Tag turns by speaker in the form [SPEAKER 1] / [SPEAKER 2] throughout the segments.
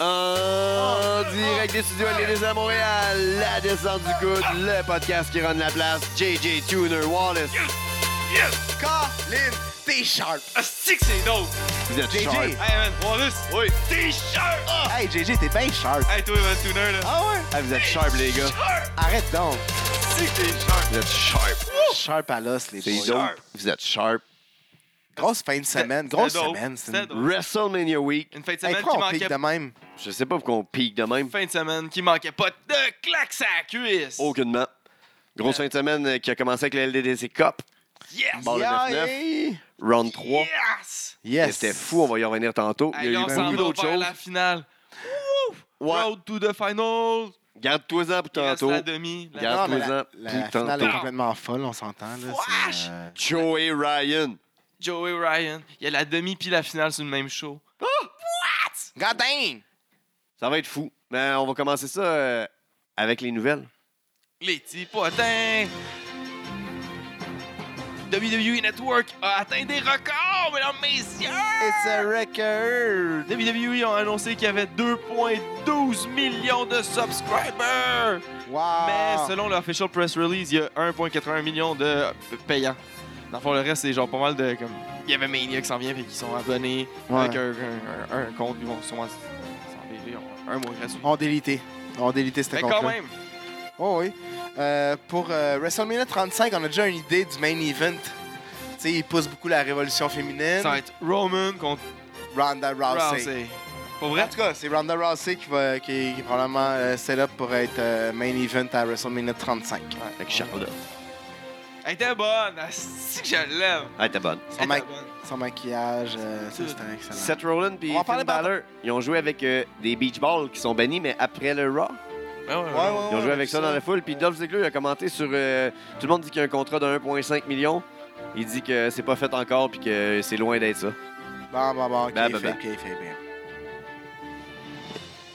[SPEAKER 1] En
[SPEAKER 2] Oh.
[SPEAKER 1] direct des studios LDDC à Montréal, la descente du coude, le podcast qui rend la place, JJ Tuner Wallace.
[SPEAKER 2] Yes!
[SPEAKER 3] Colin, t'es sharp.
[SPEAKER 2] Asti Ah, que c'est d'autres!
[SPEAKER 1] Vous êtes
[SPEAKER 3] JJ.
[SPEAKER 1] sharp.
[SPEAKER 2] Hey man, Wallace!
[SPEAKER 3] Oui.
[SPEAKER 2] T'es sharp!
[SPEAKER 3] Hey, JJ, t'es bien sharp.
[SPEAKER 2] Ah! Hey toi, man, tuner là!
[SPEAKER 3] Ah ouais?
[SPEAKER 1] Ah, vous êtes sharp, les gars.
[SPEAKER 2] Sharp!
[SPEAKER 3] Arrête donc.
[SPEAKER 2] Asti que t'es sharp!
[SPEAKER 1] Vous êtes sharp.
[SPEAKER 3] Sharp à l'os, les
[SPEAKER 1] C'est
[SPEAKER 3] boys.
[SPEAKER 2] donc-
[SPEAKER 1] dope. Vous êtes sharp.
[SPEAKER 3] Grosse fin de semaine. Grosse
[SPEAKER 2] C'était dope.
[SPEAKER 3] semaine. c'est
[SPEAKER 2] C'était
[SPEAKER 3] une-
[SPEAKER 2] dope.
[SPEAKER 1] WrestleMania Week.
[SPEAKER 2] Une fin de
[SPEAKER 3] Hey,
[SPEAKER 2] semaine qui
[SPEAKER 3] pourquoi on pique
[SPEAKER 2] manquait...
[SPEAKER 3] de même?
[SPEAKER 1] Je sais pas pourquoi on pique de même.
[SPEAKER 2] Fin de semaine qui manquait pas de claques à la cuisse!
[SPEAKER 1] Aucunement. Grosse fin de semaine euh, qui a commencé avec le LDDC Cup,
[SPEAKER 2] Yes!
[SPEAKER 1] Bon, le 9-9. round 3.
[SPEAKER 2] Yes!
[SPEAKER 1] Et
[SPEAKER 3] Yes.
[SPEAKER 1] C'était fou, on va y revenir tantôt. Il y
[SPEAKER 2] Hey,
[SPEAKER 1] a eu
[SPEAKER 2] on s'en
[SPEAKER 1] beaucoup
[SPEAKER 2] va
[SPEAKER 1] d'autres
[SPEAKER 2] vers
[SPEAKER 1] choses.
[SPEAKER 2] la finale.
[SPEAKER 1] Ouais,
[SPEAKER 2] Road to the final.
[SPEAKER 1] garde-toi-en pour
[SPEAKER 2] Il reste
[SPEAKER 1] tantôt.
[SPEAKER 2] la demi. La-
[SPEAKER 1] Garde-
[SPEAKER 3] Non, mais
[SPEAKER 1] Présent,
[SPEAKER 3] la, la
[SPEAKER 1] putain.
[SPEAKER 3] finale
[SPEAKER 2] Bam.
[SPEAKER 3] est complètement folle, on s'entend. là, c'est,
[SPEAKER 2] Flash.
[SPEAKER 3] euh,
[SPEAKER 1] Joey Ryan.
[SPEAKER 2] Joey Ryan. Il y a la demi puis la finale sur le même show.
[SPEAKER 3] God dang!
[SPEAKER 1] Ça va être fou. Mais on va commencer ça euh, avec les nouvelles.
[SPEAKER 2] Les petits potins. WWE Network a atteint des records, mesdames,
[SPEAKER 3] It's a
[SPEAKER 2] messieurs!
[SPEAKER 3] record!
[SPEAKER 2] WWE ont annoncé qu'il y avait 2,12 millions de subscribers!
[SPEAKER 3] Wow!
[SPEAKER 2] Mais selon l'official press release, il y a 1,81 million de p- payants. Dans le fond, le reste, c'est genre pas mal de. comme Il y avait Mania qui s'en vient et qui sont abonnés
[SPEAKER 3] Ouais.
[SPEAKER 2] avec un, un- un- un compte. Ils vont sûrement s- s'en payer, ils ont un mois gratuit.
[SPEAKER 3] On délité. On délité cette
[SPEAKER 2] Mais quand
[SPEAKER 3] compte-là.
[SPEAKER 2] même,
[SPEAKER 3] Oh oui. Euh, pour euh, WrestleMania 35, on a déjà une idée du main event. Tu sais, il pousse beaucoup la révolution féminine.
[SPEAKER 2] ça va être Roman contre
[SPEAKER 3] Ronda Rousey.
[SPEAKER 2] Rousey. Pour
[SPEAKER 3] En
[SPEAKER 2] vrai?
[SPEAKER 3] tout cas, c'est Ronda Rousey qui, va, qui, qui est probablement euh, set-up pour être euh, main event à WrestleMania 35.
[SPEAKER 1] Avec Charlotte.
[SPEAKER 2] Elle était bonne! Ah, Si que je l'aime!
[SPEAKER 1] Ah, t'es bonne.
[SPEAKER 2] Elle
[SPEAKER 3] ma-
[SPEAKER 2] était bonne.
[SPEAKER 3] Son maquillage, euh, ça, c'était excellent.
[SPEAKER 1] Seth Rollins puis
[SPEAKER 3] On va en
[SPEAKER 1] Finn
[SPEAKER 3] parler
[SPEAKER 1] Balor, ils ont joué avec euh, des beach balls qui sont bannis, mais après le Raw.
[SPEAKER 2] Ouais, ouais, ouais.
[SPEAKER 3] Ouais, ouais,
[SPEAKER 1] Ils ont
[SPEAKER 3] ouais,
[SPEAKER 1] joué avec ça dans la foule. Puis Dolph Ziggler a commenté sur... euh, tout le monde dit qu'il y a un contrat de 1,5 million. Il dit que c'est pas fait encore puis que c'est loin d'être ça.
[SPEAKER 3] Bon, bon, bon, ok,
[SPEAKER 1] Ben,
[SPEAKER 3] il
[SPEAKER 1] ben,
[SPEAKER 3] fait,
[SPEAKER 1] ben.
[SPEAKER 3] ok, il fait bien.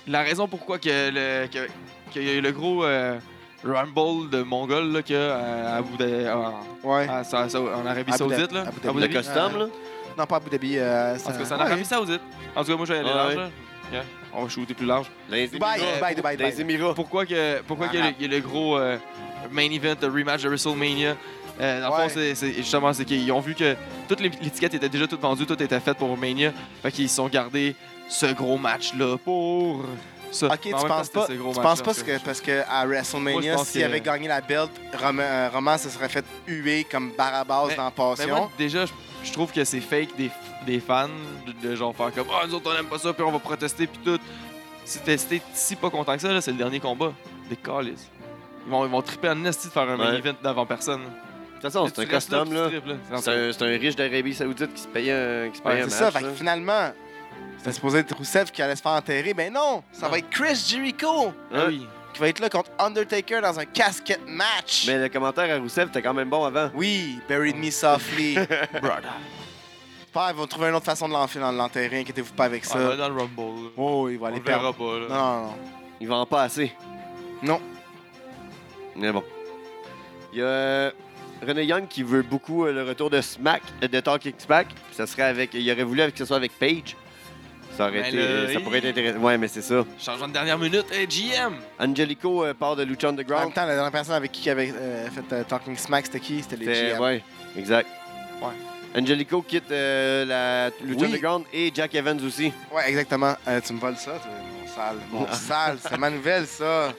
[SPEAKER 2] La raison pourquoi que le, que, qu'il y a eu le gros euh, Rumble de Mongol là, que, euh, à Abu Dhabi- en-
[SPEAKER 3] Ouais.
[SPEAKER 2] à- ça- ça- en Arabie
[SPEAKER 3] Abu
[SPEAKER 2] Saoudite.
[SPEAKER 3] Dhabi-
[SPEAKER 2] Là.
[SPEAKER 3] Abu Dhabi.
[SPEAKER 2] Abu
[SPEAKER 1] Le
[SPEAKER 2] Dhabi.
[SPEAKER 3] cost-
[SPEAKER 1] custom,
[SPEAKER 3] euh,
[SPEAKER 1] là.
[SPEAKER 3] Non, pas à Abu Dhabi. Euh,
[SPEAKER 2] En tout cas, c'est en
[SPEAKER 3] ouais.
[SPEAKER 2] Arabie Saoudite. En tout cas, moi, je vais aller
[SPEAKER 1] Ouais,
[SPEAKER 2] large.
[SPEAKER 1] ouais.
[SPEAKER 2] là. Ok. On va shooter plus large.
[SPEAKER 1] Les
[SPEAKER 3] Dubaï,
[SPEAKER 1] Émirats.
[SPEAKER 3] Dubaï, Dubaï,
[SPEAKER 1] Les
[SPEAKER 3] Dubaï.
[SPEAKER 1] Émirats.
[SPEAKER 2] Pourquoi que, pourquoi qu'il y,
[SPEAKER 3] Ah,
[SPEAKER 2] a le- il y a le gros euh, main event, le rematch de WrestleMania? Euh, dans le
[SPEAKER 3] Ouais.
[SPEAKER 2] fond, c'est- c'est- justement, c'est qu'ils ont vu que toutes les étiquettes étaient déjà toutes vendues, tout était fait pour Mania. Fait qu'ils se sont gardés ce gros match-là pour ça.
[SPEAKER 3] Ok, tu
[SPEAKER 2] Mais en même temps,
[SPEAKER 3] penses
[SPEAKER 2] c'était
[SPEAKER 3] pas,
[SPEAKER 2] ce
[SPEAKER 3] tu
[SPEAKER 2] gros
[SPEAKER 3] penses
[SPEAKER 2] match-là,
[SPEAKER 3] pas
[SPEAKER 2] ça.
[SPEAKER 3] que, parce qu'à
[SPEAKER 2] Moi,
[SPEAKER 3] WrestleMania,
[SPEAKER 2] je pense
[SPEAKER 3] s'il
[SPEAKER 2] que-
[SPEAKER 3] avait gagné la belt, Roman, euh, Roman se serait fait huer comme Barabas
[SPEAKER 2] Mais-
[SPEAKER 3] dans
[SPEAKER 2] Mais
[SPEAKER 3] Passion.
[SPEAKER 2] moi, déjà, je, je trouve que c'est fake des, des fans de, de genre faire comme Ah, nous autres, on aime pas ça, puis on va protester, puis tout. Si t'es si t'es si pas content que ça, là, c'est le dernier combat. Des calices. Ils vont, ils vont triper en esti de faire un main
[SPEAKER 1] Ouais.
[SPEAKER 2] event devant personne.
[SPEAKER 1] De toute façon, c'est un
[SPEAKER 2] Tu restes
[SPEAKER 1] custom,
[SPEAKER 2] puis
[SPEAKER 1] là.
[SPEAKER 2] tu tripes,
[SPEAKER 1] C'est un, c'est un riche d'Arabie Saoudite qui se payait un, qui se payait
[SPEAKER 2] Ouais,
[SPEAKER 1] un
[SPEAKER 3] c'est ça,
[SPEAKER 1] match,
[SPEAKER 3] fait
[SPEAKER 1] là.
[SPEAKER 3] que finalement, c'était supposé être Rousseff qui allait se faire enterrer. Ben non, ça
[SPEAKER 2] Non.
[SPEAKER 3] va être Chris Jericho
[SPEAKER 2] Ah oui.
[SPEAKER 3] qui va être là contre Undertaker dans un casquette match.
[SPEAKER 1] Mais le commentaire à Rousseff était quand même bon avant.
[SPEAKER 3] Oui, buried me softly.
[SPEAKER 2] Brother.
[SPEAKER 3] Père, ils vont trouver une autre façon de l'enfiler dans l'enterrer, inquiétez-vous pas avec
[SPEAKER 2] On
[SPEAKER 3] ça.
[SPEAKER 2] va dans le Rumble. là.
[SPEAKER 3] Oh, il va
[SPEAKER 2] Ah, bah On
[SPEAKER 3] aller
[SPEAKER 2] le verra Ah.
[SPEAKER 3] perdre.
[SPEAKER 2] pas, là.
[SPEAKER 3] Non, non, non.
[SPEAKER 1] Il vend pas assez.
[SPEAKER 3] Non.
[SPEAKER 1] Mais bon. Il y a euh, René Young qui veut beaucoup euh, le retour de Smack, euh, de Talk X Pac. Ça serait avec. Il aurait voulu avec que ce soit avec Paige. Ça aurait
[SPEAKER 2] Mais
[SPEAKER 1] été.
[SPEAKER 2] Ben là,
[SPEAKER 1] ça pourrait être
[SPEAKER 2] il-
[SPEAKER 1] intéressant. Ouais, mais c'est ça.
[SPEAKER 2] Changement de dernière minute. Hey, GM!
[SPEAKER 1] Angelico euh, part de Lucha
[SPEAKER 3] En
[SPEAKER 1] Underground.
[SPEAKER 3] même temps, la dernière personne avec qui il avait euh, fait euh, Talking Smack, c'était qui C'était les
[SPEAKER 1] C'est-
[SPEAKER 3] GM.
[SPEAKER 1] Ouais, exact.
[SPEAKER 2] Ouais.
[SPEAKER 1] Angelico quitte euh, la Lucha
[SPEAKER 3] Oui.
[SPEAKER 1] Underground et Jack Evans aussi.
[SPEAKER 3] Ouais, exactement. Euh, tu me voles ça, toi, mon sale. Mon
[SPEAKER 1] Ah.
[SPEAKER 3] sale, c'est ma nouvelle, ça.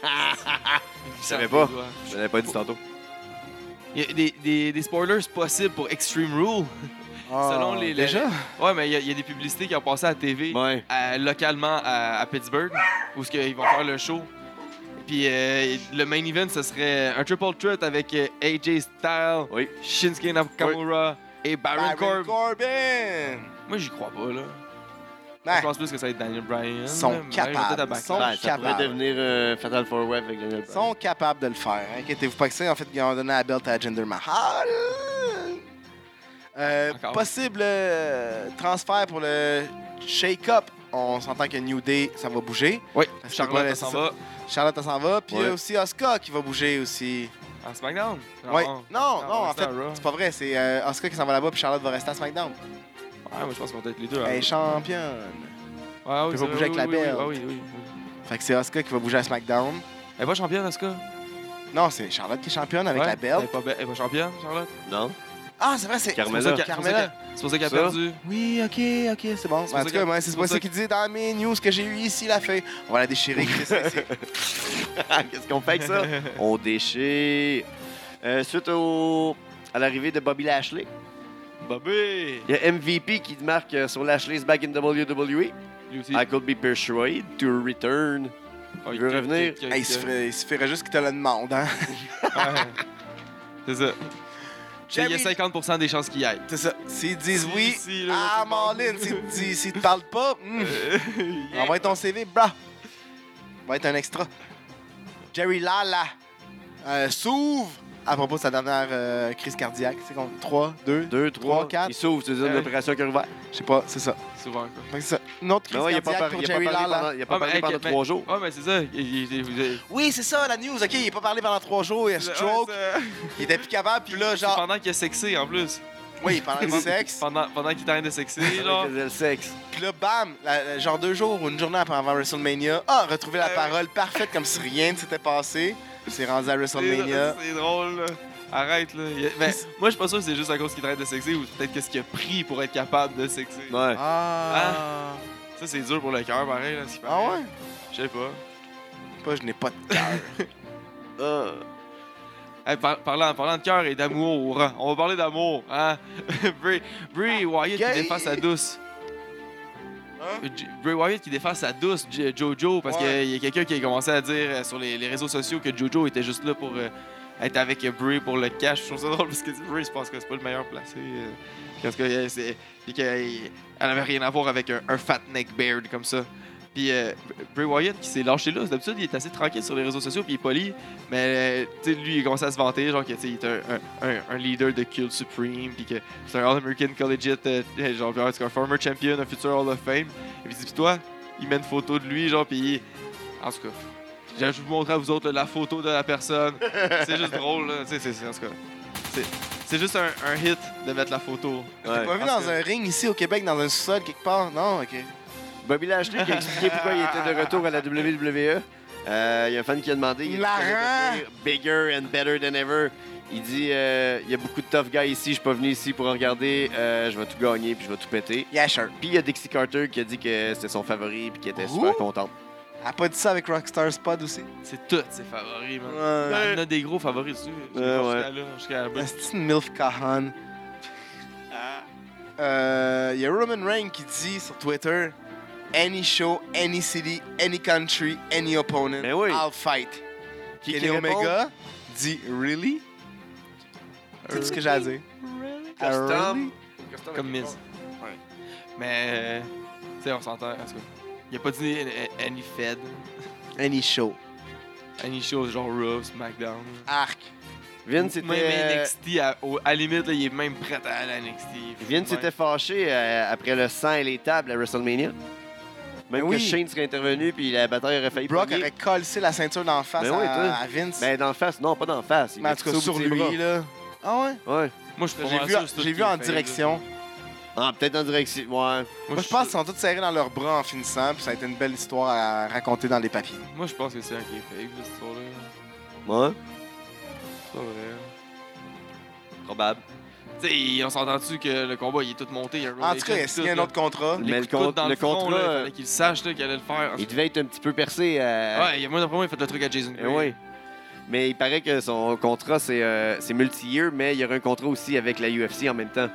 [SPEAKER 2] Je
[SPEAKER 1] savais pas. Je l'avais pas dit tantôt.
[SPEAKER 2] Il y a des, des, des spoilers possibles pour Extreme Rule. Selon les- les-
[SPEAKER 3] Oh. Déjà?
[SPEAKER 2] Ouais, mais il y a- il y, a des publicités qui ont passé à la TV.
[SPEAKER 1] Ouais.
[SPEAKER 2] à- localement à, à Pittsburgh, où ce qu'ils vont faire le show. Puis euh, le main event, ce serait un triple threat avec euh, AJ Styles,
[SPEAKER 1] Oui.
[SPEAKER 2] Shinsuke Nakamura et Baron, Corbin.
[SPEAKER 3] Corbin!
[SPEAKER 2] Moi, j'y crois pas, là.
[SPEAKER 3] Ben,
[SPEAKER 2] Je pense plus que ça va être Daniel Bryan.
[SPEAKER 3] Ils sont
[SPEAKER 2] là, mais je vais peut-être
[SPEAKER 3] capables,
[SPEAKER 2] à back-
[SPEAKER 3] ils sont
[SPEAKER 1] Ouais, ça pourrait
[SPEAKER 3] capable.
[SPEAKER 1] devenir euh, Fatal Four Web avec Daniel
[SPEAKER 3] Ils
[SPEAKER 1] Bryan.
[SPEAKER 3] sont capables de le faire. Inquiétez-vous pas que ça. En fait, ils ont donné la belt à Jinder Mahal. Euh,
[SPEAKER 2] Encore.
[SPEAKER 3] possible euh, transfert pour le shake-up. On s'entend que New Day, ça va bouger.
[SPEAKER 2] Oui,
[SPEAKER 3] Parce que
[SPEAKER 2] Charlotte
[SPEAKER 3] ouais,
[SPEAKER 2] elle s'en
[SPEAKER 3] c'est
[SPEAKER 2] va
[SPEAKER 3] Charlotte, elle s'en va. Puis il y
[SPEAKER 1] Ouais.
[SPEAKER 3] a aussi Asuka qui va bouger aussi.
[SPEAKER 2] à SmackDown. ah,
[SPEAKER 3] Ouais. Non, non,
[SPEAKER 2] on
[SPEAKER 3] en
[SPEAKER 2] reste à
[SPEAKER 3] fait,
[SPEAKER 2] Raw.
[SPEAKER 3] c'est pas vrai. C'est euh, Asuka qui s'en va là-bas, puis Charlotte va rester à SmackDown.
[SPEAKER 2] Ouais, moi, je pense qu'on va être les deux.
[SPEAKER 3] Elle est
[SPEAKER 2] hein.
[SPEAKER 3] championne.
[SPEAKER 2] Ah, oui,
[SPEAKER 3] Peut
[SPEAKER 2] c'est vrai,
[SPEAKER 3] pas
[SPEAKER 2] oui,
[SPEAKER 3] bouger avec la
[SPEAKER 2] oui, oui,
[SPEAKER 3] belle.
[SPEAKER 2] Ah, oui, oui.
[SPEAKER 3] Fait que c'est Asuka qui va bouger à SmackDown.
[SPEAKER 2] Elle est pas championne, Asuka.
[SPEAKER 3] Non, c'est Charlotte qui est championne avec
[SPEAKER 2] Ouais.
[SPEAKER 3] la
[SPEAKER 2] Elle est
[SPEAKER 3] belle.
[SPEAKER 2] pas, be- elle est pas championne, Charlotte.
[SPEAKER 1] Non?
[SPEAKER 3] Ah, c'est vrai, c'est.
[SPEAKER 1] Carmella.
[SPEAKER 3] c'est
[SPEAKER 2] C'est pour
[SPEAKER 3] pour ça Carmella.
[SPEAKER 2] ça qu'elle- C'est pour ça qu'elle a
[SPEAKER 1] Ça?
[SPEAKER 2] perdu.
[SPEAKER 3] Oui, ok, ok, c'est bon.
[SPEAKER 2] C'est
[SPEAKER 3] en
[SPEAKER 2] pour
[SPEAKER 3] tout
[SPEAKER 2] ça
[SPEAKER 3] cas,
[SPEAKER 2] que-
[SPEAKER 3] moi, c'est
[SPEAKER 2] c'est
[SPEAKER 3] pas
[SPEAKER 2] pour
[SPEAKER 3] ça
[SPEAKER 2] ça
[SPEAKER 3] qu'il dit dans mes news que j'ai eu ici, la feuille. On va la déchirer, Chris. c'est-
[SPEAKER 1] Qu'est-ce qu'on fait avec ça? On déchire. Euh, suite au... à l'arrivée de Bobby Lashley,
[SPEAKER 2] Bobby!
[SPEAKER 1] il y a MVP qui marque euh, sur Lashley's Back in E. WWE.
[SPEAKER 2] Lui
[SPEAKER 3] Ah,
[SPEAKER 2] aussi.
[SPEAKER 1] I could be persuaded to return.
[SPEAKER 2] Ah,
[SPEAKER 1] il veut
[SPEAKER 2] kick,
[SPEAKER 1] revenir.
[SPEAKER 2] kick, kick,
[SPEAKER 3] Hey, il, se
[SPEAKER 2] kick.
[SPEAKER 3] ferait, il se ferait juste qu'il te le demande, hein.
[SPEAKER 2] Ouais. C'est ça. Il y
[SPEAKER 3] Jerry-
[SPEAKER 2] a 50% des chances qu'il y aille.
[SPEAKER 3] C'est ça. S'ils disent
[SPEAKER 2] Si-
[SPEAKER 3] oui,
[SPEAKER 2] si, là,
[SPEAKER 3] ah,
[SPEAKER 2] tu parles.
[SPEAKER 3] Marlin, s'ils te disent- s'ils te parlent pas, hmm,
[SPEAKER 2] Euh, yeah.
[SPEAKER 3] envoie ton CV, bra. Va être un extra. Jerry Lala euh, s'ouvre à propos de sa dernière euh, crise cardiaque. C'est contre 3, 2,
[SPEAKER 1] 2, 3,
[SPEAKER 3] Trois, quatre. Euh,
[SPEAKER 1] 4. Il s'ouvre, c'est une
[SPEAKER 2] Ouais.
[SPEAKER 1] opération qui est ouverte.
[SPEAKER 3] je sais pas, c'est ça.
[SPEAKER 2] Souvent, quoi.
[SPEAKER 3] Fait que c'est ça. Une autre crise
[SPEAKER 1] Non, Ben il n'a pas parlé
[SPEAKER 3] cardiaque pour
[SPEAKER 1] il a
[SPEAKER 3] Jerry
[SPEAKER 1] pas parlé
[SPEAKER 3] Lala.
[SPEAKER 1] pendant- il a pas
[SPEAKER 2] Ah, mais
[SPEAKER 1] parlé
[SPEAKER 2] hey,
[SPEAKER 1] pendant
[SPEAKER 2] mais-
[SPEAKER 1] 3 jours.
[SPEAKER 2] Ouais, mais c'est ça. Il- il- il- vous avez-
[SPEAKER 3] Oui, c'est ça, la news. OK, il est pas parlé pendant trois jours, il a stroke,
[SPEAKER 2] Ouais, c'est-
[SPEAKER 3] il était plus capable, puis là,
[SPEAKER 2] C'est
[SPEAKER 3] genre,
[SPEAKER 2] Pendant qu'il a sexé, en plus.
[SPEAKER 3] oui, pendant le sexe,
[SPEAKER 2] Pendant, pendant qu'il est en train de sexer,
[SPEAKER 1] Il
[SPEAKER 2] genre.
[SPEAKER 1] faisait le sexe.
[SPEAKER 3] puis là, bam, la- la- genre deux jours ou une journée après avant WrestleMania, ah, retrouver la
[SPEAKER 2] Ouais,
[SPEAKER 3] parole parfaite comme si rien ne s'était passé, c'est rendu à WrestleMania.
[SPEAKER 2] C'est c'est drôle, là. Arrête, là. Il- ben, moi, je suis pas sûr que c'est juste à cause qu'il est en train de sexer ou peut-être qu'est-ce qu'il a pris pour être capable de sexer.
[SPEAKER 1] Ouais.
[SPEAKER 3] Ah.
[SPEAKER 2] Ça, c'est dur pour le cœur, pareil, là. c'est
[SPEAKER 3] Ah
[SPEAKER 2] pareil.
[SPEAKER 3] ouais?
[SPEAKER 2] Je sais pas.
[SPEAKER 3] Pas, je n'ai pas de
[SPEAKER 1] Ah.
[SPEAKER 2] Hey, par- parlant, parlant de cœur et d'amour, hein, on va parler d'amour. Hein? Bray, Bray Wyatt
[SPEAKER 3] gay.
[SPEAKER 2] qui défend sa douce.
[SPEAKER 3] Hein?
[SPEAKER 2] Euh, J- Bray Wyatt qui défend sa douce J- Jojo parce
[SPEAKER 3] Ouais.
[SPEAKER 2] qu'il y a quelqu'un qui a commencé à dire euh, sur les, les réseaux sociaux que Jojo était juste là pour euh, être avec euh, Bray pour le cash. Je trouve ça drôle parce que Bray, je pense que c'est pas le meilleur placé. euh, parce que euh, c'est- puis que, euh, elle avait rien à voir avec un, un fat neck beard comme ça. Puis euh, Bray Wyatt qui s'est lâché là. D'habitude, il est assez tranquille sur les réseaux sociaux puis il est poli. Mais euh, tu sais, lui, il commence à se vanter, genre que, tu sais, il est un, un- un- un leader de Kill Supreme, puis que c'est un All-American Collegiate, euh, euh, genre, puis en tout cas, un former champion, un futur Hall of Fame. Et puis, dis toi, il met une photo de lui, genre, puis il- En tout cas, je vais vous montrer à vous autres là, la photo de la personne. c'est juste drôle, là. Tu sais, c'est- c'est- en tout cas. c'est- C'est juste un, un hit de mettre la photo.
[SPEAKER 1] Ah, Ouais.
[SPEAKER 3] pas vu
[SPEAKER 2] parce
[SPEAKER 3] dans
[SPEAKER 2] que-
[SPEAKER 3] un ring ici au Québec, dans un sous-sol quelque part. Non, ok.
[SPEAKER 1] Bobby Lashley qui a expliqué pourquoi il était de retour à la WWE. Euh, Il y a un fan qui a demandé. Il est
[SPEAKER 3] Hilarant!
[SPEAKER 1] prêt à devenir Bigger and better than ever. Il dit euh, il y a beaucoup de tough guys ici, je suis pas venu ici pour en regarder, Euh, je vais tout gagner puis je vais tout péter.
[SPEAKER 3] Yeah, sure.
[SPEAKER 1] Puis il y a Dixie Carter qui a dit que c'était son favori puis qui était super
[SPEAKER 3] Ouh!
[SPEAKER 1] contente.
[SPEAKER 3] Elle a pas dit ça avec Rockstar Spud aussi.
[SPEAKER 2] C'est tout, ses favoris, man.
[SPEAKER 3] Ouais.
[SPEAKER 2] Il y en a des gros favoris dessus.
[SPEAKER 1] Ouais, ouais.
[SPEAKER 2] Jusqu'à là, jusqu'à la bout.
[SPEAKER 3] C'est une MILF Cahan. Euh, Il y a Roman Reigns qui dit sur Twitter Any show, any city, any country, any opponent,
[SPEAKER 1] Mais Ben oui.
[SPEAKER 3] I'll fight.
[SPEAKER 1] Qui,
[SPEAKER 3] Kenny
[SPEAKER 1] répond?
[SPEAKER 3] Omega dit Really? C'est tout ce que j'ai à dire. Ah,
[SPEAKER 1] Custom.
[SPEAKER 3] really?
[SPEAKER 2] Comme Miz. Mais, euh, tu sais, on s'entend. en tout cas. Il a pas dit euh, any Fed,
[SPEAKER 3] Any show.
[SPEAKER 2] any show genre Raw, SmackDown.
[SPEAKER 3] Arc.
[SPEAKER 1] Vince
[SPEAKER 2] Même
[SPEAKER 1] était,
[SPEAKER 2] NXT, à, au- à la limite, là, il est même prêt à aller à NXT.
[SPEAKER 1] Vince était fâché euh, après le sang et les tables à WrestleMania. Même
[SPEAKER 3] Ben oui.
[SPEAKER 1] que Shane serait intervenu puis la bataille aurait failli
[SPEAKER 3] Brock
[SPEAKER 1] pogner.
[SPEAKER 3] aurait collé la ceinture d'en face
[SPEAKER 1] Ben oui,
[SPEAKER 3] à,
[SPEAKER 1] toi.
[SPEAKER 3] à Vince.
[SPEAKER 1] Ben, dans le face, non, pas dans le face. Il
[SPEAKER 3] Mais en
[SPEAKER 1] met
[SPEAKER 3] tout cas,
[SPEAKER 1] ça au
[SPEAKER 3] sur
[SPEAKER 1] bout de ses
[SPEAKER 3] lui,
[SPEAKER 1] bras.
[SPEAKER 3] là. Ah ouais?
[SPEAKER 1] Ouais.
[SPEAKER 2] Moi, je suis pas
[SPEAKER 3] J'ai
[SPEAKER 2] mal
[SPEAKER 3] vu,
[SPEAKER 2] sûr que c'est tout
[SPEAKER 3] j'ai vu
[SPEAKER 2] qu'il
[SPEAKER 3] en
[SPEAKER 2] fait,
[SPEAKER 3] direction.
[SPEAKER 1] Ah, peut-être en direction. Ouais.
[SPEAKER 2] là.
[SPEAKER 3] Moi, je pense qu'ils sont tous serrés dans leurs bras en finissant, puis ça a été une belle histoire à raconter dans les papiers.
[SPEAKER 2] Moi, je pense que c'est un qui est fake, là, cette histoire-là.
[SPEAKER 1] Ouais.
[SPEAKER 2] C'est pas vrai.
[SPEAKER 1] Probable.
[SPEAKER 2] Tu sais, on s'entend-tu que le combat, il est tout monté. il y a un
[SPEAKER 3] En
[SPEAKER 2] roll
[SPEAKER 3] tout cas, il a
[SPEAKER 2] agent,
[SPEAKER 3] signé
[SPEAKER 2] tout,
[SPEAKER 3] un
[SPEAKER 2] là.
[SPEAKER 3] autre contrat.
[SPEAKER 2] Les
[SPEAKER 1] Mais le
[SPEAKER 2] coups de coude
[SPEAKER 1] con-
[SPEAKER 2] dans
[SPEAKER 1] le
[SPEAKER 2] front,
[SPEAKER 1] contrat,
[SPEAKER 2] là, il
[SPEAKER 1] euh,
[SPEAKER 2] fallait qu'il le sache là, qu'il allait le faire.
[SPEAKER 1] Il devait être un petit peu percé. Euh...
[SPEAKER 2] Ouais, il y a moins d'après moi, il a fait le truc à Jason
[SPEAKER 1] eh
[SPEAKER 2] Gray.
[SPEAKER 1] oui. Mais il paraît que son contrat, c'est euh, c'est multi-year, mais il y aurait un contrat aussi avec la UFC en même temps.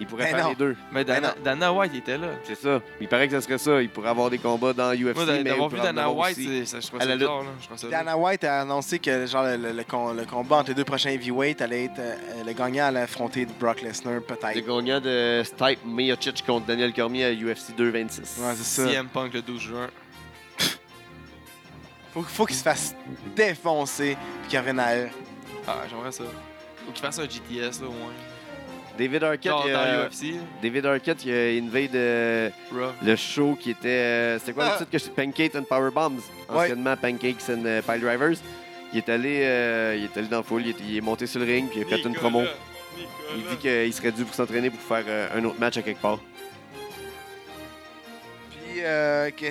[SPEAKER 1] Il pourrait
[SPEAKER 3] Ben
[SPEAKER 1] faire
[SPEAKER 3] non.
[SPEAKER 1] les deux.
[SPEAKER 2] Mais
[SPEAKER 3] Ben
[SPEAKER 2] Dana, Dana White il était là.
[SPEAKER 1] C'est ça. Il paraît que ce serait ça. Il pourrait avoir des combats dans UFC,
[SPEAKER 2] Moi,
[SPEAKER 1] mais
[SPEAKER 2] d'a-
[SPEAKER 1] il
[SPEAKER 2] d'avoir
[SPEAKER 1] pourrait
[SPEAKER 2] vu
[SPEAKER 1] en
[SPEAKER 2] Dana
[SPEAKER 1] avoir
[SPEAKER 2] White,
[SPEAKER 1] aussi.
[SPEAKER 2] c'est- ça, je trouve
[SPEAKER 1] À la
[SPEAKER 2] ça
[SPEAKER 1] lutte.
[SPEAKER 2] bizarre. là. Je trouve ça
[SPEAKER 3] Dana White a annoncé que genre, le, le- le con- le combat entre les deux prochains heavyweights allait être euh, le gagnant à l'affronter de Brock Lesnar,
[SPEAKER 1] Le
[SPEAKER 3] peut-être.
[SPEAKER 1] gagnant de Stipe Miocic contre Daniel Cormier à UFC 226.
[SPEAKER 3] Ouais, c'est ça.
[SPEAKER 2] CM Punk le 12 juin.
[SPEAKER 3] Faut, faut qu'il se fasse défoncer, puis qu'il revienne à eux.
[SPEAKER 2] Ah, j'aimerais ça. Ou qu'il fasse un GTS, là, au moins.
[SPEAKER 1] David Arquette,
[SPEAKER 2] Genre
[SPEAKER 1] il,
[SPEAKER 2] dans
[SPEAKER 1] a-
[SPEAKER 2] l'UFC,
[SPEAKER 1] David Arquette, il a invade euh,
[SPEAKER 2] euh, Raw.
[SPEAKER 1] le show qui était. euh, C'était quoi
[SPEAKER 3] Ah.
[SPEAKER 1] le titre que je- Pancakes and Power Bombs.
[SPEAKER 3] Ouais.
[SPEAKER 1] Anciennement Pancakes and euh, Pile Drivers. Il est allé, euh, il est allé dans la foule, il est, il est monté sur le ring, puis il a fait une promo. Il dit qu'il serait dû pour s'entraîner pour faire euh, un autre match à quelque part.
[SPEAKER 3] Puis Puis, euh, que-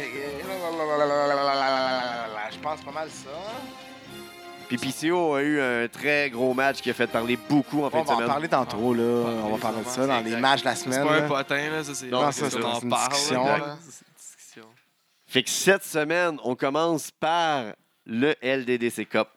[SPEAKER 3] je pense pas mal ça.
[SPEAKER 1] Puis PCO a eu un très gros match qui a fait parler beaucoup en fin
[SPEAKER 3] on
[SPEAKER 1] de
[SPEAKER 3] va en
[SPEAKER 1] semaine.
[SPEAKER 3] parler tantôt, là. Euh, On va parler de ça dans les matchs de la
[SPEAKER 2] C'est
[SPEAKER 3] semaine.
[SPEAKER 2] pas un
[SPEAKER 3] là.
[SPEAKER 2] potin, là, ça, c'est.
[SPEAKER 1] Non,
[SPEAKER 2] on
[SPEAKER 1] c'est ça,
[SPEAKER 2] en
[SPEAKER 3] c'est une
[SPEAKER 2] parle, là.
[SPEAKER 3] discussion,
[SPEAKER 2] Exact,
[SPEAKER 3] là.
[SPEAKER 2] ça, c'est une discussion.
[SPEAKER 1] Fait que cette semaine, on commence par le LDDC Cup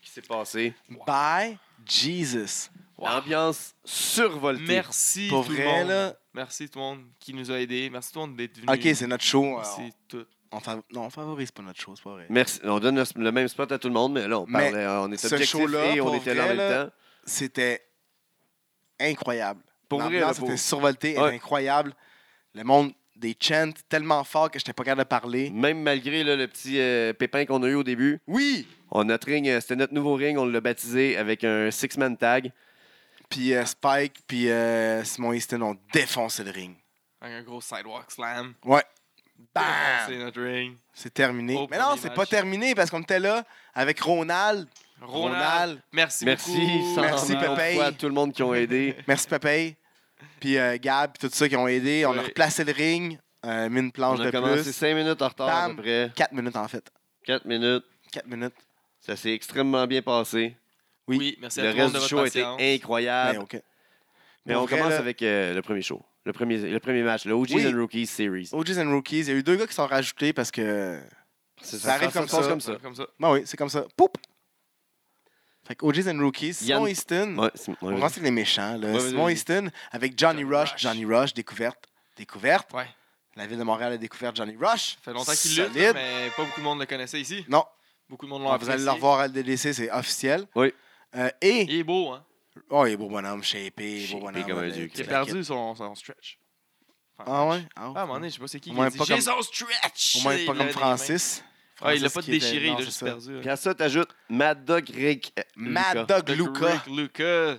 [SPEAKER 1] qui s'est passé.
[SPEAKER 3] By Jesus.
[SPEAKER 2] Wow.
[SPEAKER 1] Ambiance survoltée.
[SPEAKER 2] Merci
[SPEAKER 3] Pour
[SPEAKER 2] tout
[SPEAKER 3] vrai,
[SPEAKER 2] le monde.
[SPEAKER 3] là.
[SPEAKER 2] Merci tout le monde qui nous a aidés. Merci tout le monde d'être venu.
[SPEAKER 3] Ok, c'est notre show. euh,
[SPEAKER 2] Merci tout.
[SPEAKER 3] On, on fav- Non, on favorise pas notre show, c'est pas vrai.
[SPEAKER 1] Merci. On donne le, le même spot à tout le monde, mais là, on
[SPEAKER 3] Mais
[SPEAKER 1] parlait, on était
[SPEAKER 3] ce
[SPEAKER 1] objectif
[SPEAKER 3] show-là,
[SPEAKER 1] et on
[SPEAKER 3] pour
[SPEAKER 1] était là en
[SPEAKER 3] vrai,
[SPEAKER 1] même
[SPEAKER 3] là,
[SPEAKER 1] temps.
[SPEAKER 3] C'était incroyable.
[SPEAKER 1] Pour vrai, là,
[SPEAKER 3] L'ambiance
[SPEAKER 1] pour-
[SPEAKER 3] était survoltée, elle
[SPEAKER 1] Ouais.
[SPEAKER 3] était incroyable. Le monde des chants tellement fort que j'étais pas capable de parler.
[SPEAKER 1] même malgré là, le petit euh, pépin qu'on a eu au début,
[SPEAKER 3] Oui!
[SPEAKER 1] on, notre ring, euh, c'était notre nouveau ring, on l'a baptisé avec un six-man tag.
[SPEAKER 3] Puis euh, Spike, puis euh, Simon Easton ont défoncé le ring.
[SPEAKER 2] Avec un gros sidewalk slam.
[SPEAKER 3] Bam!
[SPEAKER 1] Ah.
[SPEAKER 2] C'est notre ring.
[SPEAKER 3] C'est terminé.
[SPEAKER 2] Au
[SPEAKER 3] Mais non,
[SPEAKER 2] premier
[SPEAKER 3] c'est
[SPEAKER 2] match.
[SPEAKER 3] pas terminé parce qu'on était là avec Ronald.
[SPEAKER 2] Ronald.
[SPEAKER 3] Ronald.
[SPEAKER 2] Merci,
[SPEAKER 1] Merci,
[SPEAKER 2] beaucoup.
[SPEAKER 1] sans-
[SPEAKER 3] Merci,
[SPEAKER 1] encore
[SPEAKER 3] Pépin.
[SPEAKER 1] fois, à tout le monde qui ont aidé.
[SPEAKER 3] Merci, Papay. Puis euh, Gab, puis tout ça qui ont aidé. On a
[SPEAKER 2] Oui.
[SPEAKER 3] replacé le ring. Euh, mis une planche
[SPEAKER 1] on
[SPEAKER 3] de
[SPEAKER 1] a commencé
[SPEAKER 3] plus.
[SPEAKER 1] cinq minutes en retard à
[SPEAKER 3] Bam.
[SPEAKER 1] peu près,
[SPEAKER 3] Quatre minutes, en fait.
[SPEAKER 1] quatre minutes.
[SPEAKER 3] Quatre minutes.
[SPEAKER 1] Ça s'est extrêmement bien passé.
[SPEAKER 3] Oui.
[SPEAKER 2] Oui. merci à
[SPEAKER 1] Le
[SPEAKER 2] tout le monde
[SPEAKER 1] reste
[SPEAKER 2] de
[SPEAKER 1] du show
[SPEAKER 2] votre
[SPEAKER 1] était
[SPEAKER 2] patience.
[SPEAKER 1] incroyable.
[SPEAKER 3] Mais OK.
[SPEAKER 1] Mais
[SPEAKER 3] Pour
[SPEAKER 1] on
[SPEAKER 3] vrai,
[SPEAKER 1] commence
[SPEAKER 3] là-
[SPEAKER 1] avec euh, le premier show, le premier, le premier match, le OGs
[SPEAKER 3] Oui.
[SPEAKER 1] and Rookies Series.
[SPEAKER 3] OGs and Rookies, il y a eu deux gars qui sont rajoutés parce que.
[SPEAKER 1] Ça,
[SPEAKER 3] arrive
[SPEAKER 1] se
[SPEAKER 3] comme
[SPEAKER 1] passe
[SPEAKER 3] ça.
[SPEAKER 1] comme ça.
[SPEAKER 2] Comme ça.
[SPEAKER 3] Ben oui, c'est comme ça. Poup! Fait que OGs and Rookies, Simon
[SPEAKER 1] Yann-
[SPEAKER 3] Easton.
[SPEAKER 1] Ouais, c'est- ouais,
[SPEAKER 3] Hmm. On
[SPEAKER 1] vas-y.
[SPEAKER 3] commence avec les méchants, là.
[SPEAKER 1] Ouais, vas-y,
[SPEAKER 3] Simon
[SPEAKER 1] vas-y.
[SPEAKER 3] Easton avec Johnny,
[SPEAKER 2] Johnny
[SPEAKER 3] Rush.
[SPEAKER 2] Rush.
[SPEAKER 3] Johnny Rush, découverte. Découverte.
[SPEAKER 2] Ouais.
[SPEAKER 3] La ville de Montréal a découvert Johnny Rush.
[SPEAKER 2] Ça fait longtemps qu'il
[SPEAKER 3] Solide.
[SPEAKER 2] lutte, là, mais pas beaucoup de monde le connaissait ici.
[SPEAKER 3] Non, Ah,
[SPEAKER 2] Beaucoup de monde l'ont
[SPEAKER 3] vous allez
[SPEAKER 2] apprécié.
[SPEAKER 3] le revoir à LDDC, c'est officiel.
[SPEAKER 1] Oui.
[SPEAKER 3] Euh, et
[SPEAKER 2] Il est beau, hein?
[SPEAKER 3] Oh, il est beau bonhomme, shapé, beau
[SPEAKER 1] Shapé
[SPEAKER 3] bonhomme.
[SPEAKER 1] comme un
[SPEAKER 3] euh,
[SPEAKER 1] dieu.
[SPEAKER 3] qui
[SPEAKER 2] Il a
[SPEAKER 1] C'est
[SPEAKER 3] la quitte.
[SPEAKER 2] perdu son, son stretch. Enfin,
[SPEAKER 3] Ah ouais? Ah,
[SPEAKER 2] Ah, à un moment donné, je sais pas c'est qui
[SPEAKER 3] Au
[SPEAKER 2] qui
[SPEAKER 3] moins
[SPEAKER 2] a dit
[SPEAKER 3] pas
[SPEAKER 2] J'ai
[SPEAKER 3] comme-
[SPEAKER 2] son stretch!
[SPEAKER 3] Au moins
[SPEAKER 2] Il
[SPEAKER 3] pas
[SPEAKER 2] l'a
[SPEAKER 3] comme
[SPEAKER 2] des mains.
[SPEAKER 3] Francis.
[SPEAKER 2] Ah, il l'a
[SPEAKER 3] Francis
[SPEAKER 2] pas
[SPEAKER 3] qui était-
[SPEAKER 2] déchiré,
[SPEAKER 3] non,
[SPEAKER 2] il a
[SPEAKER 3] c'est
[SPEAKER 2] juste
[SPEAKER 3] ça.
[SPEAKER 2] perdu.
[SPEAKER 1] Puis à ça, t'ajoutes Mad Dog Rick. euh,
[SPEAKER 3] Mad
[SPEAKER 1] Luca.
[SPEAKER 3] Dog
[SPEAKER 2] Doug
[SPEAKER 3] Luca,
[SPEAKER 2] Rick Luca.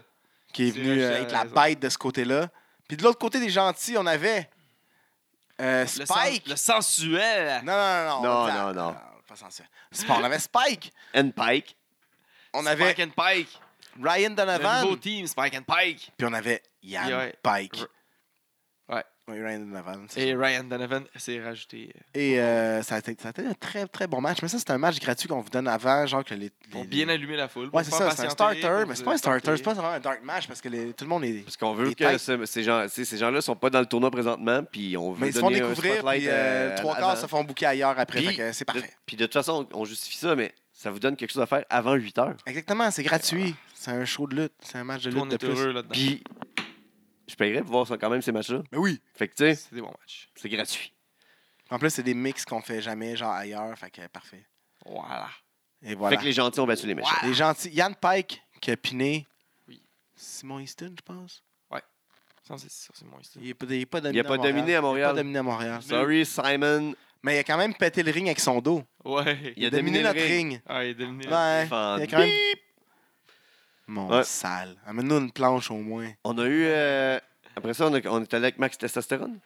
[SPEAKER 3] qui est
[SPEAKER 2] C'est
[SPEAKER 3] venu
[SPEAKER 2] vrai,
[SPEAKER 3] euh,
[SPEAKER 2] c'est
[SPEAKER 3] être la
[SPEAKER 2] raison.
[SPEAKER 3] bête de ce côté-là. Puis de l'autre côté des gentils, on avait euh,
[SPEAKER 2] Le, sens-
[SPEAKER 3] Spike.
[SPEAKER 2] le sensuel.
[SPEAKER 3] Non, non, non,
[SPEAKER 1] Non,
[SPEAKER 3] on dit-
[SPEAKER 1] non, non.
[SPEAKER 3] Pas censé. Spike, On avait Spike.
[SPEAKER 1] and Pike.
[SPEAKER 3] On avait
[SPEAKER 2] Spike and Pike.
[SPEAKER 3] Ryan
[SPEAKER 2] Le
[SPEAKER 3] Donovan.
[SPEAKER 2] nouveau team, Spike and Pike.
[SPEAKER 3] Puis on avait Yann
[SPEAKER 2] Yeah, ouais.
[SPEAKER 3] Pike.
[SPEAKER 2] Ouais.
[SPEAKER 3] Oui, Ryan Donovan. c'est
[SPEAKER 2] Et Ryan Donovan s'est rajouté. euh,
[SPEAKER 3] ça. Et euh, ça, a été, ça a été un très, très bon match. Mais ça, c'est un match gratuit qu'on vous donne avant, genre que les.
[SPEAKER 2] Pour
[SPEAKER 3] les-
[SPEAKER 2] bien allumer la foule.
[SPEAKER 3] Ouais,
[SPEAKER 2] pour
[SPEAKER 3] c'est
[SPEAKER 2] faire
[SPEAKER 3] ça, c'est un
[SPEAKER 2] patienter,
[SPEAKER 3] starter,
[SPEAKER 2] pour
[SPEAKER 3] mais c'est
[SPEAKER 2] se
[SPEAKER 3] pas un starter,
[SPEAKER 2] starter.
[SPEAKER 3] c'est pas vraiment un dark match parce que les- tout le monde est.
[SPEAKER 1] Parce qu'on veut
[SPEAKER 3] Les
[SPEAKER 1] que
[SPEAKER 3] têtes.
[SPEAKER 1] ce- ces gens, tu sais, ces gens-là sont pas dans le tournoi présentement, puis on veut
[SPEAKER 3] Mais ils se font
[SPEAKER 1] donner un
[SPEAKER 3] découvrir,
[SPEAKER 1] spotlight,
[SPEAKER 3] puis euh,
[SPEAKER 1] euh,
[SPEAKER 3] trois
[SPEAKER 1] avant.
[SPEAKER 3] quarts se font bouquer ailleurs après,
[SPEAKER 1] Puis-
[SPEAKER 3] fait que c'est
[SPEAKER 1] De-
[SPEAKER 3] parfait.
[SPEAKER 1] Puis de toute façon, on justifie ça, mais ça vous donne quelque chose à faire avant 8 heures.
[SPEAKER 3] Exactement, c'est gratuit. C'est un show de lutte, c'est un match de
[SPEAKER 2] Tout le
[SPEAKER 3] lutte
[SPEAKER 2] monde
[SPEAKER 3] de
[SPEAKER 2] est
[SPEAKER 3] plus.
[SPEAKER 2] heureux là-dedans.
[SPEAKER 1] Puis je paierais pour voir ça quand même ces matchs-là.
[SPEAKER 3] Mais oui!
[SPEAKER 1] Fait que tu sais,
[SPEAKER 2] C'est des bons matchs.
[SPEAKER 1] c'est gratuit.
[SPEAKER 3] En plus, c'est des mix qu'on fait jamais, genre ailleurs, fait que parfait.
[SPEAKER 2] Voilà.
[SPEAKER 3] Et voilà.
[SPEAKER 1] Fait que les gentils ont battu les méchants.
[SPEAKER 3] Les gentils. Yann Pike qui a piné.
[SPEAKER 2] Ah. Oui.
[SPEAKER 3] Simon Easton, je pense.
[SPEAKER 2] Ça, c'est ça, c'est mon style.
[SPEAKER 3] Il n'est pas, il est pas
[SPEAKER 1] Il
[SPEAKER 3] dominé.
[SPEAKER 1] a pas
[SPEAKER 3] à Montréal.
[SPEAKER 1] dominé à
[SPEAKER 3] Il n'a pas
[SPEAKER 1] Montréal.
[SPEAKER 3] dominé à Montréal.
[SPEAKER 1] Sorry, Simon.
[SPEAKER 3] Mais il a quand même pété le ring avec son dos.
[SPEAKER 2] Ouais.
[SPEAKER 1] Il a dominé
[SPEAKER 3] notre
[SPEAKER 1] le ring.
[SPEAKER 3] ring.
[SPEAKER 2] Ah, il est devenu.
[SPEAKER 3] Ouais.
[SPEAKER 1] Fan.
[SPEAKER 3] Il a quand même- Mon
[SPEAKER 1] Ouais.
[SPEAKER 3] sale. Amène-nous une planche au moins.
[SPEAKER 1] On a eu. euh, Après ça, on, a- on est allé avec Max Testosterone.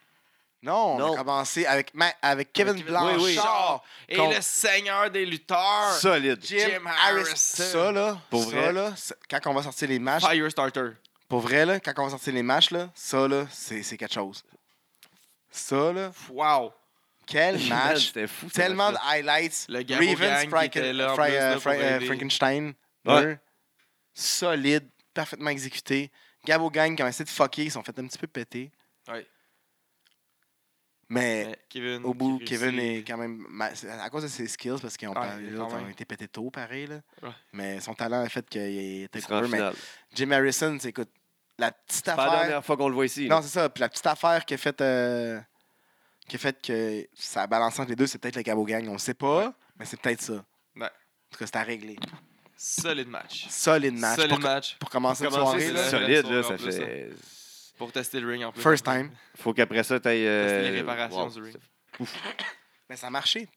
[SPEAKER 3] Non, on
[SPEAKER 1] Non.
[SPEAKER 3] a commencé avec, Ma- avec Kevin
[SPEAKER 2] Kevin
[SPEAKER 3] Blanchard.
[SPEAKER 2] Blanchard. Et
[SPEAKER 3] Contre-
[SPEAKER 2] le seigneur des lutteurs.
[SPEAKER 1] Solide.
[SPEAKER 3] Jim,
[SPEAKER 2] Jim
[SPEAKER 3] Harris.
[SPEAKER 2] Harrison.
[SPEAKER 3] Ça, là,
[SPEAKER 1] Pour
[SPEAKER 3] ça,
[SPEAKER 1] vrai.
[SPEAKER 3] là, c'est- quand on va sortir les matchs,
[SPEAKER 2] Fire starter.
[SPEAKER 3] pour vrai, là, quand on va sortir les matchs, là, ça, là, c'est c'est quelque chose. Ça, là,
[SPEAKER 2] Wow.
[SPEAKER 3] quel
[SPEAKER 1] Man,
[SPEAKER 3] match.
[SPEAKER 1] C'était fou. ce
[SPEAKER 3] Tellement de
[SPEAKER 1] match-là.
[SPEAKER 3] highlights.
[SPEAKER 2] Le Gabo Gang qui était là, en
[SPEAKER 3] Fra-
[SPEAKER 2] plus,
[SPEAKER 3] euh,
[SPEAKER 2] là, pour
[SPEAKER 3] Fra- euh,
[SPEAKER 2] aider.
[SPEAKER 3] Frankenstein.
[SPEAKER 1] Ouais.
[SPEAKER 3] Mur. Solide, parfaitement exécuté. Gabo Gang qui ont essayé de fucker, ils se sont fait un petit peu péter.
[SPEAKER 2] Ouais.
[SPEAKER 3] Mais
[SPEAKER 2] Mais mm, Kevin.
[SPEAKER 3] Eh, au bout,
[SPEAKER 2] qui
[SPEAKER 3] Kevin
[SPEAKER 2] réussit.
[SPEAKER 3] est quand même. ma- c'est À cause de ses skills, parce qu'ils ont,
[SPEAKER 2] Ouais,
[SPEAKER 3] pas- les
[SPEAKER 2] quand
[SPEAKER 3] autres ont
[SPEAKER 2] même.
[SPEAKER 3] été pétés tôt, pareil. Là.
[SPEAKER 2] Ouais.
[SPEAKER 3] Mais son talent a fait qu'il était
[SPEAKER 1] Il se rend en
[SPEAKER 3] couvert. Mais
[SPEAKER 1] finale.
[SPEAKER 3] Jim Harrison, c'est écoute, la petite
[SPEAKER 1] Pas la
[SPEAKER 3] affaire.
[SPEAKER 1] dernière fois qu'on le voit ici. là.
[SPEAKER 3] Non, c'est ça. Puis la petite affaire qui a fait, euh, qui a fait que ça a balancé entre les deux, c'est peut-être le Gabo Gang. On ne sait pas, mais c'est peut-être ça.
[SPEAKER 2] Ouais.
[SPEAKER 3] En tout cas, c'est à régler.
[SPEAKER 2] Solide match.
[SPEAKER 3] Solide match.
[SPEAKER 2] Solide
[SPEAKER 3] pour,
[SPEAKER 2] match.
[SPEAKER 3] pour commencer
[SPEAKER 1] Pour
[SPEAKER 3] la
[SPEAKER 1] commencer,
[SPEAKER 3] soirée.
[SPEAKER 1] c'est
[SPEAKER 2] là.
[SPEAKER 1] solide, là,
[SPEAKER 2] En
[SPEAKER 1] ça
[SPEAKER 2] plus, hein.
[SPEAKER 1] fait.
[SPEAKER 2] Pour tester le ring en
[SPEAKER 3] là.
[SPEAKER 2] plus.
[SPEAKER 3] First time.
[SPEAKER 1] Faut qu'après ça, t'ailles.
[SPEAKER 2] Tester les
[SPEAKER 1] euh,
[SPEAKER 2] réparations
[SPEAKER 1] wow.
[SPEAKER 2] du ring.
[SPEAKER 3] Mais ça a marché.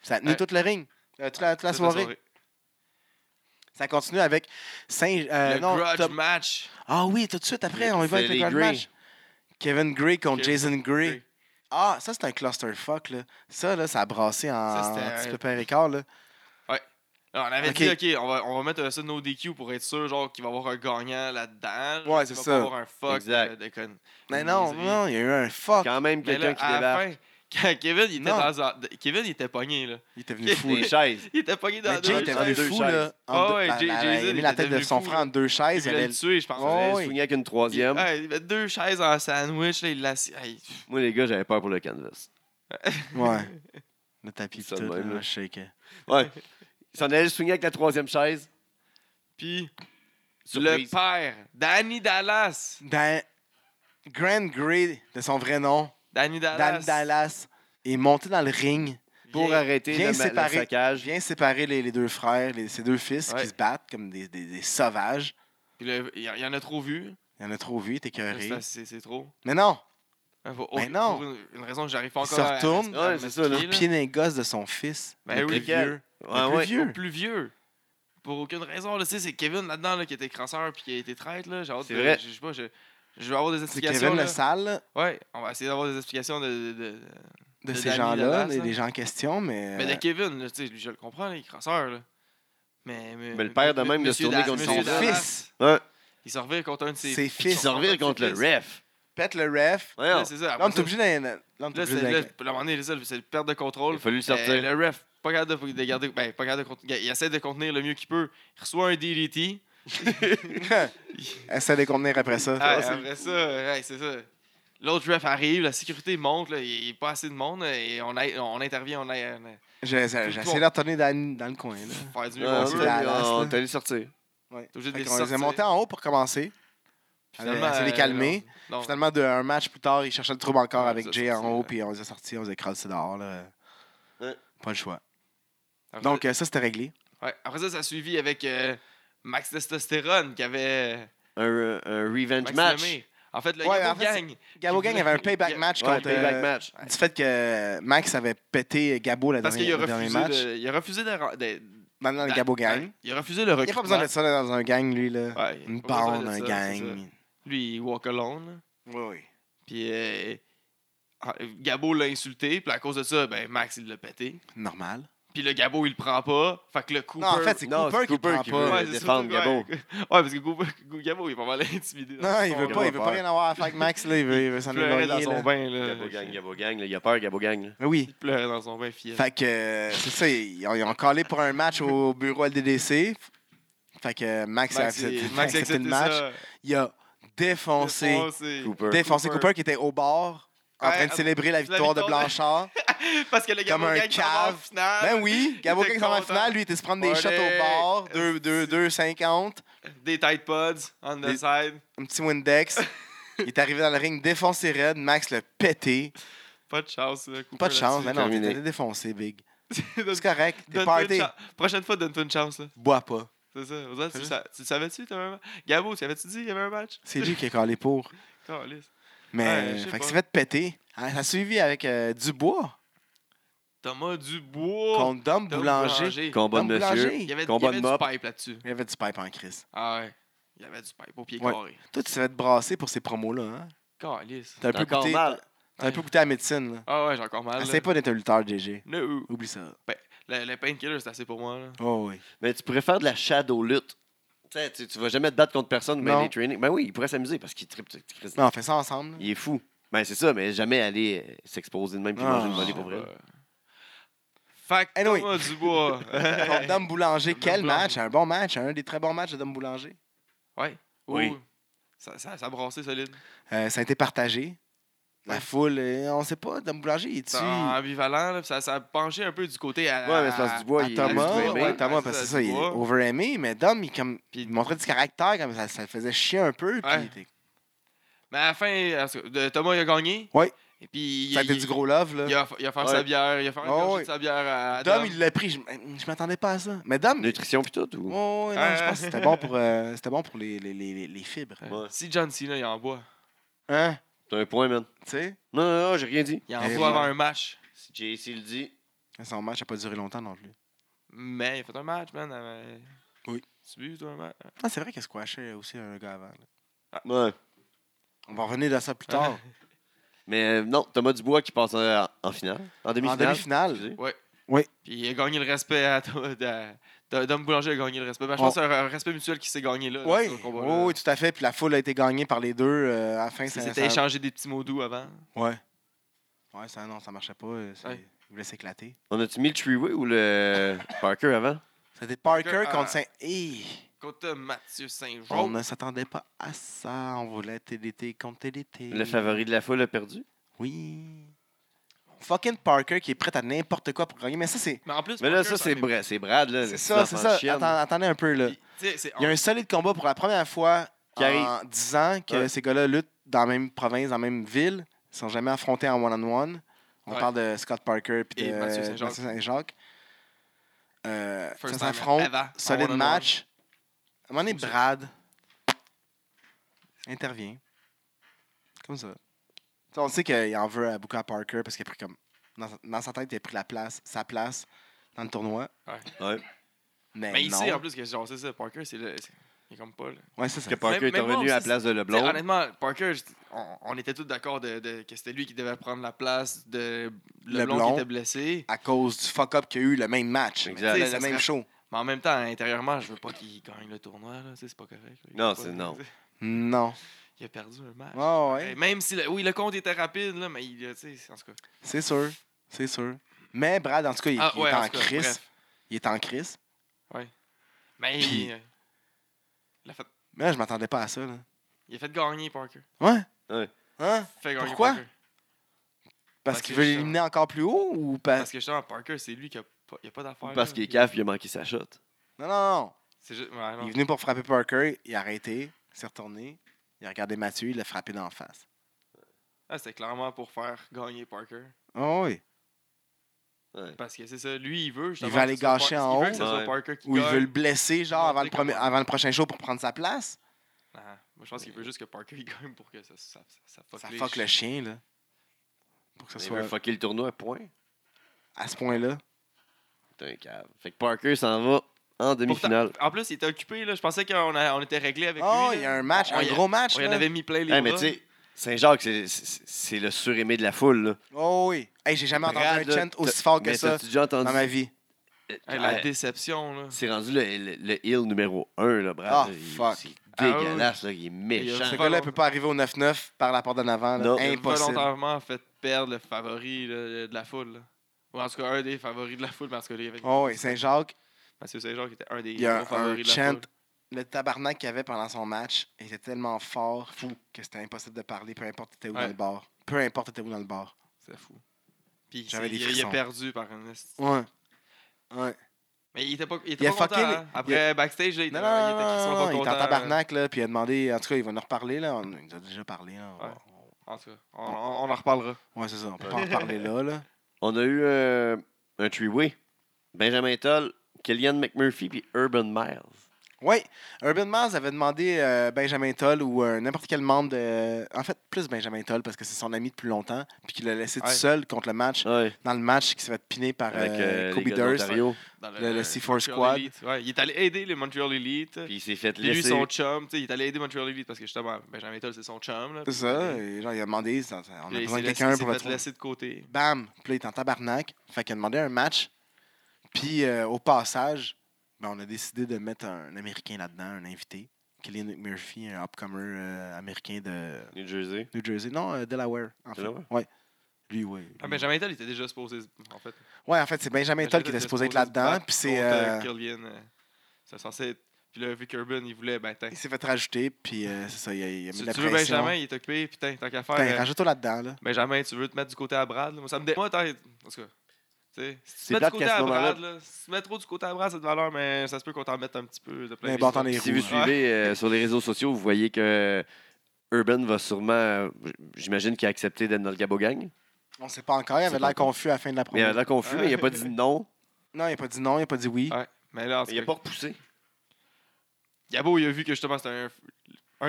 [SPEAKER 3] Ça a tenu
[SPEAKER 2] Ouais.
[SPEAKER 3] toute le ring. euh, toute la, toute la
[SPEAKER 2] Toute
[SPEAKER 3] soirée. Ça continue avec Saint. euh,
[SPEAKER 2] le
[SPEAKER 3] non,
[SPEAKER 2] grudge
[SPEAKER 3] Tom-
[SPEAKER 2] match.
[SPEAKER 3] Ah oui, tout de suite après, on y va
[SPEAKER 1] C'est
[SPEAKER 3] avec le
[SPEAKER 1] les
[SPEAKER 3] grand
[SPEAKER 1] Grey.
[SPEAKER 3] match. Kevin Gray contre
[SPEAKER 2] Kevin
[SPEAKER 3] Jason Gray.
[SPEAKER 2] Gray.
[SPEAKER 3] Ah, ça, c'est un clusterfuck, là. Ça, là, ça a brassé en
[SPEAKER 2] Ça,
[SPEAKER 3] un
[SPEAKER 2] c'était
[SPEAKER 3] petit
[SPEAKER 2] un-
[SPEAKER 3] peu par écart, là.
[SPEAKER 2] Alors, on avait
[SPEAKER 3] Ok.
[SPEAKER 2] dit, OK, on va, on va mettre euh, ça de nos DQ pour être sûr genre qu'il va y avoir un gagnant là-dedans.
[SPEAKER 3] Ouais, c'est
[SPEAKER 2] Il va
[SPEAKER 3] ça.
[SPEAKER 2] pas avoir un fuck
[SPEAKER 1] Exact.
[SPEAKER 2] de, de con-
[SPEAKER 3] Mais
[SPEAKER 2] une
[SPEAKER 3] non,
[SPEAKER 2] niaiserie.
[SPEAKER 3] non, il y a eu un fuck.
[SPEAKER 1] Quand même
[SPEAKER 2] Mais là,
[SPEAKER 1] quelqu'un qui
[SPEAKER 2] à la
[SPEAKER 1] débarque.
[SPEAKER 2] fin, Quand Kevin, il était
[SPEAKER 3] Non.
[SPEAKER 2] dans un- Kevin, il était pogné, là.
[SPEAKER 3] Il était venu fou.
[SPEAKER 1] Des chaises.
[SPEAKER 2] Il était pogné dans
[SPEAKER 3] Mais
[SPEAKER 2] deux
[SPEAKER 3] Jay était
[SPEAKER 1] chaises.
[SPEAKER 3] venu
[SPEAKER 1] Deux
[SPEAKER 3] fou,
[SPEAKER 1] chaises.
[SPEAKER 3] là.
[SPEAKER 2] Ah
[SPEAKER 3] en
[SPEAKER 2] ouais,
[SPEAKER 3] deux- Ben,
[SPEAKER 2] Jay-
[SPEAKER 3] il
[SPEAKER 2] Jason,
[SPEAKER 3] a mis
[SPEAKER 2] il était
[SPEAKER 3] la tête de
[SPEAKER 2] devenu
[SPEAKER 3] son
[SPEAKER 2] fou,
[SPEAKER 3] frère en deux
[SPEAKER 2] Il
[SPEAKER 3] chaises. Il
[SPEAKER 2] voulait
[SPEAKER 3] allait
[SPEAKER 2] le tuer, je pense.
[SPEAKER 3] Oh,
[SPEAKER 1] Il
[SPEAKER 3] oui.
[SPEAKER 1] se souvenait avec une troisième.
[SPEAKER 2] Ouais, il met deux chaises en sandwich, là, il l'a... Hey,
[SPEAKER 1] Moi, les gars, j'avais peur pour le canvas.
[SPEAKER 3] le- Ouais. Le tapis, pis
[SPEAKER 1] Ça
[SPEAKER 3] tout,
[SPEAKER 1] de même,
[SPEAKER 3] là,
[SPEAKER 1] là.
[SPEAKER 3] je sais que-
[SPEAKER 1] Ouais. Il s'en allait se souvenir avec la troisième chaise.
[SPEAKER 2] Puis, le
[SPEAKER 1] Surprise.
[SPEAKER 2] père, Danny Dallas.
[SPEAKER 3] Dan... Grant Gray, Ben, de son vrai nom,
[SPEAKER 2] Danny Dallas.
[SPEAKER 3] Dan Dallas, est monté dans le ring,
[SPEAKER 1] Pour
[SPEAKER 2] Vient-
[SPEAKER 1] arrêter
[SPEAKER 3] viens
[SPEAKER 1] le, ma- le
[SPEAKER 3] séparer.
[SPEAKER 1] saccage.
[SPEAKER 3] vient séparer les, les deux frères, les- ses deux fils
[SPEAKER 2] Ouais.
[SPEAKER 3] qui se battent comme des, des- des sauvages.
[SPEAKER 2] Puis là, il y en- il y en a trop vu.
[SPEAKER 3] Il y en a trop vu, il était écœuré.
[SPEAKER 2] C'est- C'est c'est trop.
[SPEAKER 3] Mais non,
[SPEAKER 2] Hein, faut-
[SPEAKER 3] Mais non.
[SPEAKER 2] Pour une- une raison que j'arrive pas
[SPEAKER 3] Il
[SPEAKER 2] encore
[SPEAKER 3] se
[SPEAKER 2] à- à-
[SPEAKER 3] retourne.
[SPEAKER 2] à
[SPEAKER 1] Ouais, c'est ça, là.
[SPEAKER 2] m'expliquer,
[SPEAKER 3] pied d'un gosse de son fils.
[SPEAKER 2] Ben
[SPEAKER 3] le
[SPEAKER 2] oui.
[SPEAKER 3] plus
[SPEAKER 1] Lequel?
[SPEAKER 3] vieux.
[SPEAKER 1] Ouais,
[SPEAKER 3] le plus
[SPEAKER 1] ouais.
[SPEAKER 3] vieux.
[SPEAKER 2] Plus vieux. Pour aucune raison, là, tu sais, c'est Kevin là-dedans là, qui était crasseur puis qui a été traître, là. J'ai hâte
[SPEAKER 1] C'est
[SPEAKER 2] de-
[SPEAKER 1] vrai.
[SPEAKER 2] Je je sais pas, je, je vais avoir des
[SPEAKER 3] C'est
[SPEAKER 2] explications.
[SPEAKER 3] Kevin
[SPEAKER 2] là.
[SPEAKER 3] Le Sale là,
[SPEAKER 2] Ouais, on va essayer d'avoir des explications de. de- de-
[SPEAKER 3] de,
[SPEAKER 2] De
[SPEAKER 3] ces
[SPEAKER 2] Danny
[SPEAKER 3] gens-là,
[SPEAKER 2] Dallas,
[SPEAKER 3] des,
[SPEAKER 2] là.
[SPEAKER 3] des gens en question, mais.
[SPEAKER 2] Mais de
[SPEAKER 3] euh,
[SPEAKER 2] Kevin, là, tu sais, lui, je le comprends, là, il est crasseur, là. Mais,
[SPEAKER 1] Mais le père de même de se
[SPEAKER 2] monsieur
[SPEAKER 1] tourner
[SPEAKER 2] Da-
[SPEAKER 1] contre son
[SPEAKER 2] monsieur Dallas,
[SPEAKER 3] fils.
[SPEAKER 1] Ouais.
[SPEAKER 2] Il se revient contre un de ses,
[SPEAKER 3] Ses
[SPEAKER 1] Il
[SPEAKER 3] fils.
[SPEAKER 1] s'en revient contre le ref.
[SPEAKER 3] Pète le ref.
[SPEAKER 1] Ouais,
[SPEAKER 2] Là, c'est ça.
[SPEAKER 3] Là, on
[SPEAKER 2] après
[SPEAKER 3] est
[SPEAKER 2] ça,
[SPEAKER 3] obligé d'aller. Là, on est
[SPEAKER 2] Là,
[SPEAKER 3] obligé
[SPEAKER 2] c'est là,
[SPEAKER 3] d'aller-
[SPEAKER 2] à un moment donné, c'est ça, c'est le perte de contrôle.
[SPEAKER 1] Il a fallu le
[SPEAKER 2] Euh,
[SPEAKER 1] sortir.
[SPEAKER 2] le ref, pas capable de, de garder. Ben, pas capable de contenir. Il essaie de contenir le mieux qu'il peut. Il reçoit un DDT.
[SPEAKER 3] Essaie de les contenir après ça.
[SPEAKER 2] Ah,
[SPEAKER 3] Ça,
[SPEAKER 2] après ça, hey, c'est ça. L'autre ref arrive, la sécurité monte, là, il n'y a pas assez de monde, et on, a- on intervient, on, a, on a-
[SPEAKER 3] J'ai j'ai- j'ai essayé de retourner dans, dans le coin. Là.
[SPEAKER 2] faire du mieux
[SPEAKER 1] Ouais,
[SPEAKER 2] qu'on
[SPEAKER 3] c'est
[SPEAKER 2] peut.
[SPEAKER 3] la- Dallas,
[SPEAKER 1] On
[SPEAKER 3] là.
[SPEAKER 1] t'allait sortir.
[SPEAKER 3] Ouais.
[SPEAKER 2] obligé de
[SPEAKER 3] Fait
[SPEAKER 2] les
[SPEAKER 3] qu'on les a
[SPEAKER 2] sortir.
[SPEAKER 3] montés en haut pour commencer. Finalement, c'est les
[SPEAKER 2] euh,
[SPEAKER 3] calmer.
[SPEAKER 2] non, non.
[SPEAKER 3] Finalement, de, un match plus tard, ils cherchaient le trouble encore
[SPEAKER 2] Ouais,
[SPEAKER 3] avec
[SPEAKER 2] ça,
[SPEAKER 3] Jay
[SPEAKER 2] ça,
[SPEAKER 3] en
[SPEAKER 2] c'est-
[SPEAKER 3] haut, puis on les a sortis, on les a crassés dehors. Là.
[SPEAKER 1] Ouais.
[SPEAKER 3] Pas le choix.
[SPEAKER 2] Après ça-
[SPEAKER 3] Donc, euh, ça, c'était réglé.
[SPEAKER 2] ouais, après ça, ça a suivi avec euh, Max Testosterone qui avait.
[SPEAKER 1] Un, euh, un revenge
[SPEAKER 2] Max
[SPEAKER 1] match.
[SPEAKER 2] Lemay. En fait, le
[SPEAKER 3] Ouais,
[SPEAKER 2] Yabo
[SPEAKER 3] en fait, c'est-
[SPEAKER 2] Gang.
[SPEAKER 3] Gabo Gang avait un payback
[SPEAKER 2] Ouais,
[SPEAKER 3] match
[SPEAKER 1] Ouais,
[SPEAKER 3] contre.
[SPEAKER 1] payback
[SPEAKER 3] euh,
[SPEAKER 1] match.
[SPEAKER 3] Du fait que Max avait pété Gabo la
[SPEAKER 2] Parce qu'il
[SPEAKER 3] dernière,
[SPEAKER 2] a
[SPEAKER 3] le dernier
[SPEAKER 2] refusé
[SPEAKER 3] match.
[SPEAKER 2] de- il a refusé de- de-
[SPEAKER 3] Maintenant, le
[SPEAKER 2] Ben,
[SPEAKER 3] Gabo Gang.
[SPEAKER 2] ouais, Il a refusé le
[SPEAKER 3] Il
[SPEAKER 2] recrutement.
[SPEAKER 3] n'y a pas besoin d'être ça dans un gang, lui. là.
[SPEAKER 2] Ouais,
[SPEAKER 3] Une
[SPEAKER 2] pas besoin
[SPEAKER 3] bande,
[SPEAKER 2] de
[SPEAKER 3] un
[SPEAKER 2] ça, c'est ça.
[SPEAKER 3] gang.
[SPEAKER 2] Lui, il walk alone. là.
[SPEAKER 3] Oui, oui.
[SPEAKER 2] Puis euh, ah, Gabo l'a insulté. Puis à cause de ça, ben Max, il l'a pété.
[SPEAKER 3] Normal.
[SPEAKER 2] Puis le Gabo, il le prend pas. Fait que le Cooper...
[SPEAKER 3] Non, en fait, c'est
[SPEAKER 1] Non,
[SPEAKER 3] Cooper
[SPEAKER 1] c'est
[SPEAKER 3] qui le
[SPEAKER 1] Cooper
[SPEAKER 3] prend
[SPEAKER 1] qui
[SPEAKER 3] pas.
[SPEAKER 1] veut.
[SPEAKER 2] Ouais, c'est
[SPEAKER 1] défendre
[SPEAKER 2] ça,
[SPEAKER 1] Gabo.
[SPEAKER 2] ouais. Ouais, parce que Cooper- Gabo, il est pas mal intimidé. dans
[SPEAKER 3] Non,
[SPEAKER 2] son
[SPEAKER 3] il veut
[SPEAKER 2] bain.
[SPEAKER 3] pas,
[SPEAKER 1] a
[SPEAKER 3] il veut
[SPEAKER 1] peur.
[SPEAKER 3] pas rien avoir à faire avec Max, là. Il veut, il veut s'en
[SPEAKER 2] Il pleurait
[SPEAKER 3] éloigner.
[SPEAKER 2] dans son
[SPEAKER 3] là.
[SPEAKER 2] bain. Là.
[SPEAKER 1] Gabo gang, Gabo gang. là, Il a peur, Gabo gang. là.
[SPEAKER 3] Mais oui.
[SPEAKER 2] Il pleurait dans son bain, fier.
[SPEAKER 3] Fait que, euh, c'est ça, ils ont, ils ont callé pour un match au bureau LDDC. Fait que euh, Max, a accepté,
[SPEAKER 2] il-
[SPEAKER 3] a accepté le match.
[SPEAKER 2] ça.
[SPEAKER 3] Il a défoncé,
[SPEAKER 2] Défoncé.
[SPEAKER 1] Cooper.
[SPEAKER 3] défoncé
[SPEAKER 2] Cooper.
[SPEAKER 3] Cooper. qui était au bar en
[SPEAKER 2] Ouais,
[SPEAKER 3] train de
[SPEAKER 2] à-
[SPEAKER 3] célébrer la
[SPEAKER 2] la
[SPEAKER 3] victoire de
[SPEAKER 2] victoire de-
[SPEAKER 3] Blanchard.
[SPEAKER 2] Parce que le Gabo
[SPEAKER 3] Comme un
[SPEAKER 2] Gang s'en va en
[SPEAKER 3] cave.
[SPEAKER 2] finale.
[SPEAKER 3] Ben oui,
[SPEAKER 2] Il
[SPEAKER 3] Gabo
[SPEAKER 2] était
[SPEAKER 3] King s'en va en
[SPEAKER 2] content.
[SPEAKER 3] finale, lui, il était se prendre des
[SPEAKER 2] Allez.
[SPEAKER 3] shots au bar, 2 2 2 50,
[SPEAKER 2] Des tight pods, on the
[SPEAKER 3] Les-
[SPEAKER 2] side.
[SPEAKER 3] un petit Windex. il est arrivé dans le ring défoncé raide, Max l'a pété.
[SPEAKER 2] Pas de chance, là, Cooper.
[SPEAKER 3] Pas de chance, mais
[SPEAKER 2] là-dessus.
[SPEAKER 3] non,
[SPEAKER 1] terminé.
[SPEAKER 3] t'étais défoncé, Big.
[SPEAKER 2] Donne-
[SPEAKER 3] C'est correct, t'es
[SPEAKER 2] donne-toi
[SPEAKER 3] party,
[SPEAKER 2] une cha- Prochaine fois, donne-toi une chance, là.
[SPEAKER 3] bois pas.
[SPEAKER 2] C'est ça. On dirait que tu,
[SPEAKER 3] C'est
[SPEAKER 2] le sa- tu le savais-tu, t'avais un match? Gabo, tu avais-tu dit qu'il y avait un match?
[SPEAKER 3] C'est lui qui a calé pour.
[SPEAKER 2] Calisse.
[SPEAKER 3] Mais,
[SPEAKER 2] Ouais, je sais
[SPEAKER 3] fait que
[SPEAKER 2] pas.
[SPEAKER 3] c'est fait péter. Ah, Ça a suivi avec euh, Dubois
[SPEAKER 2] Thomas Dubois.
[SPEAKER 3] contre Dom
[SPEAKER 2] Tom
[SPEAKER 3] Boulanger.
[SPEAKER 1] Combat de
[SPEAKER 3] Dom
[SPEAKER 1] monsieur.
[SPEAKER 2] Il y
[SPEAKER 3] Boulanger,
[SPEAKER 2] avait, il y
[SPEAKER 1] Combat
[SPEAKER 2] avait
[SPEAKER 1] de
[SPEAKER 2] du
[SPEAKER 1] mop.
[SPEAKER 2] pipe là-dessus.
[SPEAKER 3] il avait du pipe en crise.
[SPEAKER 2] Ah ouais. Il y avait du pipe au pied
[SPEAKER 3] Ouais.
[SPEAKER 2] carré.
[SPEAKER 3] Toi, tu t'es fait brasser pour ces promos-là, hein?
[SPEAKER 2] Calisse.
[SPEAKER 3] T'as un peu
[SPEAKER 1] Encore
[SPEAKER 3] goûté,
[SPEAKER 1] mal.
[SPEAKER 3] t'as un peu goûté à la médecine, là.
[SPEAKER 2] Ah ouais, j'ai encore mal. là.
[SPEAKER 3] Essaye pas d'être un lutteur, GG.
[SPEAKER 2] No.
[SPEAKER 3] Oublie ça.
[SPEAKER 2] Le, le painkiller, c'est assez pour moi. Là.
[SPEAKER 3] Oh oui.
[SPEAKER 1] Mais tu pourrais faire de la shadow lutte. Tu sais, tu- tu vas jamais te battre contre personne, mais
[SPEAKER 3] Non.
[SPEAKER 1] les trainings. Ben oui, il pourrait s'amuser parce qu'il tripe. tu- tu- Chris,
[SPEAKER 3] Non, on fait ça ensemble. là.
[SPEAKER 1] Il est fou. Ben c'est ça, mais jamais aller euh, s'exposer de même puis
[SPEAKER 3] Ah,
[SPEAKER 1] manger une volée
[SPEAKER 2] Je sais
[SPEAKER 1] pour vrai.
[SPEAKER 2] pas. Fait que
[SPEAKER 3] Anyway.
[SPEAKER 2] Thomas Dubois.
[SPEAKER 3] Contre Dom Boulanger,
[SPEAKER 2] Dom
[SPEAKER 3] quel
[SPEAKER 2] Boulanger.
[SPEAKER 3] match! Un bon match, un des très bons matchs de Dom Boulanger.
[SPEAKER 2] Ouais.
[SPEAKER 1] Oui.
[SPEAKER 2] Ouh. Oh. Ça, ça, ça a brassé solide.
[SPEAKER 3] Euh, ça a été partagé. La
[SPEAKER 2] Ouais.
[SPEAKER 3] foule, euh, on sait pas, Dom Boulanger, il tue.
[SPEAKER 2] C'est ambivalent, là, puis ça, ça a penché un peu du côté à.
[SPEAKER 1] Ah. Ouais, mais c'est parce que Dubois,
[SPEAKER 3] À
[SPEAKER 1] il est
[SPEAKER 3] Thomas,
[SPEAKER 1] juste aimé.
[SPEAKER 3] Ah, ouais, Thomas,
[SPEAKER 2] Ouais,
[SPEAKER 3] parce
[SPEAKER 2] c'est
[SPEAKER 3] que
[SPEAKER 2] ça,
[SPEAKER 3] ça, il est
[SPEAKER 2] Dubois.
[SPEAKER 3] over-aimé, mais Dom, il, comme,
[SPEAKER 2] Puis-
[SPEAKER 3] il montrait du caractère, comme ça, ça le faisait chier un peu. puis
[SPEAKER 2] Ouais.
[SPEAKER 3] il était-
[SPEAKER 2] Mais à la fin, en tout cas, de- Thomas il a gagné.
[SPEAKER 3] Ouais.
[SPEAKER 2] Et puis.
[SPEAKER 3] ça a
[SPEAKER 2] il-
[SPEAKER 3] été du gros love, là.
[SPEAKER 2] Il a, il a fait
[SPEAKER 1] Ouais.
[SPEAKER 2] sa bière, il a fait une
[SPEAKER 3] Oh,
[SPEAKER 2] gorgée
[SPEAKER 3] ouais.
[SPEAKER 2] de sa bière à à
[SPEAKER 3] Dom,
[SPEAKER 2] Dom.
[SPEAKER 3] il l'a pris, je, je m'attendais pas à ça. Mais Dom,
[SPEAKER 1] Nutrition puis tout ou?
[SPEAKER 3] oh, ouais, non,
[SPEAKER 2] Ah.
[SPEAKER 3] je pense que c'était bon pour, euh, c'était bon pour les, les, les, les fibres.
[SPEAKER 1] Ouais.
[SPEAKER 2] Euh, Si John Cena, il en boit.
[SPEAKER 3] Hein?
[SPEAKER 1] T'as un point, man.
[SPEAKER 3] Tu sais,
[SPEAKER 1] Non, non, non, j'ai rien dit.
[SPEAKER 2] Il en
[SPEAKER 3] Eh
[SPEAKER 2] boit
[SPEAKER 3] ouais.
[SPEAKER 2] avant un match.
[SPEAKER 1] Si JC le dit.
[SPEAKER 3] son match n'a pas duré longtemps non plus.
[SPEAKER 2] Mais il a fait un match, man. euh,
[SPEAKER 3] Oui.
[SPEAKER 2] Tu bus, toi, un match?
[SPEAKER 3] Ah, c'est vrai qu'il squashait aussi un gars avant. là.
[SPEAKER 1] Ah. Ouais.
[SPEAKER 3] On va revenir à ça plus tard.
[SPEAKER 1] Mais euh, non, Thomas Dubois qui passe euh, en, en finale. En
[SPEAKER 3] en
[SPEAKER 1] demi-finale.
[SPEAKER 3] demi-finale,
[SPEAKER 1] Excusez.
[SPEAKER 2] Puis il a gagné le respect à toi. de- de- Dom Boulanger a gagné le respect. Ben, je
[SPEAKER 3] On-
[SPEAKER 2] pense que c'est un un respect mutuel qui s'est gagné là.
[SPEAKER 3] Oui,
[SPEAKER 2] dans ce combat-là.
[SPEAKER 3] oui, oui, tout à fait. Puis la foule a été gagnée par les deux euh, à la fin.
[SPEAKER 2] Ils
[SPEAKER 3] ça-
[SPEAKER 2] s'étaient
[SPEAKER 3] ça-
[SPEAKER 2] échangé des petits mots doux avant.
[SPEAKER 3] Ouais. Ouais, ça, non, ça marchait pas. euh, c'est-
[SPEAKER 2] Ouais.
[SPEAKER 3] Il voulait s'éclater.
[SPEAKER 1] On a-tu mis le Treeway ou le Parker avant?
[SPEAKER 3] C'était Parker
[SPEAKER 2] Parker,
[SPEAKER 3] contre
[SPEAKER 2] euh,
[SPEAKER 3] Saint. Hey!
[SPEAKER 2] Contre Mathieu
[SPEAKER 3] On
[SPEAKER 2] Saint-Jean.
[SPEAKER 3] ne s'attendait pas à ça. On voulait TDT contre TDT.
[SPEAKER 1] Le favori de la foule a perdu?
[SPEAKER 3] Oui. Fucking Parker qui est prêt à n'importe quoi pour gagner. Mais ça, c'est.
[SPEAKER 2] Mais en plus,
[SPEAKER 1] Mais là,
[SPEAKER 2] Parker,
[SPEAKER 1] ça, c'est
[SPEAKER 2] m'est-
[SPEAKER 1] Brad, c'est Brad, là.
[SPEAKER 3] C'est
[SPEAKER 1] le
[SPEAKER 3] ça,
[SPEAKER 1] petit
[SPEAKER 3] c'est
[SPEAKER 1] enfant
[SPEAKER 3] ça.
[SPEAKER 1] de chienne.
[SPEAKER 3] Attends- attendez un peu, là.
[SPEAKER 2] Puis, tu sais, c'est-
[SPEAKER 3] Il y a un solide combat pour la première fois
[SPEAKER 1] Qui arrive.
[SPEAKER 3] en 10 ans que
[SPEAKER 1] Ouais.
[SPEAKER 3] ces gars-là luttent dans la même province, dans la même ville. Ils sont jamais affrontés en one-on-one. On
[SPEAKER 2] Ouais.
[SPEAKER 3] parle de Scott Parker puis
[SPEAKER 2] Et
[SPEAKER 3] de
[SPEAKER 2] Mathieu Saint-Jacques.
[SPEAKER 3] Mathieu Saint-Jacques. Euh,
[SPEAKER 2] First
[SPEAKER 3] ça
[SPEAKER 2] time Oh,
[SPEAKER 3] s'affronte.
[SPEAKER 2] ever en
[SPEAKER 3] Solide
[SPEAKER 2] one-on-one.
[SPEAKER 3] match. À un moment donné,
[SPEAKER 2] Comme ça.
[SPEAKER 3] Brad intervient. Comme ça. Tu sais, on sait qu'il en veut à- beaucoup à Parker parce qu'il a pris comme. Dans sa, dans sa tête, il a pris la place, sa place dans le tournoi.
[SPEAKER 1] Ouais.
[SPEAKER 3] Mais,
[SPEAKER 2] Mais il
[SPEAKER 3] Ben, non.
[SPEAKER 2] sait en plus que genre, c'est ça, Parker, c'est le. c'est- Il est comme pas, là.
[SPEAKER 3] Ouais, c'est ça.
[SPEAKER 1] Que Parker
[SPEAKER 2] Même-
[SPEAKER 1] est
[SPEAKER 2] même moi
[SPEAKER 1] revenu à la
[SPEAKER 2] aussi,
[SPEAKER 1] place de
[SPEAKER 2] Tu sais,
[SPEAKER 1] Leblon.
[SPEAKER 2] honnêtement, Parker, j't- on, on était tous d'accord de, de- que c'était lui qui devait prendre la place de Leblon
[SPEAKER 3] Leblon.
[SPEAKER 2] qui était blessé.
[SPEAKER 3] À cause du fuck-up qu'il y a eu le même match.
[SPEAKER 1] Exact.
[SPEAKER 3] Mais tu sais,
[SPEAKER 2] Ça
[SPEAKER 3] Le même
[SPEAKER 2] serait-
[SPEAKER 3] show.
[SPEAKER 2] Mais en même temps, intérieurement, je veux pas qu'il gagne le tournoi, là. tu sais, C'est pas correct. là. Il
[SPEAKER 1] Non,
[SPEAKER 2] faut pas-
[SPEAKER 1] c'est non.
[SPEAKER 3] Non. Ah
[SPEAKER 2] Il a perdu un match.
[SPEAKER 3] Ouais, ouais.
[SPEAKER 2] Et Même si, le- oui, le compte était rapide, là, mais il, a- tu sais, en tout cas.
[SPEAKER 3] C'est sûr. C'est sûr. Mais Brad, en tout cas, il,
[SPEAKER 2] Ah,
[SPEAKER 3] il
[SPEAKER 2] ouais,
[SPEAKER 3] est
[SPEAKER 2] en
[SPEAKER 3] en,
[SPEAKER 2] tout cas,
[SPEAKER 3] crise.
[SPEAKER 2] bref.
[SPEAKER 3] Il est en crise.
[SPEAKER 2] Mais
[SPEAKER 3] Puis-
[SPEAKER 2] euh, il, a fait,
[SPEAKER 3] Mais là, je m'attendais pas à ça. Là.
[SPEAKER 2] il a fait gagner Parker.
[SPEAKER 3] Ouais.
[SPEAKER 1] Ouais.
[SPEAKER 3] Hein?
[SPEAKER 2] Fait gagner
[SPEAKER 3] Pourquoi?
[SPEAKER 2] Parker.
[SPEAKER 3] Parce
[SPEAKER 2] Parce
[SPEAKER 3] qu'il
[SPEAKER 2] que
[SPEAKER 3] veut
[SPEAKER 2] je-
[SPEAKER 3] l'éliminer encore plus haut ou pas?
[SPEAKER 2] Parce que justement, Parker, c'est lui qui a pas, il a pas d'affaires.
[SPEAKER 1] Parce
[SPEAKER 2] là.
[SPEAKER 1] qu'il est caf puis il a manqué sa shot.
[SPEAKER 3] Non, non, non.
[SPEAKER 2] C'est juste. ouais, non.
[SPEAKER 3] Il est venu pour frapper Parker, il a arrêté, il s'est retourné, il a regardé Mathieu, il l'a frappé dans la face.
[SPEAKER 2] Ah, c'était clairement pour faire gagner Parker.
[SPEAKER 3] Oh oui.
[SPEAKER 1] Ouais.
[SPEAKER 2] Parce que c'est ça, lui, il veut.
[SPEAKER 3] Il
[SPEAKER 2] justement
[SPEAKER 3] veut aller
[SPEAKER 2] que ce soit Par-
[SPEAKER 3] gâcher en
[SPEAKER 2] Il veut que ce
[SPEAKER 1] haut.
[SPEAKER 2] soit
[SPEAKER 1] Ouais.
[SPEAKER 2] Parker qui
[SPEAKER 3] Ou il
[SPEAKER 2] gagne.
[SPEAKER 3] veut le blesser, genre,
[SPEAKER 2] Montrer
[SPEAKER 3] avant le, premier,
[SPEAKER 2] comment.
[SPEAKER 3] avant le prochain show pour prendre sa place.
[SPEAKER 2] Ah, moi, je pense qu'il veut juste que Parker il gagne pour que ça, ça, ça, ça fuck
[SPEAKER 3] Ça
[SPEAKER 2] les
[SPEAKER 3] fuck le
[SPEAKER 2] chi-
[SPEAKER 3] chien, là. Pour que ce
[SPEAKER 1] Il
[SPEAKER 3] soit
[SPEAKER 1] veut fucker le tournoi, point.
[SPEAKER 3] à ce point-là.
[SPEAKER 1] T'es un cave. Fait que Parker s'en va en
[SPEAKER 2] Pourtant-
[SPEAKER 1] demi-finale.
[SPEAKER 2] En plus, il était occupé. Là. Je pensais qu'on a- on était réglé avec
[SPEAKER 3] Oh,
[SPEAKER 2] lui.
[SPEAKER 3] il y a un match,
[SPEAKER 2] on
[SPEAKER 3] un
[SPEAKER 2] y a-
[SPEAKER 3] gros match.
[SPEAKER 2] On y en
[SPEAKER 3] là.
[SPEAKER 2] avait mis plein les
[SPEAKER 1] Hey, mais tu
[SPEAKER 2] bras.
[SPEAKER 1] sais, Saint-Jacques, c'est- c'est c'est le surémé de la foule, là.
[SPEAKER 3] Oh oui. Hey, j'ai jamais entendu
[SPEAKER 1] Brad,
[SPEAKER 3] un
[SPEAKER 1] là,
[SPEAKER 3] chant aussi
[SPEAKER 1] t'as-
[SPEAKER 3] fort que
[SPEAKER 1] mais
[SPEAKER 3] ça
[SPEAKER 1] T'as-tu déjà entendu?
[SPEAKER 3] dans ma vie.
[SPEAKER 2] Hey, la
[SPEAKER 1] Ouais.
[SPEAKER 2] déception. Là.
[SPEAKER 1] C'est rendu le, le, le heel numéro 1, là, Brad.
[SPEAKER 3] Ah,
[SPEAKER 1] là. Il-
[SPEAKER 3] fuck.
[SPEAKER 1] C'est
[SPEAKER 2] Ah, ouais.
[SPEAKER 1] dégueulasse, là. Il est méchant.
[SPEAKER 3] Ce
[SPEAKER 2] C'est
[SPEAKER 3] gars-là, il
[SPEAKER 2] volontaire.
[SPEAKER 3] peut pas arriver au 9-9 par la porte d'en avant. là.
[SPEAKER 1] Non.
[SPEAKER 2] Il a
[SPEAKER 3] Impossible.
[SPEAKER 2] volontairement fait perdre le favori là, de la foule. là. Ou en tout cas, un des favoris de la foule. Parce que lui, avec
[SPEAKER 3] Oh oui, Saint-Jacques,
[SPEAKER 2] Mathieu Saint-Jean qui était un des
[SPEAKER 3] Il y a
[SPEAKER 2] gros
[SPEAKER 3] un,
[SPEAKER 2] favoris de la
[SPEAKER 3] chant.
[SPEAKER 2] foule.
[SPEAKER 3] Le tabarnak qu'il y avait pendant son match était tellement fort fou que c'était impossible de parler, peu importe t'étais où dans
[SPEAKER 2] Ouais.
[SPEAKER 3] le bar. Peu importe t'étais où dans le bar.
[SPEAKER 2] C'est fou. Puis
[SPEAKER 3] J'avais
[SPEAKER 2] c'est-
[SPEAKER 3] des
[SPEAKER 2] il, a- il
[SPEAKER 3] frissons.
[SPEAKER 2] a perdu par un.
[SPEAKER 3] Ouais. Ouais.
[SPEAKER 2] Mais il était pas, il était
[SPEAKER 3] Il a
[SPEAKER 2] pas content.
[SPEAKER 3] fucking-
[SPEAKER 2] hein. Après backstage, là, il était,
[SPEAKER 3] Non, non,
[SPEAKER 2] il
[SPEAKER 3] non,
[SPEAKER 2] était crissement pas euh,
[SPEAKER 3] non, non, il est
[SPEAKER 2] content.
[SPEAKER 3] en tabarnak, là, puis il a demandé, en tout cas, il va nous reparler, là. On, il nous a déjà parlé, là.
[SPEAKER 2] Ouais. En tout cas, on, on- on en reparlera.
[SPEAKER 3] Ouais, c'est ça, on peut pas en reparler là, là.
[SPEAKER 1] On a eu euh, un three-way. Benjamin Toll, Kellyanne McMurphy puis Urban Miles.
[SPEAKER 3] Oui, Urban Mars avait demandé euh, Benjamin Toll ou euh, n'importe quel membre de. En fait, plus Benjamin Toll parce que c'est son ami depuis longtemps, puis qu'il l'a laissé tout
[SPEAKER 2] Ouais.
[SPEAKER 3] seul contre le match,
[SPEAKER 1] Ouais,
[SPEAKER 3] dans le match qui s'est fait piner par
[SPEAKER 1] avec
[SPEAKER 3] euh,
[SPEAKER 1] euh, les
[SPEAKER 3] Kobe
[SPEAKER 1] gars de
[SPEAKER 3] Durst.
[SPEAKER 1] l'Ontario.
[SPEAKER 2] Dans
[SPEAKER 3] Le- le C4
[SPEAKER 2] Montreal
[SPEAKER 3] Squad.
[SPEAKER 2] Elite. Ouais, il est allé aider les Montreal Elite.
[SPEAKER 1] Puis il s'est fait
[SPEAKER 2] Puis lui,
[SPEAKER 1] laisser.
[SPEAKER 2] son chum, tu sais, il est allé aider Montreal Elite parce que justement, Benjamin Toll, c'est son chum. Là,
[SPEAKER 3] C'est ça, et genre, il a demandé, on a
[SPEAKER 2] Puis il
[SPEAKER 3] besoin
[SPEAKER 2] s'est
[SPEAKER 3] de
[SPEAKER 2] laissé-
[SPEAKER 3] quelqu'un
[SPEAKER 2] il s'est
[SPEAKER 3] pour Mm. le
[SPEAKER 2] fait laisser de côté.
[SPEAKER 3] Bam! Puis là, il est en tabarnak. Fait qu'il a demandé un match. Puis euh, au passage, ben, on a décidé de mettre un Américain là-dedans, un invité. Killian Murphy, un upcomer euh, américain de
[SPEAKER 1] New Jersey.
[SPEAKER 3] New Jersey. Non, euh, Delaware. En fait.
[SPEAKER 1] Delaware?
[SPEAKER 3] Ouais. Lui, ouais.
[SPEAKER 2] Ah, Benjamin Toll, il était déjà supposé, en fait.
[SPEAKER 3] Ouais, en fait, c'est Benjamin Toll qui était Ben, supposé être là-dedans. Puis c'est. euh,
[SPEAKER 2] C'est censé être. Puis là, vu qu'Urban, il voulait, ben, tant.
[SPEAKER 3] il s'est fait rajouter. Puis euh, c'est ça, il a, il a mis
[SPEAKER 2] Si
[SPEAKER 3] de la
[SPEAKER 2] tu veux
[SPEAKER 3] pression.
[SPEAKER 2] Benjamin, il est occupé, putain, tant qu'à faire.
[SPEAKER 3] Putain,
[SPEAKER 2] euh,
[SPEAKER 3] Rajoute-toi là-dedans, là.
[SPEAKER 2] Benjamin, tu veux te mettre du côté à Brad? là? Moi, ça me dé... Moi, attends, en tout cas, tu sais, si tu te
[SPEAKER 1] C'est
[SPEAKER 2] mets
[SPEAKER 1] plate
[SPEAKER 2] du côté
[SPEAKER 1] qu'à ce
[SPEAKER 2] à
[SPEAKER 1] moment-là-
[SPEAKER 2] Brad, là, si tu te mets trop du côté à Brad, c'est de valeur, mais ça se peut qu'on t'en mette un petit peu de plein
[SPEAKER 3] Mais
[SPEAKER 2] les
[SPEAKER 3] bon,
[SPEAKER 2] yeux.
[SPEAKER 3] t'en es
[SPEAKER 1] Si vous
[SPEAKER 3] rouge.
[SPEAKER 2] Ouais.
[SPEAKER 1] suivez euh, sur les réseaux sociaux, vous voyez que Urban va sûrement, euh, j'imagine qu'il a accepté d'être dans le Gabo Gang.
[SPEAKER 3] On sait pas encore. Il
[SPEAKER 1] C'est
[SPEAKER 3] avait
[SPEAKER 1] pas
[SPEAKER 3] l'air confus à la fin de la
[SPEAKER 1] Mais il a
[SPEAKER 3] première.
[SPEAKER 1] l'air confus, mais il n'a pas dit non.
[SPEAKER 3] Non, il a pas dit non, il a pas dit oui.
[SPEAKER 2] Ah. Mais là, en tout
[SPEAKER 1] Il n'a
[SPEAKER 2] cas,
[SPEAKER 1] pas repoussé.
[SPEAKER 2] Gabo, il a vu que justement, c'était un,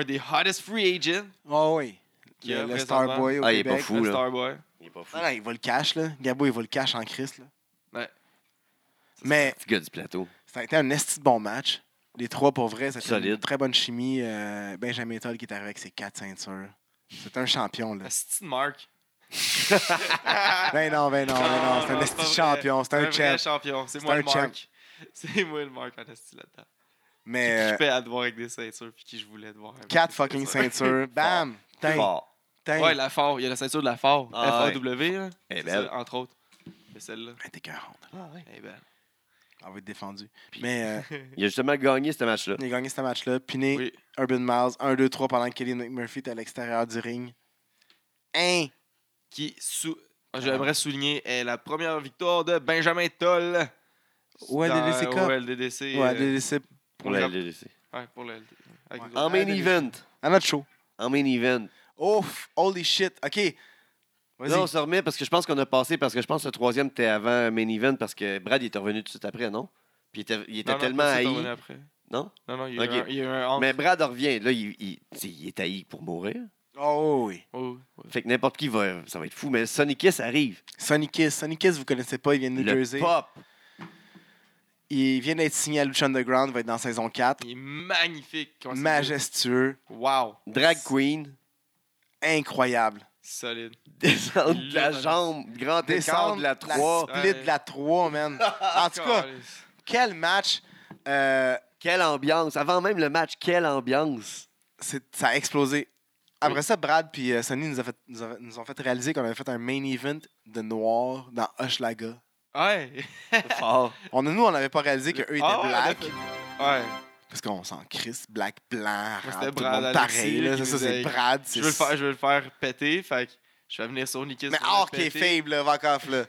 [SPEAKER 2] un des hottest free agents,
[SPEAKER 3] Oh oui.
[SPEAKER 2] Qui
[SPEAKER 3] Le,
[SPEAKER 2] a
[SPEAKER 3] le
[SPEAKER 2] présentement-
[SPEAKER 3] Starboy au
[SPEAKER 1] Ah, il est
[SPEAKER 3] Québec.
[SPEAKER 1] pas fou,
[SPEAKER 2] le
[SPEAKER 1] là.
[SPEAKER 2] Starboy.
[SPEAKER 1] Il est pas fou.
[SPEAKER 3] Non, non, il va le cash, là. Gabo, il va le cash en Chris, là.
[SPEAKER 2] Ouais.
[SPEAKER 3] Mais
[SPEAKER 1] Petit gars du plateau.
[SPEAKER 3] ça a été un esti de bon match. Les trois, pour vrai, c'était une
[SPEAKER 1] Solide.
[SPEAKER 3] très bonne chimie. Euh, Benjamin Toll qui est arrivé avec ses quatre ceintures. C'est un champion, là.
[SPEAKER 2] La petite marque.
[SPEAKER 3] Ben non, ben non, ben non. C'est un
[SPEAKER 2] Ah! non,
[SPEAKER 3] esti de
[SPEAKER 2] pas vrai.
[SPEAKER 3] champion. C'est un
[SPEAKER 2] vrai
[SPEAKER 3] champ.
[SPEAKER 2] champion. C'est
[SPEAKER 3] C'est
[SPEAKER 2] moi
[SPEAKER 3] un
[SPEAKER 2] le
[SPEAKER 3] champ.
[SPEAKER 2] marque. C'est moi le marque en esti là-dedans. Qui
[SPEAKER 3] Mais euh,
[SPEAKER 2] je fais à te voir avec des ceintures, puis qui je voulais te voir. avec
[SPEAKER 3] quatre
[SPEAKER 2] des
[SPEAKER 3] fucking
[SPEAKER 2] ceintures.
[SPEAKER 3] ceintures. Bam! Putain.
[SPEAKER 1] Fort.
[SPEAKER 3] Putain.
[SPEAKER 2] Ouais, la FAO. Il y a la ceinture de la FAO.
[SPEAKER 1] Ah,
[SPEAKER 2] F-A-W, là.
[SPEAKER 1] Eh
[SPEAKER 2] C'est
[SPEAKER 1] belle.
[SPEAKER 2] ça, entre autres. C'est celle-là.
[SPEAKER 3] Elle était écœurante.
[SPEAKER 2] Eh ben.
[SPEAKER 3] Elle va être défendue. Mais euh,
[SPEAKER 1] Il a justement gagné ce match-là.
[SPEAKER 3] il a gagné ce match-là. Piné,
[SPEAKER 2] Oui.
[SPEAKER 3] Urban Miles, 1, 2, 3 pendant que Kelly McMurphy était à l'extérieur du ring. Hein!
[SPEAKER 2] Qui sous. Ah, J'aimerais souligner euh, la première victoire de Benjamin Toll.
[SPEAKER 3] Au LDDC Cup.
[SPEAKER 2] Au LDDC.
[SPEAKER 3] Ouais,
[SPEAKER 2] euh,
[SPEAKER 3] LDDC.
[SPEAKER 1] Pour la LDDC.
[SPEAKER 2] ouais, pour le LD. avec
[SPEAKER 3] Ouais.
[SPEAKER 2] nous autres.
[SPEAKER 1] En main
[SPEAKER 3] LDDC.
[SPEAKER 1] event.
[SPEAKER 3] À notre show.
[SPEAKER 1] En main event.
[SPEAKER 3] Ouf! Oh, Holy shit! OK.
[SPEAKER 1] Là, on
[SPEAKER 3] Vas-y.
[SPEAKER 1] se remet parce que je pense qu'on a passé, parce que je pense que le troisième était avant main event parce que Brad il était revenu tout de suite après, non? Puis il était, il était
[SPEAKER 2] Non, non,
[SPEAKER 1] tellement
[SPEAKER 2] ça, t'en
[SPEAKER 1] haï.
[SPEAKER 2] revenais après.
[SPEAKER 1] Non?
[SPEAKER 2] Non, non, il y a eu
[SPEAKER 1] Ok.
[SPEAKER 2] un- il y a eu un.
[SPEAKER 1] Mais Brad revient. Là, il, il- tu sais, il est haï pour mourir.
[SPEAKER 3] Oh oui.
[SPEAKER 2] Oh, ouais.
[SPEAKER 1] Fait que n'importe qui va. Ça va être fou. Mais Sonic Kiss arrive.
[SPEAKER 3] Sonny Kiss. Sonny Kiss, vous connaissez pas, il vient de New
[SPEAKER 1] le
[SPEAKER 3] Jersey.
[SPEAKER 1] pop.
[SPEAKER 3] Il vient d'être signé à Lucha Underground, il va être dans saison 4.
[SPEAKER 2] Il est magnifique. Comment ça s'appelle?
[SPEAKER 3] Majestueux,
[SPEAKER 2] Wow.
[SPEAKER 1] Drag queen.
[SPEAKER 3] incroyable.
[SPEAKER 2] Solide.
[SPEAKER 1] Descente
[SPEAKER 2] Il
[SPEAKER 1] de la
[SPEAKER 2] l'a-
[SPEAKER 1] jambe. Grand écart
[SPEAKER 3] Descendre
[SPEAKER 1] de la 3.
[SPEAKER 3] split de la 3, man. en tout cas, quel match. Euh,
[SPEAKER 1] Quelle ambiance. Avant même le match, quelle ambiance.
[SPEAKER 3] c'est- ça a explosé. Après ça, Brad puis euh, Sonny nous, a fait- nous, a- nous ont fait réaliser qu'on avait fait un main event de noir dans Hochelaga.
[SPEAKER 2] Ouais.
[SPEAKER 1] Fort.
[SPEAKER 3] On, nous, on n'avait pas réalisé qu'eux étaient
[SPEAKER 2] Ah ouais,
[SPEAKER 3] black.
[SPEAKER 2] d'accord. Ouais.
[SPEAKER 3] Parce qu'on s'en crisse, black, blanc, arabe,
[SPEAKER 2] c'était
[SPEAKER 3] tout le monde
[SPEAKER 2] Brad
[SPEAKER 3] pareil.
[SPEAKER 2] Alexis,
[SPEAKER 3] là.
[SPEAKER 2] qui
[SPEAKER 3] ça,
[SPEAKER 2] nous
[SPEAKER 3] c'est
[SPEAKER 2] a-
[SPEAKER 3] Brad. c'est-
[SPEAKER 2] Je veux, le faire, je veux le faire péter, fait que je vais venir sur Nicky.
[SPEAKER 3] Mais hors qui est faible, là, fuck off, là.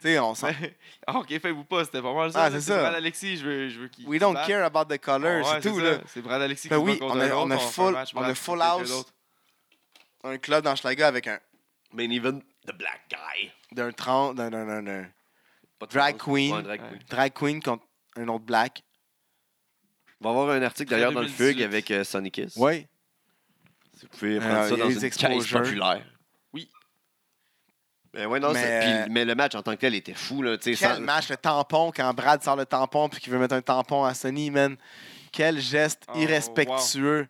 [SPEAKER 3] Tu sais, on s'en
[SPEAKER 2] Or qui est faible ou pas, c'était pas mal ça.
[SPEAKER 3] Ah,
[SPEAKER 2] là,
[SPEAKER 3] c'est ça.
[SPEAKER 2] Brad Alexis, je veux, je veux qu'il.
[SPEAKER 3] We
[SPEAKER 2] qu'il
[SPEAKER 3] don't
[SPEAKER 2] batte.
[SPEAKER 3] care about the color,
[SPEAKER 2] Bah. Ouais,
[SPEAKER 3] c'est tout,
[SPEAKER 2] ça.
[SPEAKER 3] là.
[SPEAKER 2] C'est Brad Alexis
[SPEAKER 3] Ben
[SPEAKER 2] qui se bat
[SPEAKER 3] oui,
[SPEAKER 2] contre
[SPEAKER 3] on a-
[SPEAKER 2] un
[SPEAKER 3] on a
[SPEAKER 2] autre, fait
[SPEAKER 3] full-
[SPEAKER 2] un match
[SPEAKER 3] on a
[SPEAKER 2] Brad
[SPEAKER 3] full
[SPEAKER 2] contre
[SPEAKER 3] house.
[SPEAKER 2] quelqu'un d'autre.
[SPEAKER 3] Un club dans Schlager avec un
[SPEAKER 1] Main event, the black guy.
[SPEAKER 3] d'un 30, d'un, d'un, d'un, d'un
[SPEAKER 1] Pas de
[SPEAKER 3] Drag
[SPEAKER 1] chance.
[SPEAKER 3] queen.
[SPEAKER 1] Ouais, drag queen.
[SPEAKER 3] drag queen contre un autre black.
[SPEAKER 1] On va avoir un article
[SPEAKER 2] Très
[SPEAKER 1] d'ailleurs dans le
[SPEAKER 2] 2018.
[SPEAKER 1] Fug avec euh, Sonic Kiss.
[SPEAKER 3] Oui.
[SPEAKER 1] Si vous pouvez
[SPEAKER 3] Euh,
[SPEAKER 1] prendre ça
[SPEAKER 3] il y a
[SPEAKER 1] dans
[SPEAKER 3] les
[SPEAKER 1] une case
[SPEAKER 3] exposures.
[SPEAKER 1] populaire.
[SPEAKER 2] Oui.
[SPEAKER 1] Mais ouais, non,
[SPEAKER 3] Mais,
[SPEAKER 1] c'est- puis-
[SPEAKER 3] euh,
[SPEAKER 1] mais le match en tant que tel était fou. Là, tu sais,
[SPEAKER 3] Quel
[SPEAKER 1] sans-
[SPEAKER 3] match, le tampon, quand Brad sort le tampon puis qu'il veut mettre un tampon à Sonny, man. Quel geste
[SPEAKER 2] Oh,
[SPEAKER 3] irrespectueux.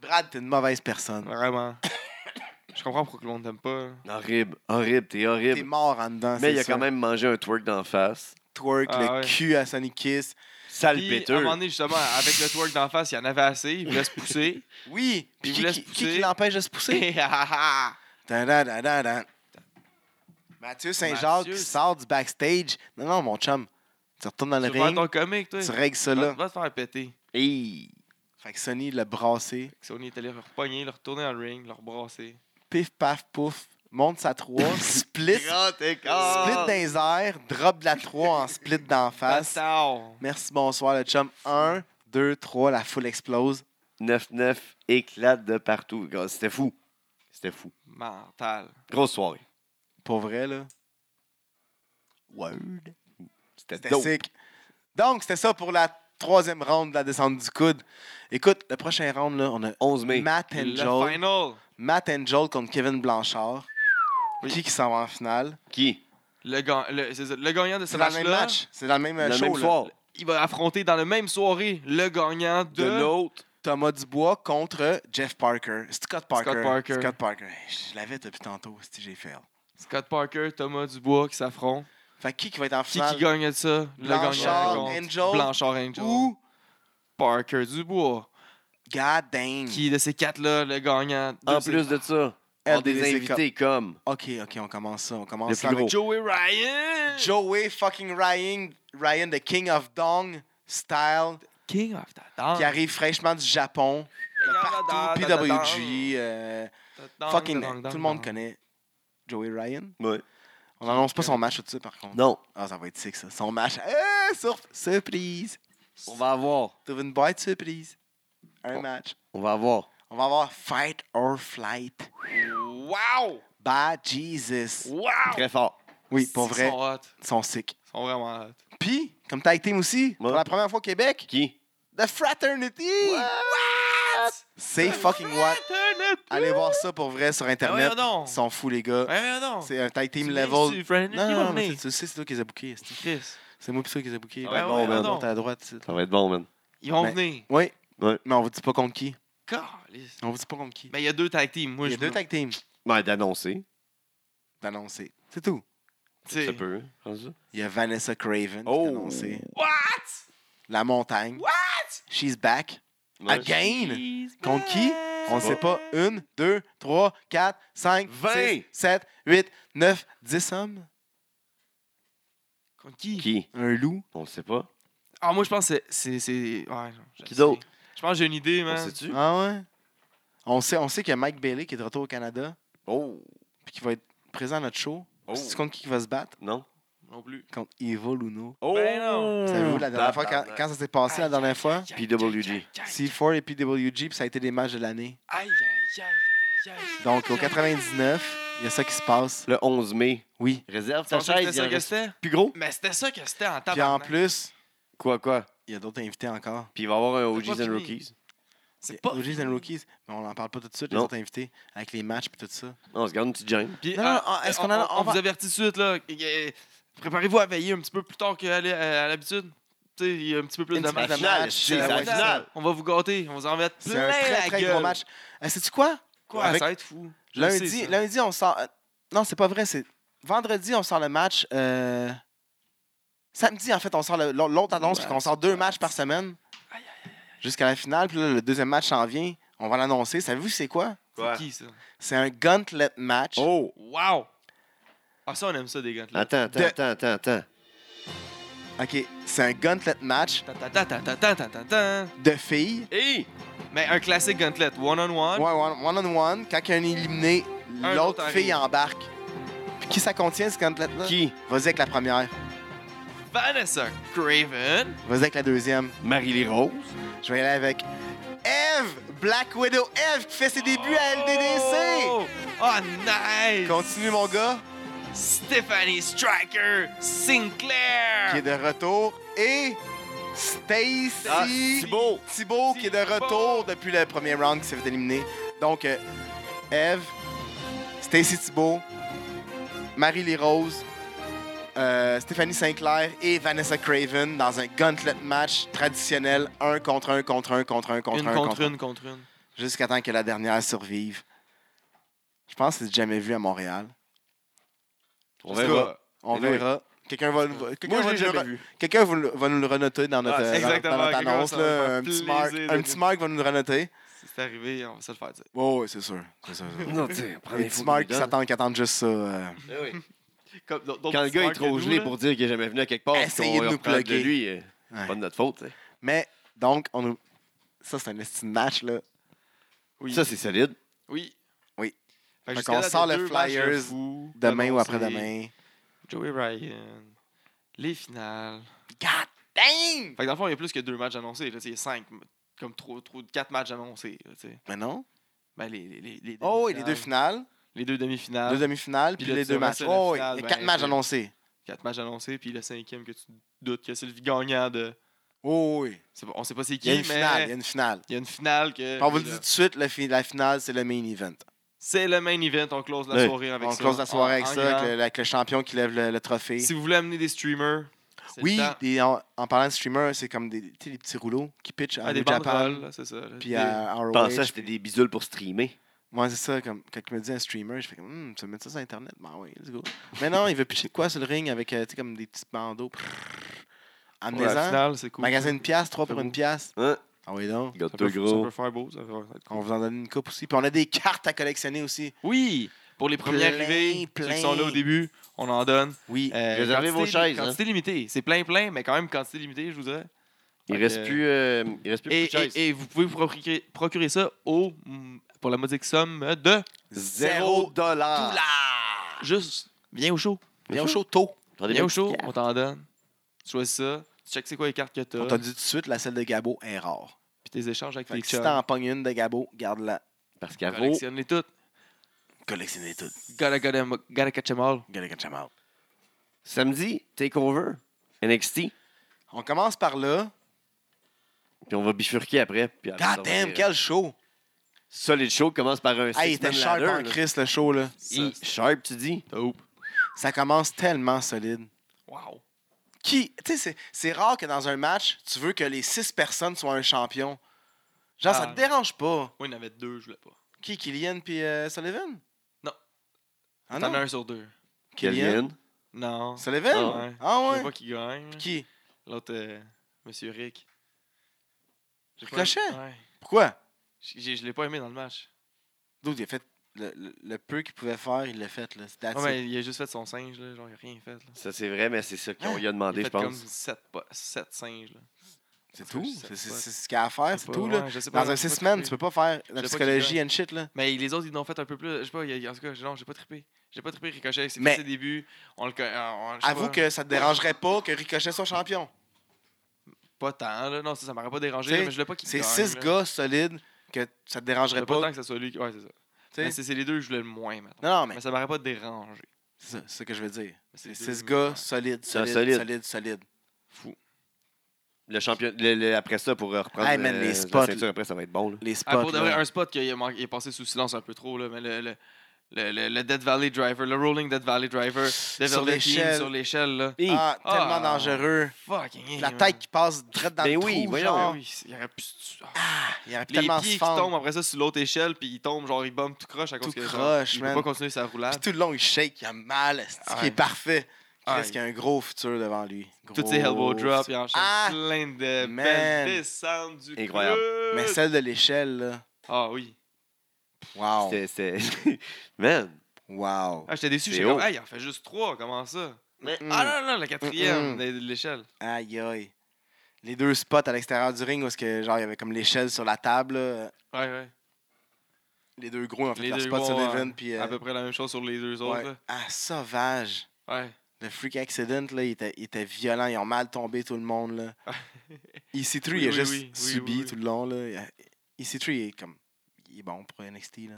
[SPEAKER 3] Brad, t'es une mauvaise personne.
[SPEAKER 2] Vraiment. Je comprends pourquoi le monde t'aime pas. là.
[SPEAKER 1] Horrible, horrible, t'es
[SPEAKER 3] T'es
[SPEAKER 1] horrible.
[SPEAKER 3] mort en dedans,
[SPEAKER 1] Mais
[SPEAKER 3] Ah, c'est
[SPEAKER 1] il a
[SPEAKER 3] sûr.
[SPEAKER 1] quand même mangé un twerk d'en face.
[SPEAKER 3] Twerk, le
[SPEAKER 2] Ah, ouais.
[SPEAKER 3] cul à Sonny Kiss.
[SPEAKER 1] Sale
[SPEAKER 2] Puis, à un
[SPEAKER 1] péteux.
[SPEAKER 2] moment donné, justement, avec le twerk d'en face, il y en avait assez, il voulait se pousser. Ah,
[SPEAKER 3] Oui. Puis
[SPEAKER 2] Il
[SPEAKER 3] qui,
[SPEAKER 2] voulait
[SPEAKER 3] qui-
[SPEAKER 2] se
[SPEAKER 3] qui
[SPEAKER 2] pousser.
[SPEAKER 3] qui l'empêche de se pousser? Dun, dun, dun, dun, dun. Mathieu Saint-Jacques
[SPEAKER 2] Mathieu,
[SPEAKER 3] qui
[SPEAKER 2] c'est-
[SPEAKER 3] sort du backstage. Non, non, mon chum. Tu retournes dans le
[SPEAKER 2] Tu vas
[SPEAKER 3] ring,
[SPEAKER 2] ton comique, toi.
[SPEAKER 3] tu règles ça
[SPEAKER 2] Va
[SPEAKER 3] là.
[SPEAKER 2] va te faire péter.
[SPEAKER 1] Hey.
[SPEAKER 3] Fait que Sonny l'a brassé.
[SPEAKER 2] Sony est allé leur pogner, leur tourner dans le ring, leur brasser.
[SPEAKER 3] Pif, paf, pouf. Monte sa 3. split. Split
[SPEAKER 1] Grand écart.
[SPEAKER 3] dans les airs. Drop de la 3 en split d'en face.
[SPEAKER 2] Bâtard.
[SPEAKER 3] Merci, bonsoir, le chum. 1, 2, 3, la foule explose.
[SPEAKER 1] 9-9 éclate de partout. Gros, C'était fou. C'était fou.
[SPEAKER 2] Mental.
[SPEAKER 1] Grosse soirée.
[SPEAKER 3] Pour vrai, là. Word.
[SPEAKER 1] C'était
[SPEAKER 3] C'était
[SPEAKER 1] dope.
[SPEAKER 3] sick. Donc, c'était ça pour la troisième ronde de la descente du coude. Écoute, le prochain round, là, on a
[SPEAKER 1] 11 mai.
[SPEAKER 3] Matt
[SPEAKER 2] Le
[SPEAKER 3] and Joel.
[SPEAKER 2] final.
[SPEAKER 3] Matt and Joel contre Kevin Blanchard.
[SPEAKER 2] Oui.
[SPEAKER 3] Qui qui s'en va en finale?
[SPEAKER 1] Qui?
[SPEAKER 2] Le, gan- le- c'est ça, le gagnant de ce
[SPEAKER 3] C'est dans le même
[SPEAKER 2] match-là,
[SPEAKER 3] match. C'est dans le même euh,
[SPEAKER 1] Le
[SPEAKER 3] show.
[SPEAKER 1] même
[SPEAKER 3] là.
[SPEAKER 1] soir.
[SPEAKER 2] il va affronter dans la même soirée le gagnant de,
[SPEAKER 1] De l'autre.
[SPEAKER 3] Thomas Dubois contre Jeff Parker. Scott Parker.
[SPEAKER 2] Scott Parker.
[SPEAKER 3] Scott Parker. Je l'avais depuis tantôt, si j'ai fait.
[SPEAKER 2] Scott Parker, Thomas Dubois qui s'affrontent.
[SPEAKER 3] Fait que qui qui va être en
[SPEAKER 2] Qui
[SPEAKER 3] finale?
[SPEAKER 2] qui gagne de ça? Le
[SPEAKER 3] Blanchard,
[SPEAKER 2] gagnant contre
[SPEAKER 3] Angel
[SPEAKER 2] Blanchard Angel.
[SPEAKER 3] Ou
[SPEAKER 2] Parker Dubois.
[SPEAKER 3] God damn.
[SPEAKER 2] Qui de ces quatre-là, le gagnant? de
[SPEAKER 1] En
[SPEAKER 2] ces-
[SPEAKER 1] plus de ça, on a des
[SPEAKER 3] LDDC
[SPEAKER 1] invités comme
[SPEAKER 3] Ok, ok, on commence ça. On commence
[SPEAKER 1] Le
[SPEAKER 3] ça
[SPEAKER 1] plus
[SPEAKER 3] avec
[SPEAKER 2] Joey Ryan!
[SPEAKER 3] Joey fucking Ryan, Ryan, the King of Dong style,
[SPEAKER 2] King of the Dog.
[SPEAKER 3] qui arrive fraîchement du Japon. de Partout, PWG, euh, fucking. Tout le monde connaît Joey Ryan.
[SPEAKER 1] Ouais.
[SPEAKER 3] On n'annonce pas son match tout de suite, par contre.
[SPEAKER 1] Non,
[SPEAKER 3] Ah, ça va être sick, ça. Son match. Eh, sur... Surprise.
[SPEAKER 1] on va avoir.
[SPEAKER 3] Trouve une boîte surprise. Un
[SPEAKER 1] Bon.
[SPEAKER 3] match.
[SPEAKER 1] On va avoir.
[SPEAKER 3] On va avoir Fight or Flight.
[SPEAKER 2] Wow!
[SPEAKER 3] By Jesus.
[SPEAKER 2] Wow!
[SPEAKER 1] Très fort.
[SPEAKER 3] Oui, pour vrai,
[SPEAKER 2] Ils sont hot.
[SPEAKER 3] ils sont sick.
[SPEAKER 2] Ils sont vraiment hot.
[SPEAKER 3] Puis, comme tag team aussi, pour
[SPEAKER 1] Ouais.
[SPEAKER 3] la première fois au Québec,
[SPEAKER 1] Qui?
[SPEAKER 3] The Fraternity.
[SPEAKER 2] What?
[SPEAKER 3] C'est fucking what. Allez voir ça pour vrai sur Internet.
[SPEAKER 2] Ben voyons donc.
[SPEAKER 3] Ils sont fous, les gars.
[SPEAKER 2] Ouais, non.
[SPEAKER 3] C'est un tag team
[SPEAKER 2] Tu
[SPEAKER 3] level.
[SPEAKER 2] viens-tu, Fraternity,
[SPEAKER 3] Non, non, non,
[SPEAKER 2] mon
[SPEAKER 3] mais
[SPEAKER 2] nez?
[SPEAKER 3] tu sais, c'est toi qui les as bookés. c'est-
[SPEAKER 2] Chris,
[SPEAKER 3] C'est moi pis toi qui les a bookés.
[SPEAKER 2] Ah
[SPEAKER 1] Ouais,
[SPEAKER 3] bon,
[SPEAKER 1] ouais,
[SPEAKER 3] ben,
[SPEAKER 2] non.
[SPEAKER 3] t'es à droite. c'est-
[SPEAKER 1] Ça va être bon, man.
[SPEAKER 2] ils vont
[SPEAKER 3] Mais-
[SPEAKER 2] venir.
[SPEAKER 3] Oui.
[SPEAKER 1] Ouais.
[SPEAKER 3] Mais on vous dit pas contre qui.
[SPEAKER 2] Calice.
[SPEAKER 3] On vous dit pas contre qui.
[SPEAKER 2] Mais il y a deux tag teams. Moi,
[SPEAKER 3] Il y a
[SPEAKER 2] je
[SPEAKER 3] deux
[SPEAKER 2] me-
[SPEAKER 3] tag teams.
[SPEAKER 1] Ouais, Ben, d'annoncer.
[SPEAKER 3] d'annoncer. C'est tout.
[SPEAKER 2] tu sais.
[SPEAKER 1] Ça peut. hein, ça?
[SPEAKER 3] Il y a Vanessa Craven
[SPEAKER 1] Oh!
[SPEAKER 3] qui est annoncée.
[SPEAKER 2] What?
[SPEAKER 3] La montagne.
[SPEAKER 2] What?
[SPEAKER 3] She's back.
[SPEAKER 1] Ouais.
[SPEAKER 3] Again.
[SPEAKER 2] She's
[SPEAKER 3] Contre qui?
[SPEAKER 2] back.
[SPEAKER 3] On
[SPEAKER 1] pas.
[SPEAKER 3] sait pas. Une, deux, trois, quatre, cinq,
[SPEAKER 1] Vingt.
[SPEAKER 3] six, sept, huit, neuf, dix hommes.
[SPEAKER 2] Contre qui?
[SPEAKER 1] Qui?
[SPEAKER 3] Un loup.
[SPEAKER 1] On le sait pas.
[SPEAKER 2] Ah, moi, je pense que c'est- c'est. c'est- Ouais, je-
[SPEAKER 1] Qui d'autre?
[SPEAKER 2] Je pense que j'ai une idée,
[SPEAKER 1] On
[SPEAKER 2] man.
[SPEAKER 1] sait-tu?
[SPEAKER 3] Ah ouais? On sait, on sait qu'il y a Mike Bailey qui est de retour au Canada
[SPEAKER 1] Oh!
[SPEAKER 3] puis qui va être présent à notre show.
[SPEAKER 1] Oh.
[SPEAKER 3] C'est contre qui il va se battre?
[SPEAKER 1] Non?
[SPEAKER 2] Non plus.
[SPEAKER 3] Contre Evil Uno.
[SPEAKER 1] Oh!
[SPEAKER 2] Ben non.
[SPEAKER 3] Savez-vous, la dernière fois, quand,
[SPEAKER 1] Tabarnak.
[SPEAKER 3] quand ça s'est passé la
[SPEAKER 2] Aïe,
[SPEAKER 3] dernière fois,
[SPEAKER 2] aïe, aïe,
[SPEAKER 1] PWG.
[SPEAKER 2] aïe, aïe, aïe,
[SPEAKER 3] C4 et PWG, puis ça a été des matchs de l'année.
[SPEAKER 2] Aïe, aïe, aïe, aïe, aïe.
[SPEAKER 3] Donc, au 99, il y a ça qui se passe.
[SPEAKER 1] Le 11 mai.
[SPEAKER 3] Oui.
[SPEAKER 1] Réserve ta
[SPEAKER 2] Tu pensais que
[SPEAKER 1] chaise.
[SPEAKER 2] c'était ça
[SPEAKER 1] il en
[SPEAKER 2] que
[SPEAKER 1] reste
[SPEAKER 2] c'était?
[SPEAKER 1] Plus gros?
[SPEAKER 2] Mais c'était ça que c'était en
[SPEAKER 3] Puis en
[SPEAKER 2] tabarnak.
[SPEAKER 3] plus,
[SPEAKER 1] Quoi, quoi?
[SPEAKER 3] il y a d'autres invités encore.
[SPEAKER 1] Puis il va y avoir un
[SPEAKER 2] pas
[SPEAKER 1] OGs and
[SPEAKER 2] fini.
[SPEAKER 1] Rookies.
[SPEAKER 2] C'est pas.
[SPEAKER 3] Rookies and Rookies, mais on n'en parle pas tout de suite,
[SPEAKER 1] Non.
[SPEAKER 3] les autres invités, avec les matchs et tout ça.
[SPEAKER 1] On se garde une petite jungle.
[SPEAKER 2] Puis,
[SPEAKER 3] Non,
[SPEAKER 2] ah,
[SPEAKER 3] non, ah, est-ce qu'on
[SPEAKER 2] on-
[SPEAKER 3] a-
[SPEAKER 2] on-
[SPEAKER 3] on
[SPEAKER 2] on
[SPEAKER 3] va-
[SPEAKER 2] vous avertit tout de suite, là. que- que- Préparez-vous à veiller un petit peu plus tard qu'à l'hab- à l'habitude. Tu sais, il y a un petit peu plus
[SPEAKER 3] Une
[SPEAKER 2] de
[SPEAKER 3] petite
[SPEAKER 1] La
[SPEAKER 2] matchs.
[SPEAKER 3] affaire.
[SPEAKER 1] finale,
[SPEAKER 3] match,
[SPEAKER 1] c'est
[SPEAKER 3] euh,
[SPEAKER 1] la
[SPEAKER 3] ouais,
[SPEAKER 1] finale.
[SPEAKER 2] On va vous gâter. On va vous en mettre
[SPEAKER 3] C'est
[SPEAKER 2] plein
[SPEAKER 3] un très,
[SPEAKER 2] la
[SPEAKER 3] très
[SPEAKER 2] gueule.
[SPEAKER 3] gros match. Ah, Sais-tu quoi?
[SPEAKER 2] Quoi,
[SPEAKER 3] Avec-
[SPEAKER 2] ça va être fou. Je le sais,
[SPEAKER 3] Lundi,
[SPEAKER 2] ça.
[SPEAKER 3] lundi, on sort. euh, Non, c'est pas vrai. C'est vendredi, on sort le match. euh, Samedi, en fait, on sort le- l'au- l'autre annonce, puis qu'on sort deux matchs par semaine
[SPEAKER 2] Aïe, aïe,
[SPEAKER 3] jusqu'à la finale. Puis là, le deuxième match s'en vient. On va l'annoncer. Savez-vous c'est quoi?
[SPEAKER 2] C'est qui, ça?
[SPEAKER 3] C'est un gauntlet match.
[SPEAKER 1] Oh!
[SPEAKER 2] Wow! Ah, ça, on aime ça, des gants. là.
[SPEAKER 1] Attends, attends,
[SPEAKER 3] De-
[SPEAKER 1] attends, attends, attends.
[SPEAKER 3] OK. C'est un gauntlet match
[SPEAKER 2] Ta, ta, ta, ta, ta, ta, ta, ta, ta.
[SPEAKER 3] de filles.
[SPEAKER 1] Hey!
[SPEAKER 2] Mais un classique gauntlet, one-on-one.
[SPEAKER 3] Ouais, one- one-on-one. Quand il y a un éliminé,
[SPEAKER 2] Un
[SPEAKER 3] l'autre
[SPEAKER 2] autre
[SPEAKER 3] fille
[SPEAKER 2] arrive.
[SPEAKER 3] embarque. Puis qui ça contient, ce gauntlet-là?
[SPEAKER 1] Qui?
[SPEAKER 3] Vas-y avec la première.
[SPEAKER 2] Vanessa Craven.
[SPEAKER 3] Vas-y avec la deuxième.
[SPEAKER 1] Marie-Lee Rose.
[SPEAKER 3] Je vais aller avec Eve, Black Widow Eve, qui fait ses débuts à LDDC.
[SPEAKER 2] Oh! Oh, nice!
[SPEAKER 3] Continue, mon gars,
[SPEAKER 2] Stephanie Striker Sinclair!
[SPEAKER 3] qui est de retour. Et
[SPEAKER 1] Ah,
[SPEAKER 3] Stacy
[SPEAKER 1] Thibault.
[SPEAKER 3] Thibault, qui est de
[SPEAKER 2] Thibault.
[SPEAKER 3] retour depuis le premier round qui s'est fait éliminer. Donc, euh, Eve, Stacy Thibault, Marie-Lee Rose, euh, Stéphanie Sinclair et Vanessa Craven dans un gauntlet match traditionnel, un contre un contre un contre un contre
[SPEAKER 2] une
[SPEAKER 3] un
[SPEAKER 2] contre, une contre une.
[SPEAKER 3] jusqu'à temps que la dernière survive. Je pense que c'est jamais vu à Montréal.
[SPEAKER 1] On
[SPEAKER 3] Parce
[SPEAKER 1] verra.
[SPEAKER 3] On
[SPEAKER 1] Mais oui.
[SPEAKER 3] verra. Quelqu'un va, le- quelqu'un
[SPEAKER 1] Moi, je
[SPEAKER 3] va
[SPEAKER 1] l'ai
[SPEAKER 3] nous le
[SPEAKER 1] jamais
[SPEAKER 3] re-
[SPEAKER 1] vu.
[SPEAKER 3] quelqu'un va le- va nous le renoter dans notre,
[SPEAKER 1] Ah,
[SPEAKER 3] euh, dans-
[SPEAKER 2] exactement,
[SPEAKER 3] dans notre
[SPEAKER 2] quelqu'un,
[SPEAKER 3] annonce.
[SPEAKER 2] ça va
[SPEAKER 3] là.
[SPEAKER 2] faire
[SPEAKER 3] un, petit
[SPEAKER 2] plaisir
[SPEAKER 3] mark,
[SPEAKER 2] de
[SPEAKER 3] un
[SPEAKER 2] nous-
[SPEAKER 3] petit mark va nous le renoter.
[SPEAKER 2] Si c'est arrivé, on va se le faire dire.
[SPEAKER 3] Oh, oui, c'est sûr. C'est sûr, c'est sûr.
[SPEAKER 1] Non, tiens,
[SPEAKER 3] Les petits marks qui s'attendent, qui attendent juste ça. euh.
[SPEAKER 2] Eh Comme d'autres- d'autres
[SPEAKER 1] Quand le
[SPEAKER 2] petits
[SPEAKER 1] gars est
[SPEAKER 2] marques que
[SPEAKER 1] trop
[SPEAKER 2] nous,
[SPEAKER 1] gelé
[SPEAKER 2] là.
[SPEAKER 1] pour dire qu'il est jamais venu à quelque part,
[SPEAKER 3] Essayez
[SPEAKER 1] qu'on
[SPEAKER 3] de nous
[SPEAKER 1] reprend de
[SPEAKER 3] plugger.
[SPEAKER 1] lui, euh,
[SPEAKER 3] Ouais.
[SPEAKER 1] pas de notre faute. tu sais.
[SPEAKER 3] Mais, donc, on nous... ça, c'est un esti de match, là.
[SPEAKER 2] Oui.
[SPEAKER 1] Ça, c'est solide.
[SPEAKER 2] oui.
[SPEAKER 3] Oui.
[SPEAKER 2] Fait
[SPEAKER 3] Fait
[SPEAKER 2] que jusqu'à
[SPEAKER 3] qu'on
[SPEAKER 2] date,
[SPEAKER 3] sort
[SPEAKER 2] il y a
[SPEAKER 3] le
[SPEAKER 2] deux matchs de
[SPEAKER 3] Flyers
[SPEAKER 2] fous
[SPEAKER 3] Demain ou
[SPEAKER 2] annoncés.
[SPEAKER 3] après-demain.
[SPEAKER 2] Joey Ryan. Les finales.
[SPEAKER 3] God damn!
[SPEAKER 2] Fait que dans le fond, il y a plus que deux matchs annoncés. Là, tu sais, il y a cinq, comme trois, trois, quatre matchs annoncés. Là, tu sais.
[SPEAKER 3] Mais non.
[SPEAKER 2] ben, les, les, les, les
[SPEAKER 3] Oh, et les deux finales.
[SPEAKER 2] Les deux demi-finales.
[SPEAKER 3] Deux demi-finales, puis
[SPEAKER 2] Puis là,
[SPEAKER 3] les
[SPEAKER 2] tu
[SPEAKER 3] deux
[SPEAKER 2] vas
[SPEAKER 3] matchs.
[SPEAKER 2] passer à la
[SPEAKER 3] Oh, oui,
[SPEAKER 2] finale,
[SPEAKER 3] il y a
[SPEAKER 2] ben,
[SPEAKER 3] quatre matchs
[SPEAKER 2] c'est-
[SPEAKER 3] annoncés.
[SPEAKER 2] Quatre matchs annoncés, puis le cinquième que tu doutes que c'est le gagnant de.
[SPEAKER 3] Oh, oui.
[SPEAKER 2] c'est pas- on sait pas c'est
[SPEAKER 3] Il
[SPEAKER 2] qui,
[SPEAKER 3] y a une
[SPEAKER 2] mais
[SPEAKER 3] finale, il y a une finale.
[SPEAKER 2] il y a une finale que.
[SPEAKER 3] Puis On vous le dit tout de suite, la fi- la finale, c'est le main event.
[SPEAKER 2] C'est le main event, on close la
[SPEAKER 1] Oui.
[SPEAKER 2] soirée avec
[SPEAKER 3] on
[SPEAKER 2] ça.
[SPEAKER 3] close la soirée
[SPEAKER 2] En-
[SPEAKER 3] avec
[SPEAKER 2] en
[SPEAKER 3] ça,
[SPEAKER 2] grand.
[SPEAKER 3] avec le, avec le champion qui lève le, le trophée.
[SPEAKER 2] Si vous voulez amener des streamers, c'est
[SPEAKER 3] oui,
[SPEAKER 2] le temps.
[SPEAKER 3] des- en, en parlant de streamer, c'est comme des, tu sais, les petits rouleaux qui pitchent à
[SPEAKER 2] Ah, des
[SPEAKER 3] New Japan,
[SPEAKER 2] banderoles, c'est ça. là.
[SPEAKER 3] puis
[SPEAKER 2] Des-
[SPEAKER 3] à
[SPEAKER 1] Je
[SPEAKER 3] ROH.
[SPEAKER 1] pensais que c'était des bizules pour streamer.
[SPEAKER 3] Moi, c'est ça, comme, quand il me dit un streamer, je fais comme, Hum, tu veux mettre ça sur Internet? Ben oui, let's go. Mais non, il veut pitcher de quoi sur le ring avec, euh, tu sais, comme des petits bandeaux. Prrr.
[SPEAKER 2] Pour la
[SPEAKER 3] Amenez-en.
[SPEAKER 2] finale, c'est cool.
[SPEAKER 3] Magasin une pièce, trois pour
[SPEAKER 2] C'est
[SPEAKER 3] une
[SPEAKER 2] beau.
[SPEAKER 3] pièce.
[SPEAKER 1] Hein?
[SPEAKER 3] Ah oui, donc.
[SPEAKER 2] Ça
[SPEAKER 1] Regarde
[SPEAKER 2] peut,
[SPEAKER 1] toi,
[SPEAKER 2] ça
[SPEAKER 1] gros.
[SPEAKER 2] peut faire beau, ça peut ça peut être cool.
[SPEAKER 3] On vous en donne une coupe aussi. Puis on a des cartes à collectionner aussi.
[SPEAKER 2] Oui, pour les premiers
[SPEAKER 3] Plein,
[SPEAKER 2] arrivés, ceux
[SPEAKER 3] plein.
[SPEAKER 2] qui sont là au début, on en donne.
[SPEAKER 3] Oui.
[SPEAKER 2] Euh,
[SPEAKER 1] Réservez vos
[SPEAKER 2] quantité-
[SPEAKER 1] chaises, hein.
[SPEAKER 2] Quantité limitée. C'est plein, plein, mais quand même quantité limitée, je vous dirais.
[SPEAKER 1] Il
[SPEAKER 2] Fait
[SPEAKER 1] reste
[SPEAKER 2] que-
[SPEAKER 1] plus, euh, il reste plus
[SPEAKER 2] Et,
[SPEAKER 1] beaucoup de chaises.
[SPEAKER 2] et- et vous pouvez vous procurer, procurer ça au, mm, pour la modique somme de
[SPEAKER 1] Zéro dollar.
[SPEAKER 3] dollars.
[SPEAKER 2] juste viens au show.
[SPEAKER 3] Viens au show tôt.
[SPEAKER 1] Prenez
[SPEAKER 2] Viens
[SPEAKER 1] bien
[SPEAKER 2] au show,
[SPEAKER 1] une
[SPEAKER 2] on t'en donne. Tu choisis ça, tu check c'est quoi les cartes que
[SPEAKER 3] On t'a
[SPEAKER 2] t'as,
[SPEAKER 3] dit tout de suite, la salle de Gabo est rare.
[SPEAKER 2] puis tes échanges avec
[SPEAKER 3] Fait
[SPEAKER 2] tes
[SPEAKER 3] que si
[SPEAKER 2] chums.
[SPEAKER 3] t'en pognes une de Gabo, garde-la.
[SPEAKER 1] Parce qu'à vaut.
[SPEAKER 2] Collectionne-les toutes.
[SPEAKER 3] Collectionnez tout.
[SPEAKER 2] Gotta, gotta, gotta catch 'em all.
[SPEAKER 3] Gotta catch 'em out.
[SPEAKER 1] Samedi, Takeover, NXT.
[SPEAKER 3] On commence par là.
[SPEAKER 1] Puis on va bifurquer après. Puis après,
[SPEAKER 3] God
[SPEAKER 1] ça va
[SPEAKER 3] damn,
[SPEAKER 1] être-
[SPEAKER 3] quel show!
[SPEAKER 1] Solid show commence par un
[SPEAKER 3] Hey, il
[SPEAKER 1] six-man
[SPEAKER 3] était sharp
[SPEAKER 1] ladder,
[SPEAKER 3] en
[SPEAKER 1] là.
[SPEAKER 3] Chris, le show, là.
[SPEAKER 1] Hi, Sharp, tu dis?
[SPEAKER 2] Dope.
[SPEAKER 3] Ça commence tellement solide.
[SPEAKER 2] Wow.
[SPEAKER 3] Qui, tu sais, c'est- c'est rare que dans un match, tu veux que les six personnes soient un champion. Genre, ça
[SPEAKER 2] Ah.
[SPEAKER 3] te dérange pas.
[SPEAKER 2] Moi, il y en avait deux, je voulais pas.
[SPEAKER 3] Qui, Kylian puis euh, Sullivan?
[SPEAKER 2] Non.
[SPEAKER 3] Ah
[SPEAKER 2] T'en as
[SPEAKER 3] non?
[SPEAKER 2] un sur deux.
[SPEAKER 3] Kylian?
[SPEAKER 2] Non.
[SPEAKER 3] Sullivan?
[SPEAKER 2] Ouais.
[SPEAKER 3] Ah
[SPEAKER 2] Je sais
[SPEAKER 3] ouais?
[SPEAKER 2] pas qui gagne.
[SPEAKER 3] Qui?
[SPEAKER 2] L'autre, euh, Monsieur Rick. J'ai pas-
[SPEAKER 3] Ricochet?
[SPEAKER 2] Ouais.
[SPEAKER 3] Pourquoi?
[SPEAKER 2] J'ai- Je l'ai pas aimé dans le match.
[SPEAKER 3] D'autres, il a fait le, le- le peu qu'il pouvait faire, il l'a fait. Là. Ah, C'est
[SPEAKER 2] Non, mais il a juste fait son singe, là. Genre, il a rien fait. Là.
[SPEAKER 1] Ça, c'est vrai, mais c'est ça qu'on lui a
[SPEAKER 2] Il a
[SPEAKER 1] demandé,
[SPEAKER 2] fait
[SPEAKER 1] je
[SPEAKER 2] comme
[SPEAKER 1] pense.
[SPEAKER 2] 7, singes, là.
[SPEAKER 3] c'est
[SPEAKER 2] ça,
[SPEAKER 3] tout.
[SPEAKER 2] je sais
[SPEAKER 3] C'est, c'est-
[SPEAKER 2] pas.
[SPEAKER 3] c'est ce qu'il y a à faire,
[SPEAKER 2] Je
[SPEAKER 3] Ah, c'est
[SPEAKER 2] sais pas,
[SPEAKER 3] tout. Là.
[SPEAKER 2] ouais, je sais pas,
[SPEAKER 3] Dans un
[SPEAKER 2] j'ai pas
[SPEAKER 3] 6 semaines,
[SPEAKER 2] trippé.
[SPEAKER 3] tu peux pas faire
[SPEAKER 2] pas
[SPEAKER 3] la
[SPEAKER 2] qui
[SPEAKER 3] psychologie and shit. Là.
[SPEAKER 2] Mais les autres, ils l'ont fait un peu plus. Je sais pas, il y a- en tout cas, non, j'ai pas trippé. J'ai pas trippé Ricochet. C'est
[SPEAKER 3] Mais-
[SPEAKER 2] ses débuts. On le conna- on- je sais
[SPEAKER 3] Avoue
[SPEAKER 2] pas.
[SPEAKER 3] que ça te dérangerait pas que Ricochet soit champion.
[SPEAKER 2] Pas tant, là. Non, ça, ça m'aurait pas dérangé,
[SPEAKER 3] Tu sais,
[SPEAKER 2] mais je l'ai pas qu'il
[SPEAKER 3] C'est
[SPEAKER 2] gagne,
[SPEAKER 3] 6
[SPEAKER 2] là.
[SPEAKER 3] gars solides que ça te dérangerait
[SPEAKER 2] J'aurais pas tant
[SPEAKER 3] pas.
[SPEAKER 2] que ça soit lui. qui- Ouais, c'est ça.
[SPEAKER 3] tu
[SPEAKER 2] Mais
[SPEAKER 3] sais.
[SPEAKER 2] c'est c'est les deux que je voulais le moins, maintenant.
[SPEAKER 3] Non, non,
[SPEAKER 2] Mais
[SPEAKER 3] mais
[SPEAKER 2] ça m'aurait pas dérangé.
[SPEAKER 3] c'est ça, c'est ce que je veux dire.
[SPEAKER 2] Mais
[SPEAKER 3] C'est
[SPEAKER 2] les deux
[SPEAKER 3] 6
[SPEAKER 2] que-
[SPEAKER 3] gars
[SPEAKER 2] ouais.
[SPEAKER 3] solides,
[SPEAKER 1] Ça,
[SPEAKER 3] solides,
[SPEAKER 1] solide.
[SPEAKER 3] solides, solides.
[SPEAKER 2] Fou.
[SPEAKER 1] Le champion, le- le- après ça, pour euh, reprendre
[SPEAKER 3] Hey, man,
[SPEAKER 1] euh,
[SPEAKER 3] les
[SPEAKER 1] la
[SPEAKER 3] spots,
[SPEAKER 1] ceinture,
[SPEAKER 3] là.
[SPEAKER 1] après, ça va être bon. là.
[SPEAKER 3] Les
[SPEAKER 2] Ah, pour
[SPEAKER 3] spots.
[SPEAKER 2] de vrai,
[SPEAKER 3] là.
[SPEAKER 2] un spot qu'il a manqué- il est passé sous silence un peu trop, là, mais le, le, le, le- le Dead Valley Driver, le Rolling Dead Valley Driver, de
[SPEAKER 3] Sur
[SPEAKER 2] Velveteen
[SPEAKER 3] l'échelle.
[SPEAKER 2] sur l'échelle, là.
[SPEAKER 3] Ah,
[SPEAKER 2] Ah. Eh,
[SPEAKER 3] tellement dangereux.
[SPEAKER 2] Fucking
[SPEAKER 3] La
[SPEAKER 2] hell,
[SPEAKER 3] tête qui passe direct dans
[SPEAKER 1] Ben
[SPEAKER 3] le
[SPEAKER 1] oui, voyons.
[SPEAKER 3] trou,
[SPEAKER 2] man.
[SPEAKER 3] genre.
[SPEAKER 2] Ah oui, c'est- il aurait pu se tuer. Ah,
[SPEAKER 3] Il aurait pu
[SPEAKER 2] Les
[SPEAKER 3] tellement
[SPEAKER 2] pieds
[SPEAKER 3] se
[SPEAKER 2] qui
[SPEAKER 3] fendre.
[SPEAKER 2] tombent après ça sur l'autre échelle, puis il tombe, genre il bombe tout croche à cause
[SPEAKER 3] Tout
[SPEAKER 2] que genre,
[SPEAKER 3] croche,
[SPEAKER 2] il peut
[SPEAKER 3] man.
[SPEAKER 2] pas continuer sa
[SPEAKER 3] Puis
[SPEAKER 2] roulade.
[SPEAKER 3] tout le long, il shake, il a mal, c'est
[SPEAKER 2] Ah
[SPEAKER 3] qui
[SPEAKER 2] ouais.
[SPEAKER 3] est parfait.
[SPEAKER 2] Ah
[SPEAKER 3] Parce
[SPEAKER 2] ouais.
[SPEAKER 3] qu'il y a un gros futur devant lui.
[SPEAKER 2] Toutes ses elbow drops, il enchaîne
[SPEAKER 3] Ah,
[SPEAKER 2] plein de
[SPEAKER 3] man.
[SPEAKER 2] belles descentes du
[SPEAKER 1] Incroyable.
[SPEAKER 2] club.
[SPEAKER 3] Mais celle de l'échelle, là.
[SPEAKER 2] Ah oui.
[SPEAKER 3] Wow.
[SPEAKER 1] C'était. c'était- Man.
[SPEAKER 3] Wow.
[SPEAKER 2] Ah, j'étais déçu,
[SPEAKER 1] C'est
[SPEAKER 2] j'étais comme,
[SPEAKER 1] haut.
[SPEAKER 2] ah, il en fait juste trois, comment ça?
[SPEAKER 3] Mm.
[SPEAKER 2] Ah non, non, la quatrième
[SPEAKER 3] Mm-mm.
[SPEAKER 2] de de l'échelle.
[SPEAKER 3] Aïe, aïe. Les deux spots à l'extérieur du ring, où est-ce que, genre, il y avait comme l'échelle sur la table, là.
[SPEAKER 2] Ouais, ouais.
[SPEAKER 3] Les deux gros, en fait,
[SPEAKER 2] Les
[SPEAKER 3] leur
[SPEAKER 2] deux
[SPEAKER 3] spot
[SPEAKER 2] gros,
[SPEAKER 3] Sullivan,
[SPEAKER 2] ouais.
[SPEAKER 3] puis... euh,
[SPEAKER 2] À peu près la même chose sur les deux
[SPEAKER 3] ouais.
[SPEAKER 2] autres. là.
[SPEAKER 3] Ah, sauvage.
[SPEAKER 2] Ouais.
[SPEAKER 3] Le freak accident, là, il était, il était violent. Ils ont mal tombé, tout le monde, là. EC3,
[SPEAKER 2] Oui,
[SPEAKER 3] il a
[SPEAKER 2] oui,
[SPEAKER 3] juste
[SPEAKER 2] oui, oui,
[SPEAKER 3] subi
[SPEAKER 2] oui, oui.
[SPEAKER 3] tout le long, là. Il a- EC3, il est comme... Il est bon pour NXT, là.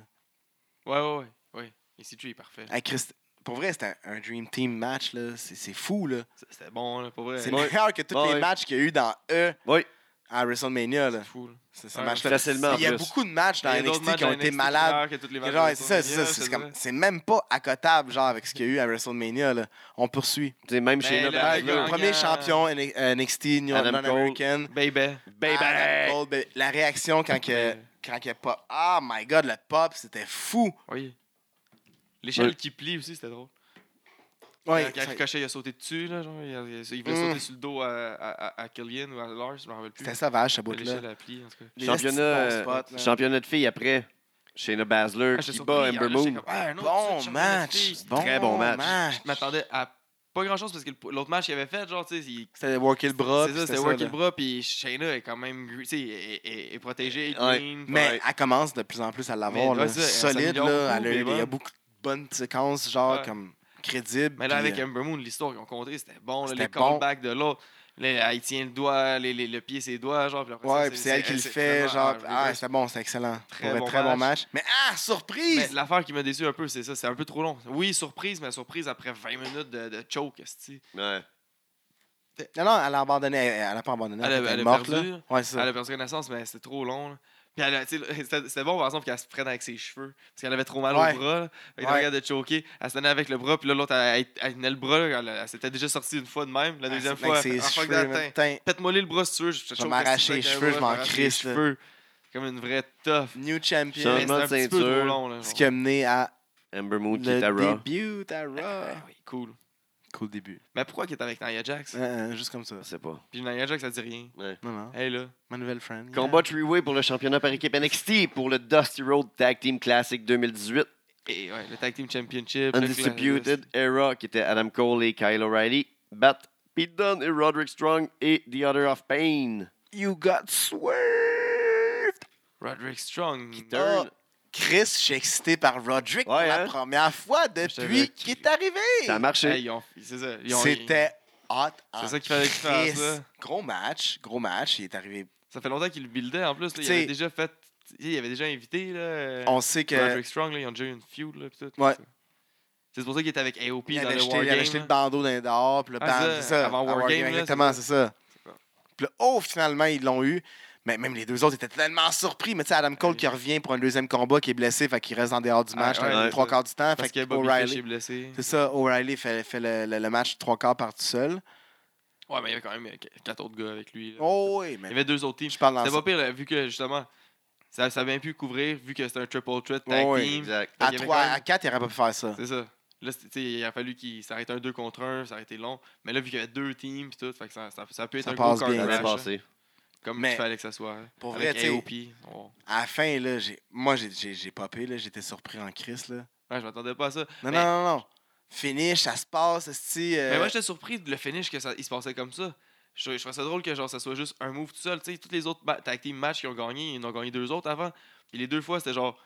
[SPEAKER 2] Ouais, ouais, ouais. ouais. Et si tu es parfait.
[SPEAKER 3] Hey, Christ- Pour vrai, c'était un, un Dream Team match, là. C'est c'est fou, là.
[SPEAKER 2] C'est- C'était bon, là, pour vrai.
[SPEAKER 3] C'est
[SPEAKER 1] Ouais.
[SPEAKER 3] meilleur que tous
[SPEAKER 1] Ouais.
[SPEAKER 3] les matchs qu'il y a eu dans E
[SPEAKER 1] Oui.
[SPEAKER 3] à WrestleMania, là.
[SPEAKER 2] fou. là.
[SPEAKER 3] C'est ce
[SPEAKER 2] Ouais.
[SPEAKER 3] match-là.
[SPEAKER 1] Facilement, en
[SPEAKER 3] Il y a
[SPEAKER 1] plus.
[SPEAKER 3] beaucoup de matchs dans
[SPEAKER 2] Il y a d'autres
[SPEAKER 3] NXT
[SPEAKER 2] matchs
[SPEAKER 3] qui
[SPEAKER 2] à
[SPEAKER 3] ont été
[SPEAKER 2] NXT
[SPEAKER 3] malades.
[SPEAKER 2] meilleurs que toutes les matchs
[SPEAKER 3] Genre,
[SPEAKER 2] de
[SPEAKER 3] c'est ça, c'est ça.
[SPEAKER 2] WrestleMania,
[SPEAKER 3] C'est
[SPEAKER 2] c'est
[SPEAKER 3] comme-
[SPEAKER 2] vrai.
[SPEAKER 3] c'est même pas accotable, genre, avec ce qu'il y a eu à WrestleMania, là. On poursuit.
[SPEAKER 1] Tu sais, même
[SPEAKER 2] Mais
[SPEAKER 1] chez
[SPEAKER 2] là,
[SPEAKER 1] là,
[SPEAKER 2] Ah,
[SPEAKER 3] Hey,
[SPEAKER 1] ben,
[SPEAKER 2] le
[SPEAKER 3] le
[SPEAKER 1] là,
[SPEAKER 3] premier
[SPEAKER 2] gagnant-
[SPEAKER 3] champion N- euh, NXT, New
[SPEAKER 1] Adam
[SPEAKER 3] Orleans
[SPEAKER 1] Cole.
[SPEAKER 3] American.
[SPEAKER 2] Baby.
[SPEAKER 1] baby!
[SPEAKER 3] Adam Cole, ben, La réaction quand que-
[SPEAKER 2] Baby.
[SPEAKER 3] quand il pop. Ah, my God, le pop, c'était fou.
[SPEAKER 2] Oui. L'échelle
[SPEAKER 1] Ouais.
[SPEAKER 2] qui plie aussi, c'était drôle.
[SPEAKER 3] Ouais,
[SPEAKER 2] quand quand Ricochet il a sauté dessus, là, genre, il, a- il a- il voulait
[SPEAKER 3] Mm.
[SPEAKER 2] sauter sur le dos à, à, à- à Killian ou à Lars, je me rappelle plus.
[SPEAKER 3] c'était sauvage, ce
[SPEAKER 2] Mais
[SPEAKER 3] bout-là.
[SPEAKER 2] L'échelle a plié, en tout cas.
[SPEAKER 3] Les
[SPEAKER 1] Championnat,
[SPEAKER 3] petits bons
[SPEAKER 1] euh,
[SPEAKER 3] spots, là.
[SPEAKER 1] championnat de filles après. Shayna Baszler
[SPEAKER 2] Ah, j'étais
[SPEAKER 1] qui
[SPEAKER 2] surpris,
[SPEAKER 1] bat
[SPEAKER 2] hein,
[SPEAKER 1] Ember
[SPEAKER 2] là, j'étais
[SPEAKER 1] Moon.
[SPEAKER 2] comme, Ah, un autre
[SPEAKER 3] Bon
[SPEAKER 2] champion de
[SPEAKER 3] match.
[SPEAKER 2] filles.
[SPEAKER 1] Très bon match.
[SPEAKER 2] Je m'attendais à pas grand chose parce que le- l'autre match qu'il avait fait, genre, tu sais, il-
[SPEAKER 3] C'était worker le bras.
[SPEAKER 2] C'est
[SPEAKER 3] puis
[SPEAKER 2] ça, c'était work
[SPEAKER 3] là.
[SPEAKER 2] le bras, puis Shayna est quand même, gr- tu sais, est, est- est protégée,
[SPEAKER 1] Ouais.
[SPEAKER 2] clean,
[SPEAKER 3] Mais
[SPEAKER 1] Ouais.
[SPEAKER 3] elle commence de plus en plus à l'avoir.
[SPEAKER 2] Mais
[SPEAKER 3] là,
[SPEAKER 2] ouais, c'est ça, elle
[SPEAKER 3] solide,
[SPEAKER 2] s'améliore
[SPEAKER 3] là.
[SPEAKER 2] beaucoup,
[SPEAKER 3] Elle a-
[SPEAKER 2] mais
[SPEAKER 3] Il y a
[SPEAKER 2] bonne.
[SPEAKER 3] beaucoup de bonnes séquences, genre,
[SPEAKER 2] Ouais.
[SPEAKER 3] comme crédibles.
[SPEAKER 2] Mais là,
[SPEAKER 3] puis,
[SPEAKER 2] avec
[SPEAKER 3] euh,
[SPEAKER 2] Ember Moon, l'histoire qu'ils ont contée, c'était bon. là, les
[SPEAKER 3] C'était bon.
[SPEAKER 2] callbacks de l'autre. Là, elle tient le doigt, les- les- le pied, ses doigts, genre. puis après ça,
[SPEAKER 3] Ouais, puis c'est elle qui le fait,
[SPEAKER 2] vraiment-
[SPEAKER 3] genre.
[SPEAKER 2] ah,
[SPEAKER 3] Ah,
[SPEAKER 2] je
[SPEAKER 3] c'était bon, c'était excellent.
[SPEAKER 2] Très
[SPEAKER 3] Pour vrai,
[SPEAKER 2] bon
[SPEAKER 3] très bon match. Mais
[SPEAKER 2] veux
[SPEAKER 3] ah,
[SPEAKER 2] dire.
[SPEAKER 3] surprise!
[SPEAKER 2] Mais l'affaire qui m'a déçu un peu, c'est ça, c'est un peu trop long. Oui, surprise, mais surprise après 20 minutes de, de choke, esti.
[SPEAKER 1] Ouais.
[SPEAKER 3] Non, non, elle a abandonné. Elle elle a pas abandonné.
[SPEAKER 2] Elle a-
[SPEAKER 3] Elle,
[SPEAKER 2] elle
[SPEAKER 3] est
[SPEAKER 2] a
[SPEAKER 3] morte,
[SPEAKER 2] perdu,
[SPEAKER 3] là. Ouais, c'est
[SPEAKER 2] Elle
[SPEAKER 3] ça.
[SPEAKER 2] a perdu connaissance, mais c'était trop long. là. Puis elle, a- tu sais, c'était c'était bon, par exemple, qu'elle se prenne avec ses cheveux. Parce qu'elle avait trop mal
[SPEAKER 3] Ouais.
[SPEAKER 2] au bras. là. Fait qu'elle
[SPEAKER 3] Ouais.
[SPEAKER 2] regarde de choquer. Elle se tenait avec le bras, puis là, l'autre, elle, elle- elle tenait le bras. là, Elle, elle s'était déjà sortie une fois de même. La deuxième fois,
[SPEAKER 3] Avec ses
[SPEAKER 2] ah, fuck
[SPEAKER 3] cheveux,
[SPEAKER 2] that,
[SPEAKER 3] man.
[SPEAKER 2] tiens.
[SPEAKER 3] Tain,
[SPEAKER 2] Pète-moi le bras si tu veux. Je, te
[SPEAKER 3] vais
[SPEAKER 2] choke,
[SPEAKER 3] m'arracher
[SPEAKER 2] si
[SPEAKER 3] les
[SPEAKER 2] tu veux,
[SPEAKER 3] cheveux, je m'en
[SPEAKER 2] m'arracher les
[SPEAKER 3] crisse, là.
[SPEAKER 2] cheveux. Comme une vraie tough.
[SPEAKER 3] New
[SPEAKER 2] Puis
[SPEAKER 3] champion.
[SPEAKER 2] mais
[SPEAKER 1] Changement
[SPEAKER 2] c'est un
[SPEAKER 1] de
[SPEAKER 2] petit peu trop
[SPEAKER 1] ceinture.
[SPEAKER 2] long. Là,
[SPEAKER 3] Ce
[SPEAKER 2] genre.
[SPEAKER 3] qui a mené à
[SPEAKER 1] Ember Moon qui est à
[SPEAKER 3] le
[SPEAKER 1] Raw.
[SPEAKER 3] début à Raw.
[SPEAKER 2] Ah oui, cool.
[SPEAKER 3] Cool début.
[SPEAKER 2] Mais pourquoi qu'il est avec Nia Jax?
[SPEAKER 3] Hein, hein, Juste comme ça.
[SPEAKER 1] Je sais pas.
[SPEAKER 2] Puis Nia Jax, ça dit rien.
[SPEAKER 3] Non, non.
[SPEAKER 2] Elle est là.
[SPEAKER 3] Ma nouvelle friend. yeah.
[SPEAKER 1] Combat three-way pour le championnat par équipe NXT pour le Dusty Road Tag Team Classic 2018.
[SPEAKER 2] Et ouais, le Tag Team Championship. le
[SPEAKER 1] Undisputed Era qui était Adam Cole et Kyle O'Reilly. Bat Pete Dunne et Roderick Strong et The Other of Pain.
[SPEAKER 3] You got swerved!
[SPEAKER 2] Roderick Strong.
[SPEAKER 1] Turn.
[SPEAKER 3] Ah, Chris, je suis excité par Roderick pour
[SPEAKER 1] Ouais,
[SPEAKER 3] la
[SPEAKER 1] hein?
[SPEAKER 3] première fois
[SPEAKER 2] t'avais
[SPEAKER 3] depuis
[SPEAKER 2] cru.
[SPEAKER 3] qu'il est arrivé.
[SPEAKER 1] Ça a
[SPEAKER 2] Hey,
[SPEAKER 1] marché.
[SPEAKER 2] ils ont- c'est ça. ils ont-
[SPEAKER 3] C'était hot.
[SPEAKER 2] C'est
[SPEAKER 3] en
[SPEAKER 2] ça qu'il fallait qu'il fasse,
[SPEAKER 3] Chris.
[SPEAKER 2] là.
[SPEAKER 3] Gros match, gros match. Il est arrivé.
[SPEAKER 2] Ça fait longtemps qu'il le buildait en plus. là. il
[SPEAKER 3] T'sais-
[SPEAKER 2] avait déjà fait. Il avait déjà invité. Là, euh,
[SPEAKER 3] On sait que.
[SPEAKER 2] Roderick Strong, là, ils ont déjà eu une feud. Là, pis tout,
[SPEAKER 3] Ouais.
[SPEAKER 2] C'est pour ça qu'il était avec AOP
[SPEAKER 3] Il
[SPEAKER 2] dans
[SPEAKER 3] avait,
[SPEAKER 2] le
[SPEAKER 3] jeté, il avait jeté le
[SPEAKER 2] Wargame. là.
[SPEAKER 3] bandeau d'un dehors, puis le
[SPEAKER 2] Ah,
[SPEAKER 3] ban-
[SPEAKER 2] c'est ça,
[SPEAKER 3] c'est ça,
[SPEAKER 2] avant
[SPEAKER 3] à
[SPEAKER 2] Wargame, là,
[SPEAKER 3] exactement,
[SPEAKER 2] c'est
[SPEAKER 3] c'est ça.
[SPEAKER 2] C'est bon.
[SPEAKER 3] Puis là, oh, finalement, ils l'ont eu. Mais même les deux autres étaient tellement surpris. Mais tu sais, Adam Cole
[SPEAKER 2] Ouais.
[SPEAKER 3] qui revient pour un deuxième combat, qui est blessé, fait qu'il reste en dehors du
[SPEAKER 2] Ah,
[SPEAKER 3] match
[SPEAKER 2] ouais,
[SPEAKER 3] là,
[SPEAKER 1] ouais.
[SPEAKER 3] trois quarts du temps.
[SPEAKER 2] Parce que
[SPEAKER 3] fait que
[SPEAKER 2] Bobby Fish est
[SPEAKER 3] O'Reilly-
[SPEAKER 2] blessé.
[SPEAKER 3] C'est ça, O'Reilly fait, fait le, le- le match trois quarts par tout seul.
[SPEAKER 2] Ouais, mais il y avait quand même euh, qu- quatre autres gars avec lui. là.
[SPEAKER 3] Oh oui,
[SPEAKER 2] Il
[SPEAKER 3] mais
[SPEAKER 2] y avait deux autres teams.
[SPEAKER 3] je parle
[SPEAKER 2] C'était pas
[SPEAKER 3] dans
[SPEAKER 2] pire, là, vu que justement, ça, ça a bien pu couvrir, vu que c'était un triple threat tag
[SPEAKER 3] Ouais,
[SPEAKER 2] team.
[SPEAKER 1] Exact.
[SPEAKER 2] Fait
[SPEAKER 3] À
[SPEAKER 2] qu'il y avait
[SPEAKER 3] 3,
[SPEAKER 2] quand même-
[SPEAKER 3] à 4, il n'aurait pas pu faire ça.
[SPEAKER 2] C'est ça. Là, c'est- tu sais, il a fallu qu'il s'arrête un 2 contre 1, ça a été long. Mais là, vu qu'il y avait deux teams, pis tout, fait que ça, ça, ça peut être
[SPEAKER 3] Ça
[SPEAKER 2] un gros
[SPEAKER 3] passe
[SPEAKER 2] car
[SPEAKER 3] bien,
[SPEAKER 1] Ça
[SPEAKER 2] crash,
[SPEAKER 1] avait
[SPEAKER 2] là.
[SPEAKER 1] passé.
[SPEAKER 2] Comme
[SPEAKER 3] Mais-
[SPEAKER 2] il fallait que ça soit. hein.
[SPEAKER 3] Pour
[SPEAKER 2] Avec
[SPEAKER 3] vrai, tu sais,
[SPEAKER 2] AOP. on-
[SPEAKER 3] à la fin, là, j'ai... moi, j'ai, j'ai, j'ai popé, là, j'étais surpris en crise. Là.
[SPEAKER 2] Ouais, je m'attendais pas à ça.
[SPEAKER 3] Non,
[SPEAKER 2] Mais-
[SPEAKER 3] non, non, non. Finish, ça se passe, esti, euh,
[SPEAKER 2] Mais moi, j'étais surpris de le finish que ça, il se passait comme ça. Je, trou- je trouvais ça drôle que genre ça soit juste un move tout seul. Tu sais, tous les autres ma- tag team matchs qu'ils ont gagné, ils en ont gagné deux autres avant. Puis les deux fois, c'était genre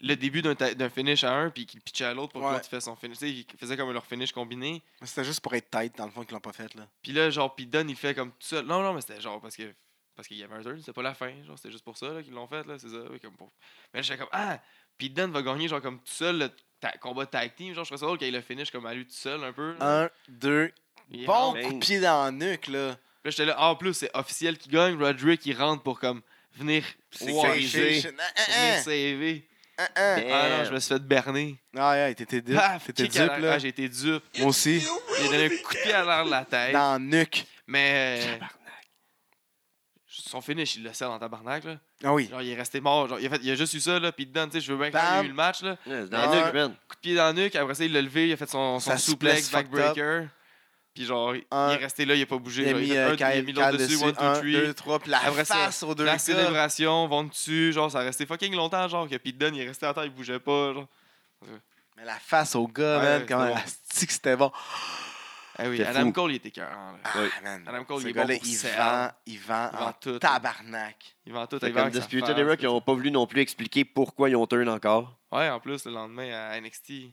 [SPEAKER 2] le début d'un ta- d'un finish à un, puis qu'il pitchait à l'autre pour que
[SPEAKER 3] Ouais.
[SPEAKER 2] l'autre fasse son finish. Tu sais, ils faisaient comme leur finish combiné.
[SPEAKER 3] C'était juste pour être tight, dans le fond, qu'ils l'ont pas fait. Là.
[SPEAKER 2] Puis là, genre, puis Dunn, il fait comme tout seul. Non, non, mais c'était genre parce que parce qu'il y avait un turn, c'était pas la fin. Genre, c'était juste pour ça là, qu'ils l'ont fait, là, c'est ça. oui, comme pour... Mais là, j'étais comme, ah, puis Dunn va gagner, genre, comme tout seul, le ta- combat tag team. Genre, je trouvais ça drôle qu'il le finish comme à lui tout seul, un peu. là.
[SPEAKER 3] Un, deux,
[SPEAKER 2] Mm. Il
[SPEAKER 3] bon
[SPEAKER 1] rentre.
[SPEAKER 3] coup de pied dans la nuque, là.
[SPEAKER 2] Puis là, j'étais là, Ah, en plus, c'est officiel qui gagne. Roderick, il rentre pour comme venir
[SPEAKER 1] C'est
[SPEAKER 2] wow,
[SPEAKER 1] crazy.
[SPEAKER 2] aider,
[SPEAKER 3] Sensation.
[SPEAKER 2] pour
[SPEAKER 3] Ah,
[SPEAKER 2] venir sauver.
[SPEAKER 3] ah, ah,
[SPEAKER 1] eh.
[SPEAKER 3] ah.
[SPEAKER 2] Ah non, je me suis fait berner.
[SPEAKER 3] Ah, ouais, t'étais dupe,
[SPEAKER 2] Paf,
[SPEAKER 3] t'étais
[SPEAKER 2] kick à
[SPEAKER 3] dupe,
[SPEAKER 2] la-
[SPEAKER 3] là.
[SPEAKER 2] Ah, j'ai été dupe.
[SPEAKER 3] Moi aussi,
[SPEAKER 2] J'ai donné un coup de pied à l'air de la tête.
[SPEAKER 3] dans la nuque.
[SPEAKER 2] Mais. euh, Son finish, il le sert dans tabarnak, là.
[SPEAKER 3] Ah oui.
[SPEAKER 2] Genre, il est resté mort. Genre, il, a fait- il a juste eu ça, là. Puis dedans, tu sais, je veux bien qu'il
[SPEAKER 3] Bam.
[SPEAKER 2] ait eu le match, là.
[SPEAKER 1] Ouais, c'est dans le
[SPEAKER 3] Ouais.
[SPEAKER 1] nuque, man.
[SPEAKER 2] Coup de pied dans le nuque. Après ça, il l'a levé. Il a fait son, son
[SPEAKER 3] Sa
[SPEAKER 2] souplex,
[SPEAKER 3] souplesse fucked
[SPEAKER 2] backbreaker. Puis genre, il
[SPEAKER 3] Un.
[SPEAKER 2] est resté là, il a pas bougé.
[SPEAKER 3] Il a
[SPEAKER 2] genre,
[SPEAKER 3] mis
[SPEAKER 2] fait un,
[SPEAKER 3] euh,
[SPEAKER 2] puis il a
[SPEAKER 3] Kyle
[SPEAKER 2] mis l'autre
[SPEAKER 3] Kyle dessus,
[SPEAKER 2] one, two,
[SPEAKER 3] 1,
[SPEAKER 2] three.
[SPEAKER 3] 2, 3, puis la
[SPEAKER 2] Après ça,
[SPEAKER 3] face aux deux
[SPEAKER 2] la
[SPEAKER 3] gars.
[SPEAKER 2] célébration, vont dessus, genre ça restait fucking longtemps, genre que Pete Dunne il restait à terre, il bougeait pas, genre.
[SPEAKER 3] Mais la face aux gars,
[SPEAKER 2] Ouais,
[SPEAKER 3] man,
[SPEAKER 2] ouais,
[SPEAKER 3] quand
[SPEAKER 2] c'est
[SPEAKER 3] même,
[SPEAKER 2] bon.
[SPEAKER 3] asti que c'était bon.
[SPEAKER 2] Ah oui,
[SPEAKER 1] C'était
[SPEAKER 2] Adam
[SPEAKER 1] fou.
[SPEAKER 2] Cole il était cœur, là.
[SPEAKER 3] Ah,
[SPEAKER 1] Ouais.
[SPEAKER 3] man.
[SPEAKER 2] Adam Cole,
[SPEAKER 3] Ce
[SPEAKER 2] il est
[SPEAKER 3] gars-là,
[SPEAKER 2] bon pour
[SPEAKER 3] il
[SPEAKER 2] sell.
[SPEAKER 3] vend, il vend
[SPEAKER 2] Il vend
[SPEAKER 3] en
[SPEAKER 2] tout.
[SPEAKER 3] tabarnak.
[SPEAKER 2] Il vend tout,
[SPEAKER 1] Fait
[SPEAKER 2] il
[SPEAKER 1] comme
[SPEAKER 2] vend que ça
[SPEAKER 1] Disputed
[SPEAKER 2] fasse,
[SPEAKER 1] Era
[SPEAKER 2] tout
[SPEAKER 1] qui n'ont pas voulu non plus expliquer pourquoi ils ont turn encore.
[SPEAKER 2] ça. Ouais, en plus le lendemain à NXT, ils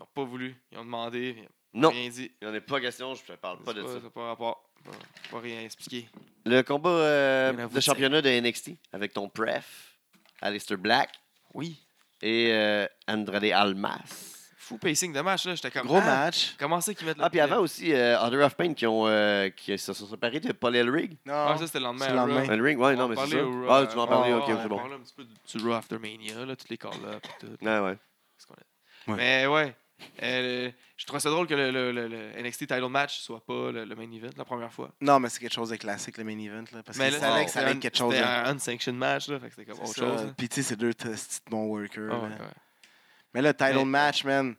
[SPEAKER 2] ont pas voulu, ils ont demandé, puis ils ont
[SPEAKER 1] Non.
[SPEAKER 2] rien dit.
[SPEAKER 1] Il n'y en a pas question, je te parle pas
[SPEAKER 2] C'est
[SPEAKER 1] de ça.
[SPEAKER 2] c'est pas rapport, pas, pas rien expliqué.
[SPEAKER 1] Le combat euh,
[SPEAKER 2] Rien à vous
[SPEAKER 1] de championnat de NXT avec ton pref, Alistair Black
[SPEAKER 2] Oui,
[SPEAKER 1] et euh, Andrade Almas.
[SPEAKER 2] fou pacing de match là, j'étais comme
[SPEAKER 3] Gros
[SPEAKER 2] ah,
[SPEAKER 3] match.
[SPEAKER 2] Comment ça qu'ils mettent le
[SPEAKER 1] Ah, puis
[SPEAKER 2] pied?
[SPEAKER 1] avant aussi, euh, Order of Pain qui, ont, euh, qui se sont séparés de Paul Elrig.
[SPEAKER 2] Ah,
[SPEAKER 3] Non.
[SPEAKER 2] ça c'était le lendemain.
[SPEAKER 3] C'est
[SPEAKER 2] à
[SPEAKER 3] le
[SPEAKER 2] Raw.
[SPEAKER 3] lendemain.
[SPEAKER 1] Paul Elrig, ouais,
[SPEAKER 2] On
[SPEAKER 1] non,
[SPEAKER 2] va
[SPEAKER 1] mais c'est
[SPEAKER 2] parler
[SPEAKER 1] ça.
[SPEAKER 2] au Raw,
[SPEAKER 1] Ah, tu vas en
[SPEAKER 2] euh,
[SPEAKER 1] parler,
[SPEAKER 2] on-
[SPEAKER 1] ok, c'est
[SPEAKER 2] On
[SPEAKER 1] bon.
[SPEAKER 2] parle un petit peu du Raw After Mania, là, toutes les call-ups et tout.
[SPEAKER 1] Ah, Ouais, ouais.
[SPEAKER 2] ce qu'on a.
[SPEAKER 3] Ouais.
[SPEAKER 2] Mais ouais, euh, je trouvais ça drôle que le, le- le- le NXT title match soit pas le, le main event la première fois.
[SPEAKER 3] Non, mais c'est quelque chose de classique, le main event. Là, parce
[SPEAKER 2] Mais
[SPEAKER 3] qu'ils
[SPEAKER 2] là,
[SPEAKER 3] savaient que ça allait
[SPEAKER 2] c'était un-
[SPEAKER 3] être quelque chose.
[SPEAKER 2] C'était
[SPEAKER 3] là.
[SPEAKER 2] un unsanctioned match, là, fait que c'était comme autre
[SPEAKER 3] C'est ça. hein.
[SPEAKER 2] chose. là.
[SPEAKER 3] Puis tu sais, c'est deux petits bons workers.
[SPEAKER 2] Ah ouais,
[SPEAKER 3] là.
[SPEAKER 2] ouais.
[SPEAKER 3] Mais le title
[SPEAKER 2] Mais-
[SPEAKER 3] match, man,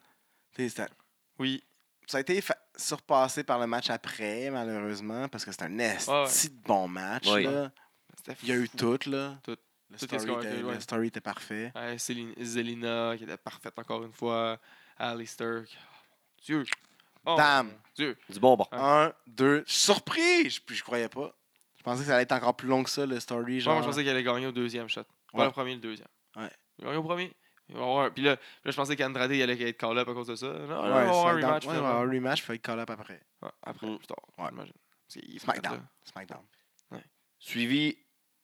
[SPEAKER 3] tu sais, c'était-
[SPEAKER 2] Oui,
[SPEAKER 3] ça a été fa- surpassé par le match après, malheureusement, parce que c'est un esti de bon match.
[SPEAKER 1] Ouais.
[SPEAKER 3] là.
[SPEAKER 2] c'était
[SPEAKER 3] Il y a eu
[SPEAKER 2] fou.
[SPEAKER 3] tout, là.
[SPEAKER 2] Tout.
[SPEAKER 3] Le
[SPEAKER 2] Tout est
[SPEAKER 3] story,
[SPEAKER 2] scoré,
[SPEAKER 3] était,
[SPEAKER 2] ouais.
[SPEAKER 3] le story était parfait.
[SPEAKER 2] Ouais, Céline- Zelina qui était parfaite encore une fois. Alistair. qui- oh, mon Dieu. Oh,
[SPEAKER 3] Bam!
[SPEAKER 2] mon Dieu.
[SPEAKER 1] Du bon bord.
[SPEAKER 2] Ouais.
[SPEAKER 3] Un, deux, surpris! Je, puis je croyais pas. Je pensais que ça allait être encore plus long que ça, le story.
[SPEAKER 2] Genre,
[SPEAKER 3] Genre,
[SPEAKER 2] moi, je pensais qu'elle allait gagner au deuxième shot. Pas
[SPEAKER 3] Ouais.
[SPEAKER 2] le premier, le deuxième.
[SPEAKER 3] Ouais.
[SPEAKER 2] Il a gagné au premier. Il va avoir un- Puis là, là, je pensais qu'Andrade il allait être call-up à cause de ça. Non, non,
[SPEAKER 3] ouais,
[SPEAKER 2] il va avoir un
[SPEAKER 3] SmackDown-
[SPEAKER 2] rematch.
[SPEAKER 3] ouais, il va
[SPEAKER 2] finalement.
[SPEAKER 3] avoir un rematch, il faut call up après.
[SPEAKER 2] Ouais, après,
[SPEAKER 1] Mm.
[SPEAKER 2] plus tard.
[SPEAKER 3] Ouais.
[SPEAKER 2] j'imagine. Parce qu'il est
[SPEAKER 3] SmackDown.
[SPEAKER 2] là.
[SPEAKER 3] SmackDown.
[SPEAKER 1] Suivi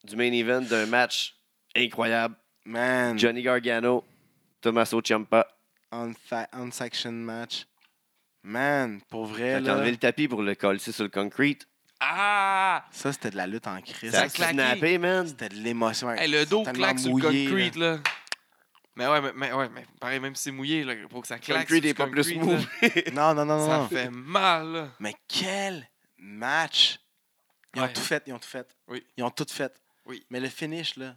[SPEAKER 1] du main event d'un match incroyable.
[SPEAKER 3] Man,
[SPEAKER 1] Johnny Gargano, Tommaso Ciampa.
[SPEAKER 3] unfa- unsanctioned match. Man, pour vrai,
[SPEAKER 1] Fait
[SPEAKER 3] là,
[SPEAKER 1] enlevé le tapis pour le coller sur le concrete.
[SPEAKER 2] Ah!
[SPEAKER 3] ça, c'était de la lutte en crise.
[SPEAKER 1] Ça a
[SPEAKER 2] a claqué.
[SPEAKER 1] snappé, man.
[SPEAKER 3] C'était de l'émotion.
[SPEAKER 2] Hey, le dos
[SPEAKER 3] tellement
[SPEAKER 2] claque sur le
[SPEAKER 3] mouillé,
[SPEAKER 2] concrete, là. Mais ouais, mais, mais ouais, mais pareil, même si c'est mouillé, là, pour que ça claque.
[SPEAKER 1] Concrete
[SPEAKER 2] sur
[SPEAKER 1] est
[SPEAKER 2] du
[SPEAKER 1] pas plus
[SPEAKER 2] concrete, là,
[SPEAKER 1] mou.
[SPEAKER 3] Non, non, non, non.
[SPEAKER 2] Ça
[SPEAKER 3] non.
[SPEAKER 2] fait mal, là.
[SPEAKER 3] Mais quel match! Ils ont
[SPEAKER 2] Ouais.
[SPEAKER 3] tout fait, ils ont tout fait.
[SPEAKER 2] Oui.
[SPEAKER 3] Ils ont tout fait.
[SPEAKER 2] Oui. Euh,
[SPEAKER 3] Mais le finish, là.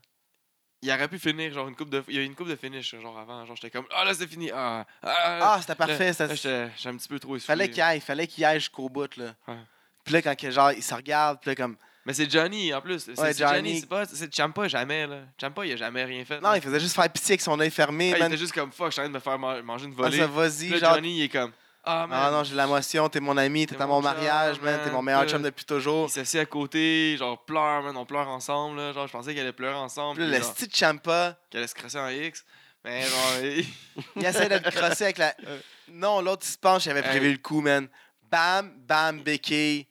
[SPEAKER 2] Il aurait pu finir, genre, une coupe de. Il y a eu une coupe de finish, genre, avant. Genre, j'étais comme, ah, là, c'est fini. Ah, ah,
[SPEAKER 3] Ah, c'était parfait.
[SPEAKER 2] Là,
[SPEAKER 3] ça-
[SPEAKER 2] là, j'étais j'étais un petit peu trop essoufflé.
[SPEAKER 3] Fallait qu'il aille, fallait qu'il aille jusqu'au bout, là.
[SPEAKER 2] Ouais.
[SPEAKER 3] Puis là, quand que, genre, ils se regardent, puis là, comme.
[SPEAKER 2] Mais c'est Johnny, en plus. C'est
[SPEAKER 3] Ouais,
[SPEAKER 2] c'est Johnny,
[SPEAKER 3] Johnny.
[SPEAKER 2] c'est pas. C'est Champa, jamais, là. Champa, il a jamais rien fait.
[SPEAKER 3] Non,
[SPEAKER 2] là.
[SPEAKER 3] il faisait juste faire pitié avec son œil fermé,
[SPEAKER 2] Ah, il
[SPEAKER 3] man.
[SPEAKER 2] était juste comme, fuck, je suis en train de me faire man- manger une
[SPEAKER 3] Ah,
[SPEAKER 2] volée.
[SPEAKER 3] ça,
[SPEAKER 2] Puis
[SPEAKER 3] vas-y,
[SPEAKER 2] là,
[SPEAKER 3] genre.
[SPEAKER 2] Johnny, il est comme, ah, man.
[SPEAKER 3] Ah non, j'ai de l'émotion, t'es mon ami, t'es
[SPEAKER 2] T'es
[SPEAKER 3] à
[SPEAKER 2] mon
[SPEAKER 3] mon
[SPEAKER 2] chum,
[SPEAKER 3] mariage, man, t'es
[SPEAKER 2] man,
[SPEAKER 3] mon meilleur
[SPEAKER 2] tout.
[SPEAKER 3] chum depuis toujours.
[SPEAKER 2] Il s'assied à côté, genre pleure, man, on pleure ensemble, là. genre je pensais qu'elle allait pleurer ensemble,
[SPEAKER 3] Puis là,
[SPEAKER 2] puis
[SPEAKER 3] le
[SPEAKER 2] genre,
[SPEAKER 3] style Champa,
[SPEAKER 2] qu'elle allait se crasser en X. Mais genre,
[SPEAKER 3] il essaie de le crosser avec la.
[SPEAKER 2] Ouais.
[SPEAKER 3] Non, l'autre, il se penche, il avait
[SPEAKER 2] Hey.
[SPEAKER 3] prévu le coup, man. Bam, bam, béquille.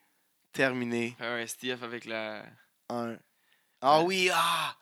[SPEAKER 3] Terminé.
[SPEAKER 2] faire un STF avec la.
[SPEAKER 3] Un. Ah
[SPEAKER 2] Ouais.
[SPEAKER 3] oui, ah!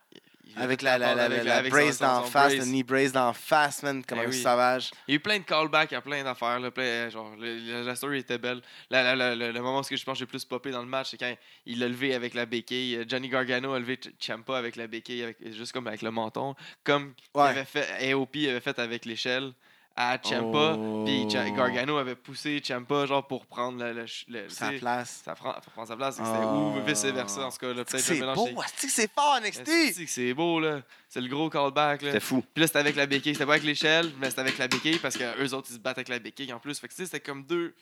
[SPEAKER 2] il a
[SPEAKER 3] Avec
[SPEAKER 2] fait
[SPEAKER 3] la,
[SPEAKER 2] part
[SPEAKER 3] la, la, la,
[SPEAKER 2] avec-
[SPEAKER 3] la
[SPEAKER 2] avec son-
[SPEAKER 3] brace
[SPEAKER 2] son-
[SPEAKER 3] d'en
[SPEAKER 2] son
[SPEAKER 3] face, le
[SPEAKER 2] brace.
[SPEAKER 3] knee brace d'en face, man, comme
[SPEAKER 2] Eh
[SPEAKER 3] un
[SPEAKER 2] oui.
[SPEAKER 3] sauvage.
[SPEAKER 2] Il y a eu plein de callbacks à plein d'affaires, là, plein, euh, genre le- le- la story était belle. La- la- la- le- le moment où ce que je pense que j'ai plus popé dans le match, c'est quand il l'a levé avec la béquille. euh, Johnny Gargano a levé Ch- Ciampa avec la béquille, avec, juste comme avec le menton, comme il
[SPEAKER 3] Ouais.
[SPEAKER 2] avait fait AOP avait fait avec l'échelle à Ciampa. Puis Cha-
[SPEAKER 3] Oh.
[SPEAKER 2] Gargano avait poussé Ciampa genre pour prendre le, le ch- le-
[SPEAKER 3] Sa
[SPEAKER 2] tu sais,
[SPEAKER 3] place.
[SPEAKER 2] ça prend, ça prend sa place. c'est que
[SPEAKER 3] Ah.
[SPEAKER 2] C'était ou vice versa. En tout cas, là, peut-être
[SPEAKER 3] C'est
[SPEAKER 2] le mélange.
[SPEAKER 3] beau, c'est que c'est fort, NXT!
[SPEAKER 2] c'est- c'est- C'est beau, là. C'est le gros callback, là.
[SPEAKER 1] C'était fou.
[SPEAKER 2] Puis là, c'était avec la béquille. C'était pas avec l'échelle, mais c'était avec la béquille parce que eux autres, ils se battent avec la béquille en plus. Fait que, tu sais, c'était comme deux.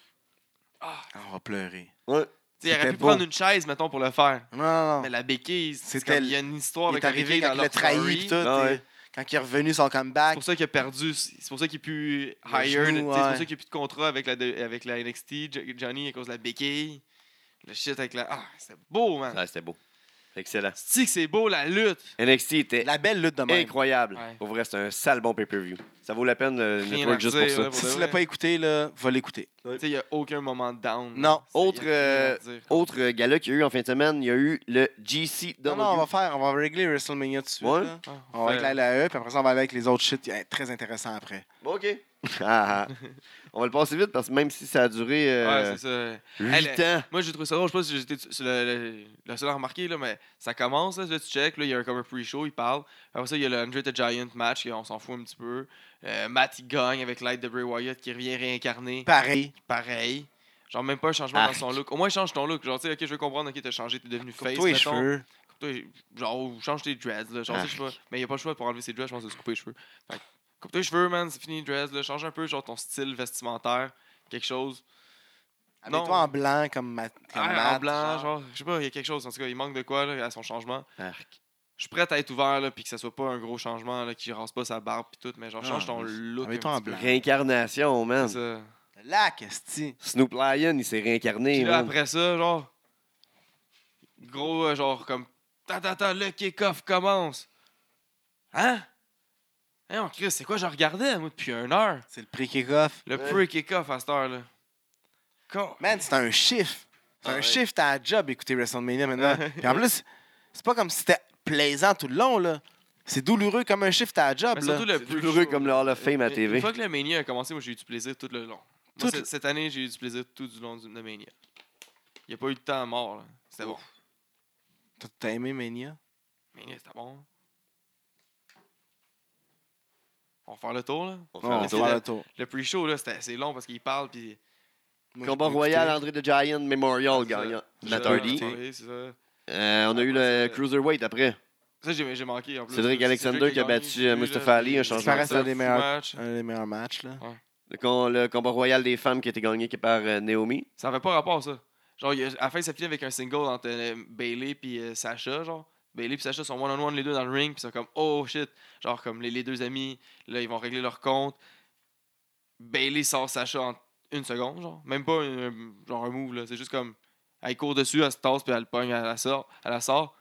[SPEAKER 2] Ah,
[SPEAKER 3] Ah, On va pleurer.
[SPEAKER 1] Ouais.
[SPEAKER 2] T'sais, il aurait
[SPEAKER 3] C'était
[SPEAKER 2] pu
[SPEAKER 3] beau.
[SPEAKER 2] prendre une chaise, mettons, pour le faire.
[SPEAKER 3] Non, non,
[SPEAKER 2] Mais
[SPEAKER 3] non.
[SPEAKER 2] la béquille, c'est
[SPEAKER 3] C'était
[SPEAKER 2] comme il y a une histoire
[SPEAKER 3] Il
[SPEAKER 2] avec
[SPEAKER 3] est
[SPEAKER 2] la
[SPEAKER 3] arrivé
[SPEAKER 2] béquille
[SPEAKER 3] quand
[SPEAKER 2] dans
[SPEAKER 3] il a
[SPEAKER 2] leur
[SPEAKER 3] trahi
[SPEAKER 2] story.
[SPEAKER 3] pis tout.
[SPEAKER 1] Ah ouais.
[SPEAKER 3] et Quand il est revenu son
[SPEAKER 2] C'est
[SPEAKER 3] comeback.
[SPEAKER 2] pour ça qu'il a perdu. C'est pour ça qu'il est plus
[SPEAKER 3] Le
[SPEAKER 2] hired.
[SPEAKER 3] genou,
[SPEAKER 2] t'sais, C'est
[SPEAKER 3] ouais.
[SPEAKER 2] pour ça qu'il n'y a plus de contrat avec la, de- avec la NXT. Jo- Johnny à cause de la béquille. Le shit avec la. Ah, c'est beau, man.
[SPEAKER 1] Ah, c'était beau. Excellent.
[SPEAKER 2] cest que c'est beau la lutte?
[SPEAKER 1] NXT était
[SPEAKER 3] La belle lutte de même.
[SPEAKER 1] incroyable.
[SPEAKER 2] Ah, Ouais.
[SPEAKER 1] Pour vrai, c'est un sale bon pay-per-view. Ça vaut la peine de
[SPEAKER 2] Rien
[SPEAKER 1] network
[SPEAKER 2] à
[SPEAKER 1] juste
[SPEAKER 2] dire,
[SPEAKER 1] pour ça.
[SPEAKER 2] là, pour-
[SPEAKER 3] Si
[SPEAKER 2] de
[SPEAKER 3] tu l'as
[SPEAKER 2] vrai.
[SPEAKER 3] pas écouté, là, va l'écouter.
[SPEAKER 2] Tu sais, il n'y a aucun moment de down.
[SPEAKER 3] Euh, Non.
[SPEAKER 2] là. C'est- y a
[SPEAKER 1] Autre,
[SPEAKER 2] rien à
[SPEAKER 1] euh,
[SPEAKER 2] dire.
[SPEAKER 1] Autre euh, gala qu'il y a eu en fin de semaine, il y a eu le GCW.
[SPEAKER 3] Non, non, on va faire, on va régler WrestleMania tout de suite.
[SPEAKER 1] Ouais.
[SPEAKER 3] là.
[SPEAKER 2] Ah,
[SPEAKER 3] On va
[SPEAKER 2] fait-
[SPEAKER 3] avec la LAE, puis après ça, on va aller avec les autres shit. Il y a très intéressant après.
[SPEAKER 1] Bon, OK. Ah, ah. On va le passer vite parce que même si ça a duré
[SPEAKER 2] Ouais,
[SPEAKER 1] euh,
[SPEAKER 2] c'est ça.
[SPEAKER 1] 8 ans,
[SPEAKER 2] Moi, j'ai trouvé ça drôle. Je sais pas si j'étais sur le, le- le seul à remarquer, là, mais ça commence. Là, là, tu check, là, il y a un cover pre-show, il parle. Après ça, il y a le Andre the Giant match, et on s'en fout un petit peu. Euh, Matt, il gagne avec l'aide de Bray Wyatt qui revient réincarné.
[SPEAKER 3] Pareil.
[SPEAKER 2] Pareil. Genre, même pas un changement dans
[SPEAKER 1] Arc.
[SPEAKER 2] son look. Au moins, change ton look. Genre, tu sais, ok, je veux comprendre, ok, t'as changé, t'es devenu face.
[SPEAKER 3] Coupe-toi les
[SPEAKER 2] mettons.
[SPEAKER 3] cheveux.
[SPEAKER 2] Coupe-toi les- Genre, ou change tes dreads, là. Genre, tu sais, je sais pas. Mais il n'y a pas le choix pour enlever ses dreads, je pense, de se couper les cheveux. Fait que, coupe-toi les cheveux, man, c'est fini les dreads, là. Change un peu, genre, ton style vestimentaire, quelque chose. Non.
[SPEAKER 3] Habille-toi en blanc comme Matt. comme
[SPEAKER 2] Ah, en
[SPEAKER 3] Matt,
[SPEAKER 2] blanc,
[SPEAKER 3] genre.
[SPEAKER 2] genre, je sais pas, il y a quelque chose. En tout cas, il manque de quoi là, à son changement.
[SPEAKER 1] Arc.
[SPEAKER 2] Je suis prêt à être ouvert, là, puis que ça soit pas un gros changement, là, qu'il rase pas sa barbe, puis tout, mais genre,
[SPEAKER 3] Non,
[SPEAKER 2] change ton
[SPEAKER 3] mais-
[SPEAKER 2] look.
[SPEAKER 3] Ah, mais
[SPEAKER 2] un
[SPEAKER 3] toi, en
[SPEAKER 2] petit peu.
[SPEAKER 3] blanc.
[SPEAKER 1] réincarnation, man.
[SPEAKER 2] C'est ça.
[SPEAKER 3] La question.
[SPEAKER 1] Snoop Lion, il s'est réincarné.
[SPEAKER 2] Puis là,
[SPEAKER 1] man.
[SPEAKER 2] après ça, genre, gros, euh, genre, comme, ta ta ta, le kick-off commence. Hein? Hein, on Chris, c'est quoi, je regardais, moi, depuis une heure?
[SPEAKER 3] C'est le prix kick-off.
[SPEAKER 2] Le
[SPEAKER 1] Ouais.
[SPEAKER 2] pre-kick-off à cette heure-là. Con.
[SPEAKER 3] Man, c'est un chiffre. C'est
[SPEAKER 1] Ah,
[SPEAKER 3] un
[SPEAKER 1] ouais.
[SPEAKER 3] chiffre, t'as un job écouter WrestleMania maintenant. Puis en plus, c'est pas comme si c'était plaisant tout le long, là. C'est douloureux comme un chiffre, t'as un job,
[SPEAKER 2] Mais
[SPEAKER 3] là.
[SPEAKER 2] surtout le
[SPEAKER 1] C'est
[SPEAKER 2] pre-show,
[SPEAKER 1] douloureux comme le Hall of Fame à
[SPEAKER 2] Une-
[SPEAKER 1] TV.
[SPEAKER 2] Une fois que le Mania a commencé, moi j'ai eu du plaisir tout le long. Moi,
[SPEAKER 3] Tout
[SPEAKER 2] c-
[SPEAKER 3] le-
[SPEAKER 2] Cette année, j'ai eu du plaisir tout du long du- de Mania. Il n'y a pas eu de temps mort. là. C'était bon.
[SPEAKER 3] T'as- T'as aimé Mania?
[SPEAKER 2] Mania, c'était bon. On va faire le tour. là.
[SPEAKER 1] On fait
[SPEAKER 3] Non, on
[SPEAKER 1] un
[SPEAKER 3] va
[SPEAKER 1] tour.
[SPEAKER 3] faire Ah, le tour.
[SPEAKER 2] Le pre-show, là, c'était assez long parce qu'il parle. Puis
[SPEAKER 3] Moi,
[SPEAKER 1] Combat
[SPEAKER 3] j'ai pas
[SPEAKER 1] royal
[SPEAKER 3] écouté.
[SPEAKER 1] André the Giant Memorial
[SPEAKER 2] C'est ça.
[SPEAKER 1] gagnant.
[SPEAKER 2] J'ai
[SPEAKER 1] Matt
[SPEAKER 2] jamais
[SPEAKER 1] Hardy.
[SPEAKER 2] parlé, c'est ça.
[SPEAKER 1] Euh, on a eu
[SPEAKER 2] Après,
[SPEAKER 1] le
[SPEAKER 2] c'est-
[SPEAKER 1] Cruiserweight après.
[SPEAKER 2] Ça, j'ai j'ai manqué. En plus.
[SPEAKER 1] Cédric
[SPEAKER 2] C'est
[SPEAKER 1] Alexander qui a
[SPEAKER 2] gagné,
[SPEAKER 1] battu,
[SPEAKER 2] j'ai
[SPEAKER 1] euh,
[SPEAKER 2] vu,
[SPEAKER 1] Mustafa
[SPEAKER 2] là,
[SPEAKER 1] Ali, un
[SPEAKER 2] puis-
[SPEAKER 1] changement
[SPEAKER 3] de style.
[SPEAKER 2] Fou
[SPEAKER 3] meilleurs-
[SPEAKER 2] match.
[SPEAKER 3] Un des meilleurs matchs, là.
[SPEAKER 1] Le, com- le combat royal des femmes qui a été gagné qui- par euh, Naomi.
[SPEAKER 2] Ça avait pas rapport, ça. Genre, il y a- à la fin, ça finit avec un single entre Bailey puis euh, Sacha, genre. Bailey puis Sacha sont one-on-one les deux dans le ring, puis sont comme oh shit. Genre, comme les, les deux amis, là, ils vont régler leur compte. Bailey sort Sacha en une seconde, genre. Même pas un- genre un move, là. C'est juste comme elle court dessus, elle se tasse, puis elle le pogne, elle la sort. Elle la sort.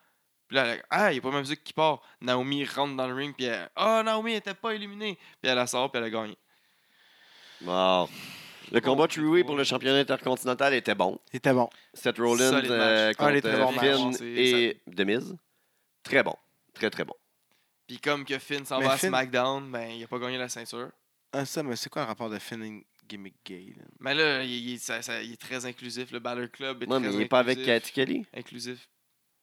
[SPEAKER 2] Puis là, elle, ah, il n'y a pas même musique qui part. Naomi rentre dans le ring, puis elle, oh, Naomi, elle était pas éliminée. Puis elle la sort, puis elle a gagné.
[SPEAKER 1] Wow. Le combat Trueway pour le championnat intercontinental était bon.
[SPEAKER 3] C'était bon.
[SPEAKER 1] Seth Rollins
[SPEAKER 2] Solide
[SPEAKER 1] euh,
[SPEAKER 2] match.
[SPEAKER 1] contre
[SPEAKER 3] Un des très bons
[SPEAKER 1] euh,
[SPEAKER 2] matchs.
[SPEAKER 1] Finn
[SPEAKER 2] C'est-
[SPEAKER 1] et Demise. Très bon. Très, très bon.
[SPEAKER 2] Puis comme que Finn s'en
[SPEAKER 3] Mais
[SPEAKER 2] va à
[SPEAKER 3] Finn-
[SPEAKER 2] SmackDown, ben, il a pas gagné la ceinture.
[SPEAKER 3] Ah, ça, mais c'est quoi le rapport de Finn et Gimmick Gay? là?
[SPEAKER 2] Mais là, il, il- ça- ça- il est très inclusif. Le Baller Club est
[SPEAKER 1] Non,
[SPEAKER 2] très
[SPEAKER 1] mais il
[SPEAKER 2] inclusif.
[SPEAKER 1] n'est pas avec Cathy Kelly.
[SPEAKER 2] Inclusif.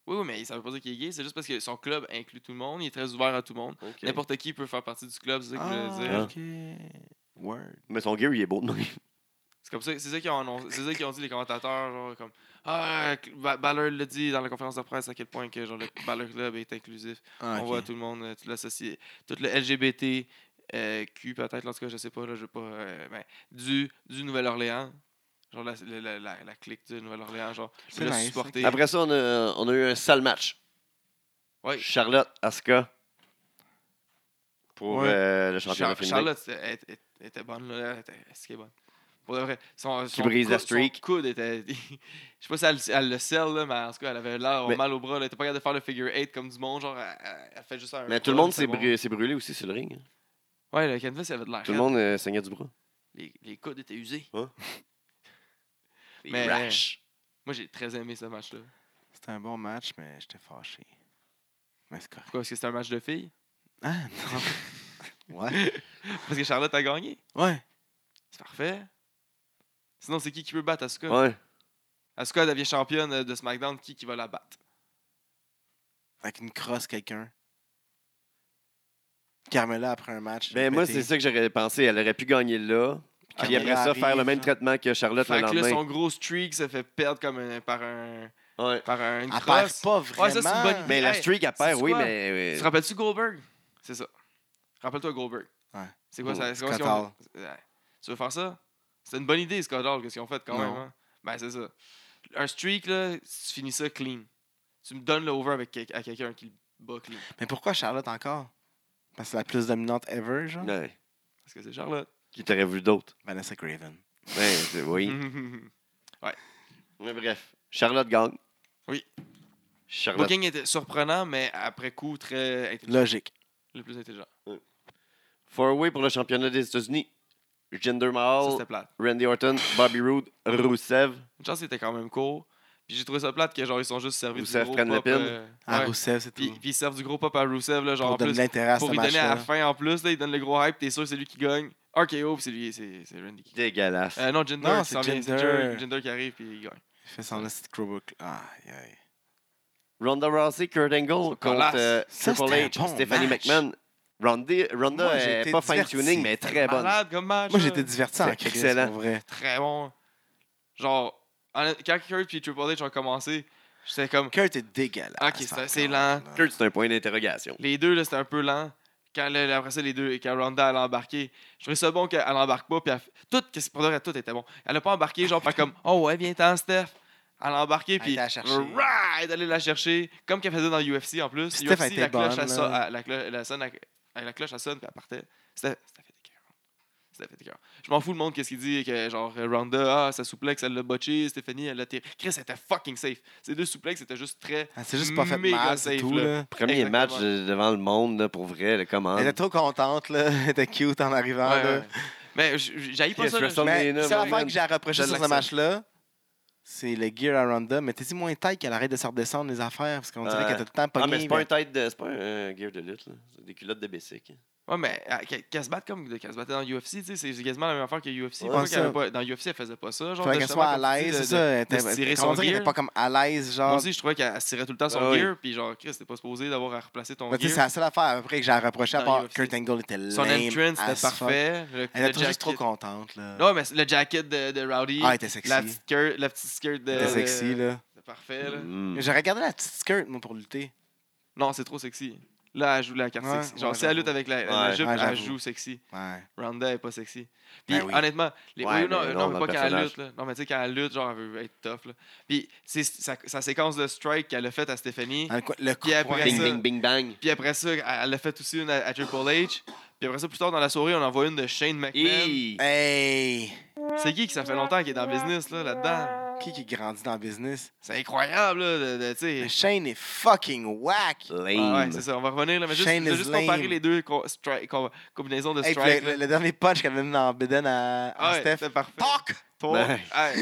[SPEAKER 2] Oui, oui, mais ça veut pas dire qu'il est gay. C'est juste parce que son club inclut tout le monde. Il est très ouvert à tout le monde. N'importe qui peut faire partie du club, c'est ça que je voulais dire.
[SPEAKER 1] Ah.
[SPEAKER 3] ok. Word.
[SPEAKER 1] Mais son gear, il est beau de même.
[SPEAKER 2] C'est comme ça, c'est ça qu'ils ont annoncé- c'est ça qu'ils ont dit les commentateurs, genre comme Ah, Ba- Balor l'a dit dans la conférence de presse à quel point que genre le Baller Club est inclusif.
[SPEAKER 3] Ah,
[SPEAKER 2] On
[SPEAKER 3] ok.
[SPEAKER 2] voit tout le monde, euh, tout l'associe, tout le LGBT euh, Q peut-être, en tout cas, je sais pas, là, je veux pas, euh, ben, du, du Nouvelle-Orléans, genre la, la, la- la- la clique du Nouvelle-Orléans, genre, je
[SPEAKER 3] C'est
[SPEAKER 2] peux le
[SPEAKER 3] nice.
[SPEAKER 2] supporter.
[SPEAKER 1] Après ça, on a, on a eu un sale match.
[SPEAKER 2] Ouais.
[SPEAKER 1] Charlotte, Asuka. Pour
[SPEAKER 3] Ouais.
[SPEAKER 1] euh, le championnat
[SPEAKER 2] Char-
[SPEAKER 1] féminin.
[SPEAKER 2] Charlotte elle- elle- elle- elle était bonne, là, elle était- est-ce qu'elle est bonne? Pour de vrai, son, son
[SPEAKER 1] brise la
[SPEAKER 2] coude- son
[SPEAKER 1] streak.
[SPEAKER 2] coude était. je sais pas si elle, elle le sell, là, mais en tout cas, elle avait l'air
[SPEAKER 1] Mais-
[SPEAKER 2] mal au bras, là, elle était pas capable de faire le figure 8 comme du monde, genre, elle, elle- elle fait juste un.
[SPEAKER 1] Mais tout le
[SPEAKER 2] run,
[SPEAKER 1] monde
[SPEAKER 2] c'est
[SPEAKER 1] s'est
[SPEAKER 2] bon.
[SPEAKER 1] brûlé, s'est brûlé aussi sur le ring. hein.
[SPEAKER 2] Ouais, le canvas, il avait de l'air.
[SPEAKER 1] Tout le
[SPEAKER 2] raide.
[SPEAKER 1] monde euh, saignait du bras.
[SPEAKER 2] Les, les coudes étaient usés.
[SPEAKER 1] Les
[SPEAKER 2] Mais-
[SPEAKER 1] rash.
[SPEAKER 2] Moi, j'ai très aimé ce match-là.
[SPEAKER 3] C'était un bon match, mais j'étais fâché. Mais c'est correct.
[SPEAKER 2] Pourquoi? Parce que c'était un match de filles?
[SPEAKER 3] Ah, non. ouais.
[SPEAKER 2] Parce que Charlotte a gagné.
[SPEAKER 3] Ouais.
[SPEAKER 2] C'est parfait. Sinon, c'est qui qui peut battre Asuka?
[SPEAKER 1] Ouais.
[SPEAKER 2] Asuka elle devient championne euh, de SmackDown. Qui qui va la battre?
[SPEAKER 3] Avec une crosse, quelqu'un. Carmela, après un match.
[SPEAKER 1] Ben, moi, c'est ça que j'aurais pensé. Elle aurait pu gagner là. Puis
[SPEAKER 3] Carmella
[SPEAKER 1] après ça,
[SPEAKER 3] arrive,
[SPEAKER 1] faire le même
[SPEAKER 3] hein.
[SPEAKER 1] traitement que Charlotte le
[SPEAKER 2] fait que là,
[SPEAKER 1] lendemain.
[SPEAKER 2] son gros streak se fait perdre comme un- par un...
[SPEAKER 1] Ouais.
[SPEAKER 2] Par un, une
[SPEAKER 3] Elle perd
[SPEAKER 2] crosse.
[SPEAKER 3] pas
[SPEAKER 2] Ouais,
[SPEAKER 3] vraiment.
[SPEAKER 2] ça, c'est une bonne idée.
[SPEAKER 1] Mais la
[SPEAKER 2] Hey,
[SPEAKER 1] streak, elle perd,
[SPEAKER 2] sais-tu
[SPEAKER 1] oui,
[SPEAKER 2] quoi?
[SPEAKER 1] mais. euh,
[SPEAKER 2] Tu te rappelles-tu Goldberg? C'est ça. Rappelle-toi Goldberg.
[SPEAKER 3] Ouais.
[SPEAKER 2] C'est quoi
[SPEAKER 1] Oh,
[SPEAKER 2] ça? c'est quoi ce qu'ils ont- Ouais. Tu veux faire ça? C'est une bonne idée, Scott Hall, qu'est-ce qu'ils ont fait quand
[SPEAKER 3] Non.
[SPEAKER 2] même. hein? Ben, c'est ça. Un streak, là, tu finis ça clean. Tu me donnes le over avec, quel- à quelqu'un qui le bat clean.
[SPEAKER 3] Mais pourquoi Charlotte encore? Parce que c'est la plus dominante ever, genre?
[SPEAKER 1] Ouais.
[SPEAKER 2] Parce que c'est Charlotte.
[SPEAKER 1] Qui t'aurait voulu d'autres?
[SPEAKER 3] Vanessa Craven.
[SPEAKER 1] Ben, c'est- oui.
[SPEAKER 3] Mhm.
[SPEAKER 1] Mais bref, Charlotte gagne.
[SPEAKER 2] Oui.
[SPEAKER 1] Charlotte.
[SPEAKER 2] Booking était surprenant, mais après coup, très intelligent.
[SPEAKER 3] Logique.
[SPEAKER 2] Le plus intelligent.
[SPEAKER 1] Four way pour le championnat des États-Unis. Jinder
[SPEAKER 2] Ça,
[SPEAKER 1] Mahal,
[SPEAKER 2] c'était plate.
[SPEAKER 1] Randy Orton, Bobby Roode, Rusev.
[SPEAKER 2] Une chance, c'était quand même court. Puis j'ai trouvé ça plate que genre ils sont juste servis
[SPEAKER 1] Rousseff
[SPEAKER 2] du gros
[SPEAKER 1] prenne le
[SPEAKER 2] pop.
[SPEAKER 1] pin.
[SPEAKER 2] euh,
[SPEAKER 3] Ah,
[SPEAKER 2] ouais.
[SPEAKER 3] Rousseff, c'est
[SPEAKER 2] Puis,
[SPEAKER 3] tout.
[SPEAKER 2] puis ils servent du gros pop à Rusev, là, genre
[SPEAKER 3] Pour
[SPEAKER 2] en
[SPEAKER 3] donner de
[SPEAKER 2] plus.
[SPEAKER 3] l'intérêt à hein. ce
[SPEAKER 2] Pour lui donner à la
[SPEAKER 3] match-là.
[SPEAKER 2] fin en plus, là, ils donnent le gros hype, t'es sûr c'est lui qui gagne. RKO, puis c'est lui, c'est c'est Randy. qui-
[SPEAKER 1] Dégueulasse.
[SPEAKER 2] Euh, non, Jinder,
[SPEAKER 3] Non,
[SPEAKER 2] qui s'en
[SPEAKER 3] c'est
[SPEAKER 2] vient, c'est
[SPEAKER 3] Jinder.
[SPEAKER 2] Jinder- Jinder qui arrive, puis il gagne.
[SPEAKER 3] Il fait son petit crowbar. Ah, aïe, aïe.
[SPEAKER 1] Ronda Rousey, Kurt Angle contre
[SPEAKER 2] colasse.
[SPEAKER 1] euh,
[SPEAKER 3] Ça,
[SPEAKER 1] Triple
[SPEAKER 3] c'était un
[SPEAKER 1] H,
[SPEAKER 3] bon
[SPEAKER 1] Stephanie
[SPEAKER 3] match.
[SPEAKER 1] McMahon. Ronda, Ronda
[SPEAKER 3] Moi, j'ai
[SPEAKER 1] est
[SPEAKER 3] été
[SPEAKER 1] pas fine-tuning,
[SPEAKER 3] diverti.
[SPEAKER 1] mais très bonne.
[SPEAKER 2] Malade comme match.
[SPEAKER 3] Moi,
[SPEAKER 2] là.
[SPEAKER 3] j'étais diverti en
[SPEAKER 1] C'est
[SPEAKER 3] crise,
[SPEAKER 1] excellent.
[SPEAKER 3] pour vrai.
[SPEAKER 2] Très bon. Genre, en- quand Kurt puis Triple H ont commencé, j'étais comme.
[SPEAKER 3] Kurt est dégueulasse.
[SPEAKER 2] Ok, c'est-
[SPEAKER 3] par
[SPEAKER 2] c'est
[SPEAKER 3] contre,
[SPEAKER 2] lent.
[SPEAKER 3] là.
[SPEAKER 1] Kurt, c'est un point d'interrogation.
[SPEAKER 2] Les deux, là, c'était un peu lent. Quand le- après ça, les deux, et quand Ronda, elle a embarqué, je trouvais ça bon qu'elle elle embarque pas. Puis elle, tout, qu'est-ce pour de vrai, tout était bon. Elle a pas embarqué, genre, faire comme, oh ouais, viens-t'en, Steph. Elle a embarqué, puis.
[SPEAKER 3] était à chercher.
[SPEAKER 2] Rah, elle est allée la chercher. Comme qu'elle faisait dans UFC en plus.
[SPEAKER 3] Steph
[SPEAKER 2] UFC,
[SPEAKER 3] a été
[SPEAKER 2] la cloche,
[SPEAKER 3] bonne,
[SPEAKER 2] elle
[SPEAKER 3] là.
[SPEAKER 2] sonne- elle- la, clo- la sonne- elle- la cloche, elle sonne, puis elle partait. Steph, Steph était écœurante. Steph était écœurante. Je m'en fous le monde, qu'est-ce qu'il dit, que genre, Ronda, ah, sa souplex, elle l'a botché, Stephanie, elle l'a tiré. Chris, elle était fucking safe. Ces deux souplex, c'était juste très.
[SPEAKER 3] Elle s'est Ah, juste pas fait
[SPEAKER 2] Méga
[SPEAKER 3] mal, c'est
[SPEAKER 2] safe,
[SPEAKER 3] tout,
[SPEAKER 2] là.
[SPEAKER 3] là.
[SPEAKER 1] Premier
[SPEAKER 2] Exactement.
[SPEAKER 1] match de- devant le monde, là, pour vrai, là, comment?
[SPEAKER 3] Elle était trop contente, là. Elle était cute en arrivant,
[SPEAKER 2] Ouais,
[SPEAKER 3] là.
[SPEAKER 2] ouais. Mais j- j- j'haïs pas
[SPEAKER 1] Yes,
[SPEAKER 2] ça. là.
[SPEAKER 1] WrestleMania.
[SPEAKER 3] Mais
[SPEAKER 1] Mena,
[SPEAKER 3] la seule
[SPEAKER 1] Mena.
[SPEAKER 3] affaire que j'ai à reprocher
[SPEAKER 2] Je
[SPEAKER 3] sur ce
[SPEAKER 2] l'accepte.
[SPEAKER 3] match-là, c'est le gear à Ronda. Mais t'es-tu moins taille qu'elle arrête de se redescendre les affaires? Parce qu'on dirait
[SPEAKER 1] Ouais.
[SPEAKER 3] qu'elle était tout le temps
[SPEAKER 1] Ah, mais c'est
[SPEAKER 3] pognée.
[SPEAKER 1] pas un
[SPEAKER 3] mais-
[SPEAKER 1] tête de. C'est pas un euh, gear de lutte, là. C'est des culottes de Bessic.
[SPEAKER 2] Ouais, mais euh, qu'elle qu'elle se batte comme qu'elle se battait dans UFC, tu sais, c'est quasiment la même affaire que UFC.
[SPEAKER 1] Ouais,
[SPEAKER 2] Pourquoi
[SPEAKER 3] c'est
[SPEAKER 2] qu'elle
[SPEAKER 3] ça.
[SPEAKER 2] avait pas- dans UFC, elle faisait pas ça. Genre, de
[SPEAKER 3] Faudrait qu'elle
[SPEAKER 2] justement,
[SPEAKER 3] soit à
[SPEAKER 2] comme tu dis, de-
[SPEAKER 3] l'aise, c'est
[SPEAKER 2] de-
[SPEAKER 3] ça. Elle était-
[SPEAKER 2] se tirer
[SPEAKER 3] on
[SPEAKER 2] son
[SPEAKER 3] dirait qu'elle
[SPEAKER 2] gear.
[SPEAKER 3] était pas comme à l'aise,
[SPEAKER 2] Moi
[SPEAKER 3] genre.
[SPEAKER 2] aussi, je trouvais qu'elle se tirait tout le temps son
[SPEAKER 1] Ah oui.
[SPEAKER 2] gear, puis genre, Chris, t'es pas supposé d'avoir à replacer ton
[SPEAKER 3] Mais tu sais, c'est
[SPEAKER 2] gear.
[SPEAKER 3] la seule affaire après que j'ai à reprocher, à
[SPEAKER 2] Dans
[SPEAKER 3] part
[SPEAKER 2] UFC.
[SPEAKER 3] Kurt Angle était lame.
[SPEAKER 2] Son entrance
[SPEAKER 3] as
[SPEAKER 2] était
[SPEAKER 3] fuck.
[SPEAKER 2] parfait. Le,
[SPEAKER 3] Elle
[SPEAKER 2] le
[SPEAKER 3] était juste trop
[SPEAKER 2] jacket-
[SPEAKER 3] contente, là.
[SPEAKER 2] Non, mais c'est- le jacket de, de Rowdy,
[SPEAKER 3] Ah, elle était sexy.
[SPEAKER 2] la, petite skirt, la petite euh, hmm. skirt de.
[SPEAKER 3] Elle était sexy,
[SPEAKER 2] de-
[SPEAKER 3] là.
[SPEAKER 2] de Parfait, là.
[SPEAKER 1] Mm.
[SPEAKER 3] Mais J'ai regardé la petite skirt, moi, pour lutter.
[SPEAKER 2] Non, c'est trop sexy. Là, elle joue la carte
[SPEAKER 3] Ouais,
[SPEAKER 2] sexy. Genre,
[SPEAKER 3] ouais,
[SPEAKER 2] si elle lutte
[SPEAKER 3] j'avoue.
[SPEAKER 2] avec la,
[SPEAKER 1] Ouais,
[SPEAKER 2] la jupe,
[SPEAKER 3] ouais,
[SPEAKER 2] elle
[SPEAKER 3] j'avoue.
[SPEAKER 2] joue sexy.
[SPEAKER 3] Ouais.
[SPEAKER 2] Ronda est pas sexy. Puis
[SPEAKER 3] Ben oui.
[SPEAKER 2] honnêtement, les...
[SPEAKER 1] Ouais, mais
[SPEAKER 2] oui, non, non,
[SPEAKER 1] non,
[SPEAKER 2] mais
[SPEAKER 1] dans le
[SPEAKER 2] pas quand elle
[SPEAKER 1] personnage.
[SPEAKER 2] lutte. Là. Non, mais tu sais, quand elle lutte, genre, elle veut être tough. Là. Puis c'est sa, sa séquence de strike qu'elle a faite à Stephanie.
[SPEAKER 3] Dans le coin- Le coup,
[SPEAKER 2] Puis après
[SPEAKER 1] Bing,
[SPEAKER 2] ça-
[SPEAKER 1] bing, bing, bang.
[SPEAKER 2] Puis après ça, elle elle a fait aussi une à, à Triple H. Puis après ça, plus tard dans la soirée, on envoie une de Shane McMahon.
[SPEAKER 1] Hey!
[SPEAKER 3] Hey!
[SPEAKER 2] C'est qui qui ça fait longtemps qu'il est dans le business là, là-dedans?
[SPEAKER 3] Qui qui grandit dans le business?
[SPEAKER 2] c'est incroyable, là, de, de- tu sais.
[SPEAKER 3] Shane est fucking whack!
[SPEAKER 2] Ah ouais,
[SPEAKER 1] Lame.
[SPEAKER 2] c'est ça, on va revenir là, mais juste,
[SPEAKER 3] Shane
[SPEAKER 2] on a
[SPEAKER 3] is
[SPEAKER 2] juste comparer
[SPEAKER 3] lame.
[SPEAKER 2] les deux co- strike- co- combinaisons de
[SPEAKER 3] Hey,
[SPEAKER 2] strike.
[SPEAKER 3] puis le,
[SPEAKER 2] là.
[SPEAKER 3] le- le dernier punch qu'elle donne dans Biden à, à
[SPEAKER 2] Ah ouais,
[SPEAKER 3] Steph.
[SPEAKER 2] c'était parfait.
[SPEAKER 3] Fuck!
[SPEAKER 2] Pour-
[SPEAKER 1] Ben.
[SPEAKER 2] Hey.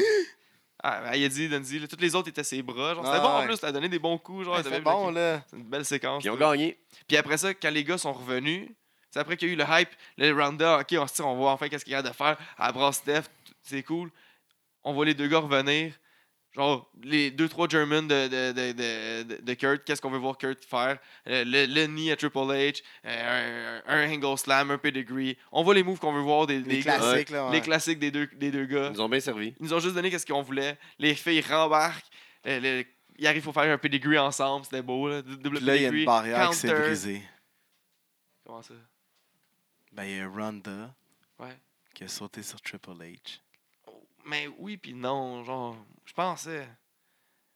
[SPEAKER 2] Ah, ben, il a dit, Dunzi, là, toutes les autres étaient ses bras. Genre, c'était
[SPEAKER 3] Ah,
[SPEAKER 2] bon en
[SPEAKER 3] ouais.
[SPEAKER 2] plus, t'as donné des bons coups. Genre,
[SPEAKER 3] Ouais,
[SPEAKER 2] t'as
[SPEAKER 3] c'est
[SPEAKER 2] même-
[SPEAKER 3] bon, là.
[SPEAKER 2] C'est une belle séquence.
[SPEAKER 1] Puis ils ont
[SPEAKER 2] là.
[SPEAKER 1] gagné.
[SPEAKER 2] Puis après ça, quand les gars sont revenus, c'est après qu'il y a eu le hype, le Ronda, ok, on se tire, on voit enfin qu'est-ce qu'il y a de faire. Elle brasse Steph, t- c'est cool. On voit les deux gars revenir. Genre, les deux, trois Germans de, de, de, de, de- de Kurt, qu'est-ce qu'on veut voir Kurt faire? Euh, le, le knee à Triple H, euh, un, un angle slam, un pedigree. On voit les moves qu'on veut voir des,
[SPEAKER 3] Les
[SPEAKER 2] des gars.
[SPEAKER 3] classiques, là. ouais.
[SPEAKER 2] Les classiques des deux, des deux gars.
[SPEAKER 1] Ils nous ont bien servi.
[SPEAKER 2] Ils nous ont juste donné qu'est-ce qu'on voulait. Les filles rembarquent. Euh, le- ils arrivent pour faire un pedigree ensemble. C'était beau. Là, Dou- double
[SPEAKER 3] Puis là, il y a une
[SPEAKER 2] pedigree,
[SPEAKER 3] barrière qui s'est
[SPEAKER 2] counter.
[SPEAKER 3] brisée.
[SPEAKER 2] Comment ça?
[SPEAKER 3] Ben, il y a Ronda
[SPEAKER 2] Ouais.
[SPEAKER 3] qui a sauté sur Triple H.
[SPEAKER 2] Oh, Mais oui, puis non. Genre, je pensais.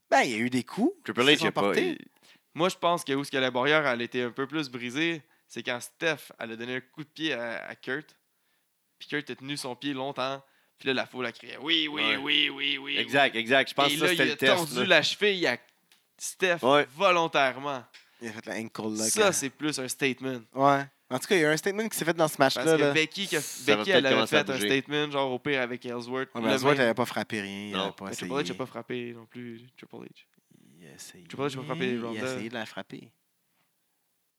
[SPEAKER 3] Ben, il y a eu des coups.
[SPEAKER 1] Triple
[SPEAKER 3] Ils se
[SPEAKER 1] H,
[SPEAKER 3] sont
[SPEAKER 1] j'ai pas.
[SPEAKER 3] portés.
[SPEAKER 2] Moi, je pense que où ce que la barrière elle était un peu plus brisée, c'est quand Steph elle a donné un coup de pied à, à Kurt. Puis Kurt a tenu son pied longtemps. Puis là, la foule a crié Oui, oui,
[SPEAKER 1] Ouais.
[SPEAKER 2] oui, oui, oui.
[SPEAKER 1] Exact, exact. Je pense
[SPEAKER 2] Et
[SPEAKER 1] que ça,
[SPEAKER 2] là, il
[SPEAKER 1] c'était
[SPEAKER 2] a
[SPEAKER 1] le test.
[SPEAKER 2] tordu
[SPEAKER 1] là.
[SPEAKER 2] la cheville à Steph
[SPEAKER 1] Ouais.
[SPEAKER 2] volontairement.
[SPEAKER 3] Il a fait la ankle lock.
[SPEAKER 2] Ça,
[SPEAKER 3] hein.
[SPEAKER 2] c'est plus un statement.
[SPEAKER 3] Ouais. En tout cas, il y a eu un statement qui s'est fait dans ce
[SPEAKER 2] Parce
[SPEAKER 3] match-là.
[SPEAKER 2] que Ben
[SPEAKER 3] Là.
[SPEAKER 2] Becky, que-
[SPEAKER 1] Ça va
[SPEAKER 2] Becky
[SPEAKER 1] peut-être
[SPEAKER 2] elle avait
[SPEAKER 1] commencer à
[SPEAKER 2] fait un
[SPEAKER 1] bouger.
[SPEAKER 2] statement, genre au pire avec Ellsworth.
[SPEAKER 3] Ouais,
[SPEAKER 2] le
[SPEAKER 3] mais Oswald
[SPEAKER 2] même.
[SPEAKER 3] n'avait pas frappé rien. Il
[SPEAKER 1] Non.
[SPEAKER 3] n'avait pas
[SPEAKER 2] Mais
[SPEAKER 3] essayé.
[SPEAKER 2] Ben, Triple H n'a pas frappé non plus Triple H.
[SPEAKER 3] Il a essayé.
[SPEAKER 2] Triple H a pas frappé
[SPEAKER 3] Il
[SPEAKER 2] Ronda.
[SPEAKER 3] a essayé de la frapper.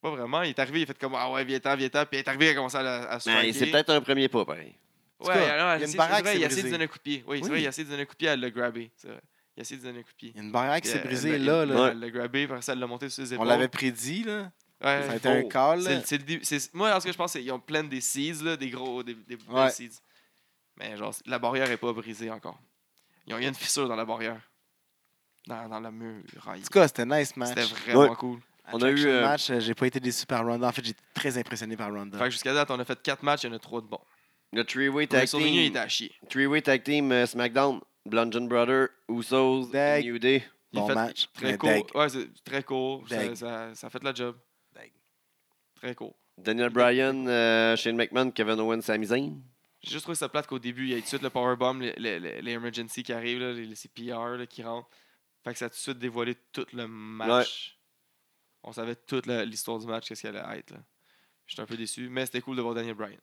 [SPEAKER 2] Pas vraiment. Il est arrivé, il a fait comme Ah ouais, viens-t'en, viens-t'en. Puis il est arrivé, il a commencé à, la- à se
[SPEAKER 1] Mais Ben, c'est peut-être un premier pas, pareil.
[SPEAKER 3] En tout
[SPEAKER 2] Ouais,
[SPEAKER 3] cas,
[SPEAKER 2] alors,
[SPEAKER 3] il y a une
[SPEAKER 2] il, c'est
[SPEAKER 3] baraque
[SPEAKER 2] vrai,
[SPEAKER 3] qui
[SPEAKER 2] il a
[SPEAKER 3] s'est
[SPEAKER 2] essayé de
[SPEAKER 3] brisée.
[SPEAKER 2] donner un coup de pied. Oui, c'est
[SPEAKER 3] Oui.
[SPEAKER 2] vrai, il a essayé de donner un coup de pied, elle l'a grabé. c'est vrai. Il a essayé de donner un coup de pied.
[SPEAKER 3] Il y a une barrière qui s'est
[SPEAKER 2] Elle-
[SPEAKER 3] brisée
[SPEAKER 2] elle-
[SPEAKER 3] là.
[SPEAKER 2] elle-
[SPEAKER 3] là.
[SPEAKER 2] Elle l'a grabé, après ça, elle l'a monté sur ses
[SPEAKER 3] On
[SPEAKER 2] épaules.
[SPEAKER 3] l'avait prédit. là.
[SPEAKER 2] Ouais. Oh,
[SPEAKER 3] Ça a
[SPEAKER 1] c'est
[SPEAKER 3] été un
[SPEAKER 1] faux.
[SPEAKER 3] call.
[SPEAKER 2] C'est
[SPEAKER 3] là.
[SPEAKER 2] le- c'est le début- c'est- Moi, alors, ce que je pense, c'est qu'ils ont plein des seeds, là, des gros, des, des belles
[SPEAKER 3] Ouais.
[SPEAKER 2] seeds. Mais genre, la barrière n'est pas brisée encore. Ils ont- Il y a une fissure dans la barrière. Dans, dans le mur.
[SPEAKER 3] En tout cas, c'était nice match.
[SPEAKER 2] C'était vraiment
[SPEAKER 1] Ouais.
[SPEAKER 2] cool.
[SPEAKER 1] On a eu,
[SPEAKER 3] Attraction
[SPEAKER 1] euh,
[SPEAKER 3] match, euh, j'ai pas été déçu par Ronda. En fait, j'ai été très impressionné par Ronda.
[SPEAKER 2] Fait que jusqu'à date, on a fait 4 matchs, il y en a 3 de bons.
[SPEAKER 1] Le three-way tag
[SPEAKER 2] Sur le il
[SPEAKER 1] team.
[SPEAKER 2] était à chier.
[SPEAKER 1] Three-way tag team euh, SmackDown. Bludgeon Brother, Usos,
[SPEAKER 3] Dag.
[SPEAKER 1] New Day.
[SPEAKER 2] Il
[SPEAKER 3] Bon
[SPEAKER 2] fait
[SPEAKER 3] match.
[SPEAKER 2] Très
[SPEAKER 3] mais
[SPEAKER 2] court.
[SPEAKER 3] deg.
[SPEAKER 2] Ouais, c'est très court. Ça,
[SPEAKER 3] Deg.
[SPEAKER 2] ça, ça fait de la job.
[SPEAKER 3] Deg.
[SPEAKER 2] Très court.
[SPEAKER 1] Daniel Bryan, euh, Shane McMahon, Kevin Owens, Sami Zayn.
[SPEAKER 2] J'ai juste trouvé ça plate qu'au début, il y a tout de suite le powerbomb, les, les, les- les emergency qui arrivent, là, les, les CPR là, qui rentrent. Fait que ça a tout de suite dévoilé tout le match. On savait toute la- l'histoire du match, qu'est-ce qu'il allait être. là. J'étais un peu déçu, mais c'était cool de voir Daniel Bryan.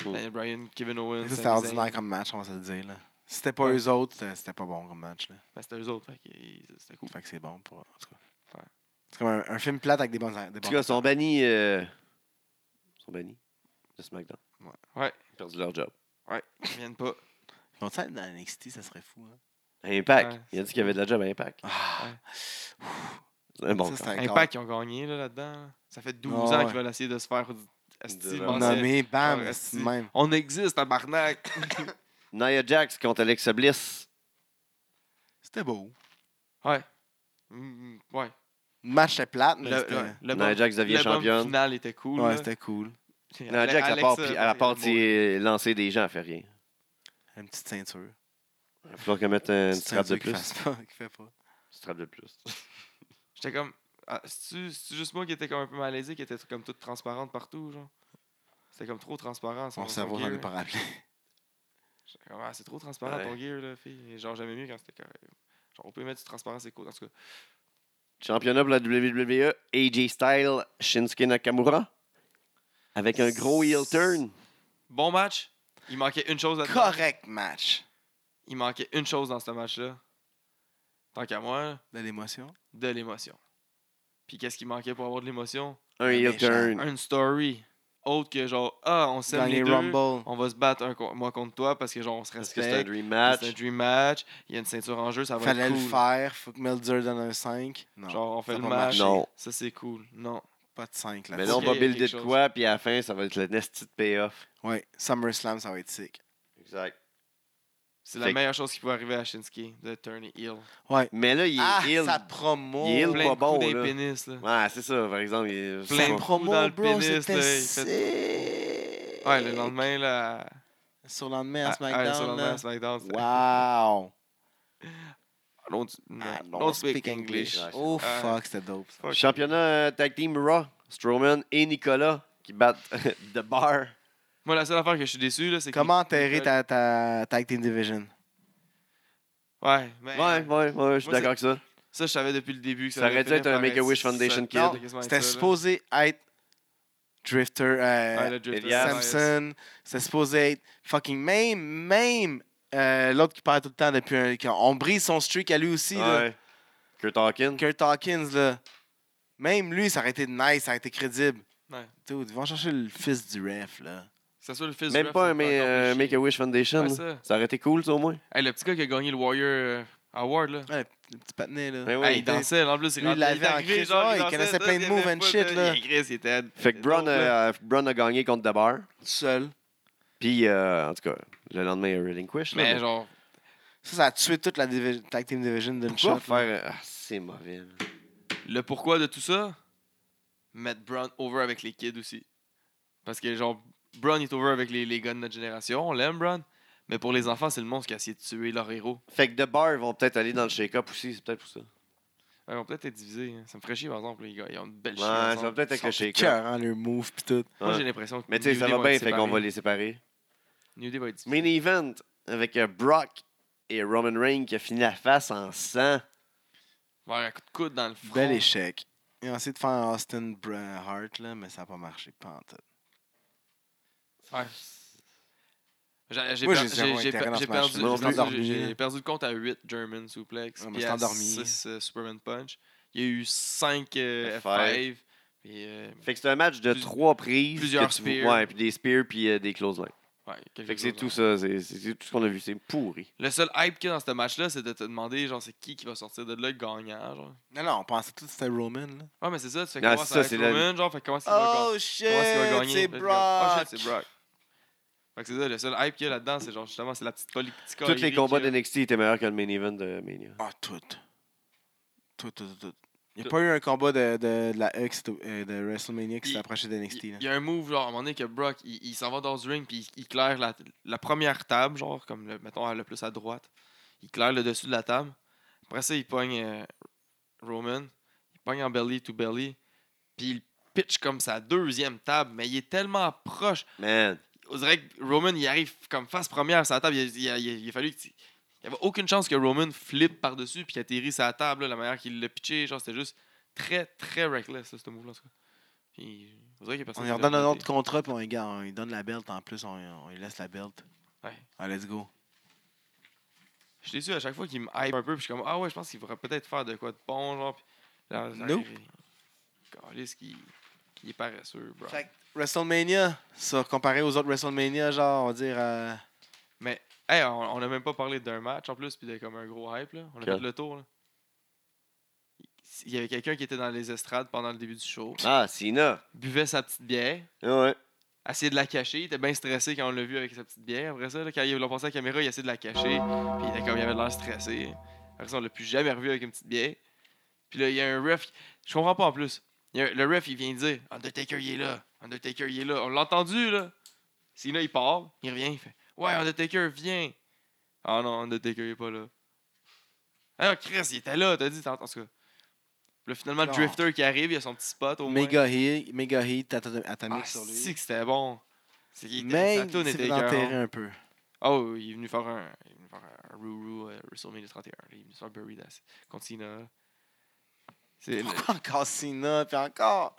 [SPEAKER 1] Cool.
[SPEAKER 2] Daniel Bryan, Kevin Owens.
[SPEAKER 3] Ça, C'était
[SPEAKER 2] Sami Zayn.
[SPEAKER 3] ordinaire comme match, on va se le dire. Là. Si c'était pas
[SPEAKER 2] Ouais.
[SPEAKER 3] eux autres, c'était- c'était pas bon comme match. Là.
[SPEAKER 2] Ben, c'était eux autres, fait que c'était cool.
[SPEAKER 3] Fait que c'est bon pour. En tout cas.
[SPEAKER 2] Ouais.
[SPEAKER 3] C'est comme un, un film plate avec des bonnes. Des
[SPEAKER 1] En tout
[SPEAKER 3] bonnes-
[SPEAKER 1] cas, ils sont bannis. euh, ils sont bannis de SmackDown.
[SPEAKER 3] Ouais.
[SPEAKER 2] Ouais.
[SPEAKER 1] Ils ont perdu leur job.
[SPEAKER 2] Ils viennent pas.
[SPEAKER 3] Ils vont être dans NXT, ça serait fou. Hein?
[SPEAKER 1] Impact.
[SPEAKER 2] Ouais,
[SPEAKER 1] il a dit qu'il y avait de la job à Impact.
[SPEAKER 3] Ah,
[SPEAKER 2] Ouais.
[SPEAKER 1] C'est un bon
[SPEAKER 3] ça,
[SPEAKER 1] camp.
[SPEAKER 3] c'est un
[SPEAKER 2] Impact, ils ont gagné là, là-dedans. Ça fait 12
[SPEAKER 3] Ah,
[SPEAKER 2] ans
[SPEAKER 3] ouais.
[SPEAKER 2] qu'ils veulent essayer de se faire. asti,
[SPEAKER 1] De leur-
[SPEAKER 3] corps
[SPEAKER 2] mentionner.
[SPEAKER 3] Nommé, bam,
[SPEAKER 2] Ouais,
[SPEAKER 3] c'est le même.
[SPEAKER 2] On existe, tabarnak!
[SPEAKER 1] Nia Jax contre Alexa Bliss.
[SPEAKER 3] C'était beau.
[SPEAKER 2] ouais. Mm, ouais.
[SPEAKER 3] Le match était plate,
[SPEAKER 2] Le,
[SPEAKER 3] mais
[SPEAKER 2] le,
[SPEAKER 3] c'était.
[SPEAKER 2] le
[SPEAKER 1] Nia Jax devient
[SPEAKER 2] l'album
[SPEAKER 1] championne.
[SPEAKER 2] final était cool.
[SPEAKER 3] ouais,
[SPEAKER 2] là.
[SPEAKER 3] c'était cool.
[SPEAKER 1] Nia
[SPEAKER 2] Ale-
[SPEAKER 1] Jax, à part,
[SPEAKER 2] Alexa,
[SPEAKER 1] pi- à part
[SPEAKER 2] c'est
[SPEAKER 1] t'y- lancer des gens, elle fait rien.
[SPEAKER 3] Une petite ceinture.
[SPEAKER 1] Il va falloir qu'elle mette une
[SPEAKER 3] Petite
[SPEAKER 1] strap de
[SPEAKER 3] ceinture qui
[SPEAKER 1] plus. Une
[SPEAKER 3] fasse pas- qui fait pas.
[SPEAKER 1] strap de plus.
[SPEAKER 2] J'étais comme. Ah, c'est-tu, c'est-tu juste moi qui était comme un peu malaisé, qui était comme toute transparente partout, genre? C'était comme trop transparent. Son,
[SPEAKER 3] Mon
[SPEAKER 2] son
[SPEAKER 3] cerveau
[SPEAKER 2] gear.
[SPEAKER 3] j'en ai pas rappelé.
[SPEAKER 2] J'étais comme, ah, c'est trop transparent
[SPEAKER 1] Ouais.
[SPEAKER 2] ton gear, là, fille. Et Genre, j'aimais mieux quand c'était correct. Genre, on peut mettre du transparent, c'est cool. En tout cas,
[SPEAKER 1] Championnat pour la WWE, AJ Styles, Shinsuke Nakamura. Avec un gros heel turn.
[SPEAKER 2] bon match. Il manquait une chose là
[SPEAKER 3] Correct match.
[SPEAKER 2] Il manquait une chose dans ce match-là. Tant qu'à moi,
[SPEAKER 3] De l'émotion.
[SPEAKER 2] de l'émotion. Puis qu'est-ce qui manquait pour avoir de l'émotion?
[SPEAKER 1] Un heel
[SPEAKER 3] méchant.
[SPEAKER 1] turn.
[SPEAKER 2] Une story. Autre que genre, ah, on s'aime les
[SPEAKER 3] Gagner
[SPEAKER 2] deux.
[SPEAKER 3] Rumble.
[SPEAKER 2] On va se battre un co- moi contre toi parce que genre on se
[SPEAKER 1] Parce que c'est un
[SPEAKER 2] respecte.
[SPEAKER 1] dream
[SPEAKER 2] C'est un
[SPEAKER 1] match.
[SPEAKER 2] dream match. Il y a une ceinture en jeu, ça va
[SPEAKER 3] Fallait
[SPEAKER 2] être
[SPEAKER 3] le
[SPEAKER 2] cool.
[SPEAKER 3] faire. Faut que Melzer donne un 5. Non.
[SPEAKER 2] Genre on fait
[SPEAKER 3] ça
[SPEAKER 2] le
[SPEAKER 3] va
[SPEAKER 2] match.
[SPEAKER 3] marcher.
[SPEAKER 1] Non.
[SPEAKER 2] Ça c'est cool. Non.
[SPEAKER 3] Pas de 5 là
[SPEAKER 1] Mais là, on
[SPEAKER 2] Parce
[SPEAKER 1] va
[SPEAKER 2] qu'il y a
[SPEAKER 1] builder
[SPEAKER 2] quelque
[SPEAKER 1] de
[SPEAKER 2] chose.
[SPEAKER 1] quoi, puis à la fin, ça va être le nasty de payoff.
[SPEAKER 3] Ouais. SummerSlam, ça va être sick.
[SPEAKER 1] Exact.
[SPEAKER 2] C'est
[SPEAKER 1] Fait
[SPEAKER 2] la
[SPEAKER 1] que-
[SPEAKER 2] meilleure chose qui pouvait arriver à Shinsuke de turn heel.
[SPEAKER 3] Ouais.
[SPEAKER 1] Mais là, il est
[SPEAKER 3] Ah,
[SPEAKER 1] heel.
[SPEAKER 3] sa promo.
[SPEAKER 1] Il est heel.
[SPEAKER 2] Plein
[SPEAKER 1] pas
[SPEAKER 2] de coups
[SPEAKER 1] bon,
[SPEAKER 2] des
[SPEAKER 1] là.
[SPEAKER 2] pénis là.
[SPEAKER 1] Ouais, c'est ça, par exemple. il-
[SPEAKER 2] Plein
[SPEAKER 1] c'est
[SPEAKER 3] Sa
[SPEAKER 2] de
[SPEAKER 1] pas-
[SPEAKER 3] promo,
[SPEAKER 2] dans le
[SPEAKER 3] bro,
[SPEAKER 2] pénis,
[SPEAKER 3] c'était
[SPEAKER 2] là, il
[SPEAKER 3] sick.
[SPEAKER 2] Ouais, le lendemain là.
[SPEAKER 3] Sur le lendemain
[SPEAKER 2] à-
[SPEAKER 3] à
[SPEAKER 2] à-
[SPEAKER 3] SmackDown.
[SPEAKER 2] sur le lendemain
[SPEAKER 3] là.
[SPEAKER 2] à SmackDown. c'était-
[SPEAKER 3] Wow!
[SPEAKER 2] Don't,
[SPEAKER 1] Ah,
[SPEAKER 2] no,
[SPEAKER 3] I
[SPEAKER 2] don't
[SPEAKER 3] don't
[SPEAKER 2] speak
[SPEAKER 3] speak
[SPEAKER 2] English.
[SPEAKER 1] English.
[SPEAKER 3] Oh
[SPEAKER 2] Ah.
[SPEAKER 3] fuck, c'était dope. ça.
[SPEAKER 2] Fuck.
[SPEAKER 1] Championnat euh, tag team Raw, Strowman et Nicolas qui battent The Bar.
[SPEAKER 2] Moi la seule affaire que je suis déçu là, c'est que-
[SPEAKER 3] Comment enterrer ta, ta Tag Team Division?
[SPEAKER 2] Ouais, mais
[SPEAKER 1] Ouais, ouais, ouais, je suis
[SPEAKER 2] Ben, Moi,
[SPEAKER 1] d'accord avec ça.
[SPEAKER 2] ça je savais depuis le début que ça,
[SPEAKER 1] Ça aurait dû
[SPEAKER 2] finir
[SPEAKER 1] être un
[SPEAKER 2] par
[SPEAKER 1] Make-A-Wish
[SPEAKER 2] ça-
[SPEAKER 1] Foundation
[SPEAKER 2] ça-
[SPEAKER 1] Kid.
[SPEAKER 2] Non, quasiment
[SPEAKER 3] C'était
[SPEAKER 2] être ça, là.
[SPEAKER 3] supposé être Drifter, euh,
[SPEAKER 2] Ouais, le Drifter,
[SPEAKER 1] Elias.
[SPEAKER 2] ouais,
[SPEAKER 3] Samson. C'était supposé être fucking même, même euh, l'autre qui perd tout le temps depuis un. qui- On brise son streak à lui aussi. là.
[SPEAKER 1] Ouais. Kurt Hawkins.
[SPEAKER 3] Kurt Hawkins, là. Même lui, ça aurait été nice, ça aurait été crédible.
[SPEAKER 2] Ouais.
[SPEAKER 3] Dude, ils vont chercher le fils du ref, là.
[SPEAKER 2] Que ça soit le fils
[SPEAKER 1] Même
[SPEAKER 2] ref,
[SPEAKER 1] pas
[SPEAKER 2] ça
[SPEAKER 1] un
[SPEAKER 2] me fait
[SPEAKER 1] mais,
[SPEAKER 2] encore
[SPEAKER 1] euh,
[SPEAKER 2] plus chier.
[SPEAKER 1] Make-A-Wish Foundation.
[SPEAKER 2] Ouais,
[SPEAKER 1] là.
[SPEAKER 2] ça.
[SPEAKER 1] Ça aurait été cool, ça, au moins.
[SPEAKER 2] Hey, le petit gars qui a gagné le Warrior euh, Award, là.
[SPEAKER 3] Le petit patinet, là.
[SPEAKER 1] Ben oui.
[SPEAKER 2] Hey, Ah, il dansait, en plus.
[SPEAKER 3] Lui, il
[SPEAKER 2] rentré-
[SPEAKER 3] l'avait
[SPEAKER 2] était
[SPEAKER 3] en
[SPEAKER 2] arrivé,
[SPEAKER 3] Chris,
[SPEAKER 2] genre,
[SPEAKER 3] ouais, il
[SPEAKER 2] dansait,
[SPEAKER 3] connaissait
[SPEAKER 2] ça,
[SPEAKER 3] plein de
[SPEAKER 2] il
[SPEAKER 3] moves
[SPEAKER 2] avait
[SPEAKER 3] and
[SPEAKER 2] pas
[SPEAKER 3] shit,
[SPEAKER 2] de-
[SPEAKER 3] là.
[SPEAKER 2] Il Chris, il était.
[SPEAKER 1] Fait que Braun,
[SPEAKER 2] Donc, là,
[SPEAKER 1] euh, Braun a gagné contre The Bar.
[SPEAKER 3] Tout seul.
[SPEAKER 1] Puis, euh, en tout cas, le lendemain, il a relinquish. là,
[SPEAKER 2] Mais genre,
[SPEAKER 3] Ça, ça a tué toute la divi- Tag Team Division d'une
[SPEAKER 1] Pourquoi
[SPEAKER 3] shot. là.
[SPEAKER 1] faire. Ah, c'est mauvais. là.
[SPEAKER 2] le pourquoi de tout ça, mettre Brown over avec les kids aussi. Parce que, genre, Brown est over avec les, les gars de notre génération. On l'aime, Brown. Mais pour les enfants, c'est le monstre qui a essayé de tuer leur héros.
[SPEAKER 1] Fait que The Bar vont peut-être aller dans le shake-up aussi, c'est peut-être pour ça.
[SPEAKER 2] Ouais, ils vont peut-être être divisés. hein. Ça me ferait chier, par exemple, les gars. Ils ont une belle
[SPEAKER 1] Ouais,
[SPEAKER 2] chie
[SPEAKER 1] ça
[SPEAKER 2] ensemble.
[SPEAKER 1] va peut-être être le
[SPEAKER 3] C'est
[SPEAKER 1] shake-up.
[SPEAKER 3] cœur, hein, le move, pis tout.
[SPEAKER 2] Moi,
[SPEAKER 1] Ouais.
[SPEAKER 2] j'ai l'impression que.
[SPEAKER 1] Mais tu sais,
[SPEAKER 2] New
[SPEAKER 1] ça
[SPEAKER 2] Day
[SPEAKER 1] va
[SPEAKER 2] vont
[SPEAKER 1] bien,
[SPEAKER 2] être
[SPEAKER 1] fait qu'on va
[SPEAKER 2] séparés.
[SPEAKER 1] les séparer.
[SPEAKER 2] New Day va être divisé.
[SPEAKER 1] Main event avec euh, Brock et Roman Reigns qui a fini la face en sang.
[SPEAKER 2] Ils vont avoir un coup de coude dans le front.
[SPEAKER 3] Bel échec. Ils ont essayé de faire un Austin Bra- Hart, là, mais ça n'a pas marché. Pas en tout.
[SPEAKER 2] Ouais. J'ai- J'ai
[SPEAKER 3] Moi,
[SPEAKER 2] per-
[SPEAKER 3] j'ai zéro
[SPEAKER 2] j'ai- j'ai
[SPEAKER 3] intérêt
[SPEAKER 2] per-
[SPEAKER 3] dans
[SPEAKER 2] j'ai
[SPEAKER 3] ce match.
[SPEAKER 2] perdu,
[SPEAKER 1] Moi non
[SPEAKER 2] j'ai
[SPEAKER 1] plus.
[SPEAKER 2] perdu-
[SPEAKER 3] Endormi.
[SPEAKER 2] j'ai perdu le compte à 8 German Suplex.
[SPEAKER 3] Ouais, mais
[SPEAKER 2] puis
[SPEAKER 3] c'est
[SPEAKER 2] à
[SPEAKER 3] endormi.
[SPEAKER 1] hein.
[SPEAKER 2] 6 euh, Superman Punch. Il y a eu 5 euh,
[SPEAKER 1] F5.
[SPEAKER 2] F5. Puis, euh,
[SPEAKER 1] Fait que c'est un match de
[SPEAKER 2] Plus-
[SPEAKER 1] trois prises.
[SPEAKER 2] plusieurs
[SPEAKER 1] que tu-
[SPEAKER 2] spears.
[SPEAKER 1] Ouais, puis des spears puis euh, des clotheslines.
[SPEAKER 2] ouais, quelque
[SPEAKER 1] Fait que c'est
[SPEAKER 2] chose,
[SPEAKER 1] tout
[SPEAKER 2] ouais.
[SPEAKER 1] ça. C'est c'est- c'est tout ce qu'on a vu. C'est pourri.
[SPEAKER 2] Le seul hype qu'il y a dans ce match-là, c'est de te demander genre c'est qui qui va sortir de là gagnant. Genre.
[SPEAKER 3] Non, non, on pensait tout que c'était Roman. Là.
[SPEAKER 2] Ouais, mais c'est ça. Tu fais
[SPEAKER 1] Non,
[SPEAKER 2] comment
[SPEAKER 1] c'est ça,
[SPEAKER 2] ça va être
[SPEAKER 1] c'est la- Oh,
[SPEAKER 2] Roman, genre, fait comment il va gagner.
[SPEAKER 3] Oh, shit!
[SPEAKER 2] Comment est-ce qu'il va gagner? Là, tu regardes, Ah, shit, c'est
[SPEAKER 3] Brock.
[SPEAKER 2] Brock. Fait que c'est ça, le seul hype qu'il y a là-dedans, c'est genre justement, c'est la petite politique.
[SPEAKER 1] Tous les combats de NXT étaient meilleurs que le main event de Mania.
[SPEAKER 3] Ah, tout. Tout, tout, tout, tout. Il n'y a pas eu un combat de, de, de la E qui s'est- euh, de WrestleMania qui
[SPEAKER 2] Il-
[SPEAKER 3] s'est approché de NXT.
[SPEAKER 2] Il
[SPEAKER 3] là.
[SPEAKER 2] il y a un move, genre, à un moment donné, que Brock, il, il s'en va dans le ring, puis il, il claire la, la première table, genre, comme, le- mettons, le plus à droite. Il claire le dessus de la table. Après ça, il pogne euh, Roman. Il pogne en belly to belly. Puis il pitch comme sa deuxième table, mais il est tellement proche.
[SPEAKER 1] Man.
[SPEAKER 2] On dirait que Roman, il arrive comme face première sur la table. Il, a- il a- il a- il a fallu. que- Il n'y avait aucune chance que Roman flippe par-dessus puis atterrisse à la table, là, la manière qu'il l'a pitché. Genre, c'était juste très, très reckless, là, ce move-là. en tout cas. Puis, on dirait qu'il y a personne
[SPEAKER 3] On lui
[SPEAKER 2] qui l'a
[SPEAKER 3] redonne un
[SPEAKER 2] noté.
[SPEAKER 3] autre contrat, puis on lui garde- on lui donne la belt en plus, on, on lui laisse la belt.
[SPEAKER 2] Ouais.
[SPEAKER 3] Ah, let's go.
[SPEAKER 2] Je l'ai su à chaque fois qu'il me hype un peu, puis je suis comme, ah ouais, je pense qu'il pourrait peut-être faire de quoi de bon, genre. Puis là, ça
[SPEAKER 3] Nope.
[SPEAKER 2] arrive. Calisse qui, qui est paresseux, bro.
[SPEAKER 3] Fait que WrestleMania, ça, comparé aux autres WrestleMania, genre, on va dire. euh,
[SPEAKER 2] Mais, hey, on, on a même pas parlé d'un match en plus, puis de comme un gros hype, là. On a
[SPEAKER 1] Quel?
[SPEAKER 2] fait le tour, là. Il y avait quelqu'un qui était dans les estrades pendant le début du show,
[SPEAKER 1] Ah, Cena.
[SPEAKER 2] buvait sa petite bière,
[SPEAKER 1] Ouais.
[SPEAKER 2] essayait de la cacher, il était bien stressé quand on l'a vu avec sa petite bière. Après ça, là, quand ils l'ont passé à la caméra, il essayait de la cacher, puis il était comme, il avait l'air stressé. Après ça, on l'a plus jamais revu avec une petite bière. Puis là, il y a un ref. Je comprends pas en plus. Il y a- le ref, il vient dire Undertaker, il est là. Undertaker, il est là. On l'a entendu, là. Sinon, il part, il revient, il fait Ouais, Undertaker, viens. Ah non, Undertaker, il est pas là. Ah, Chris, il était là, t'as dit, t'entends en tout cas. Puis là, finalement, le
[SPEAKER 3] Non.
[SPEAKER 2] Drifter qui arrive, il a son petit spot au moins.
[SPEAKER 3] Mega Heat, Mega Heat,
[SPEAKER 2] Ah,
[SPEAKER 3] atomique sur
[SPEAKER 2] si
[SPEAKER 3] lui.
[SPEAKER 2] que c'était bon. C'est qu'il était-
[SPEAKER 3] Mais
[SPEAKER 2] sa
[SPEAKER 3] il
[SPEAKER 2] toune était
[SPEAKER 3] s'est
[SPEAKER 2] écœurante.
[SPEAKER 3] enterré un peu.
[SPEAKER 2] Oh, il est venu faire un, il est venu faire un Ruru euh, WrestleMania 31. là. Il est venu se faire Buried as- contre Cena. C'est le-
[SPEAKER 3] Pourquoi encore Cena, puis encore.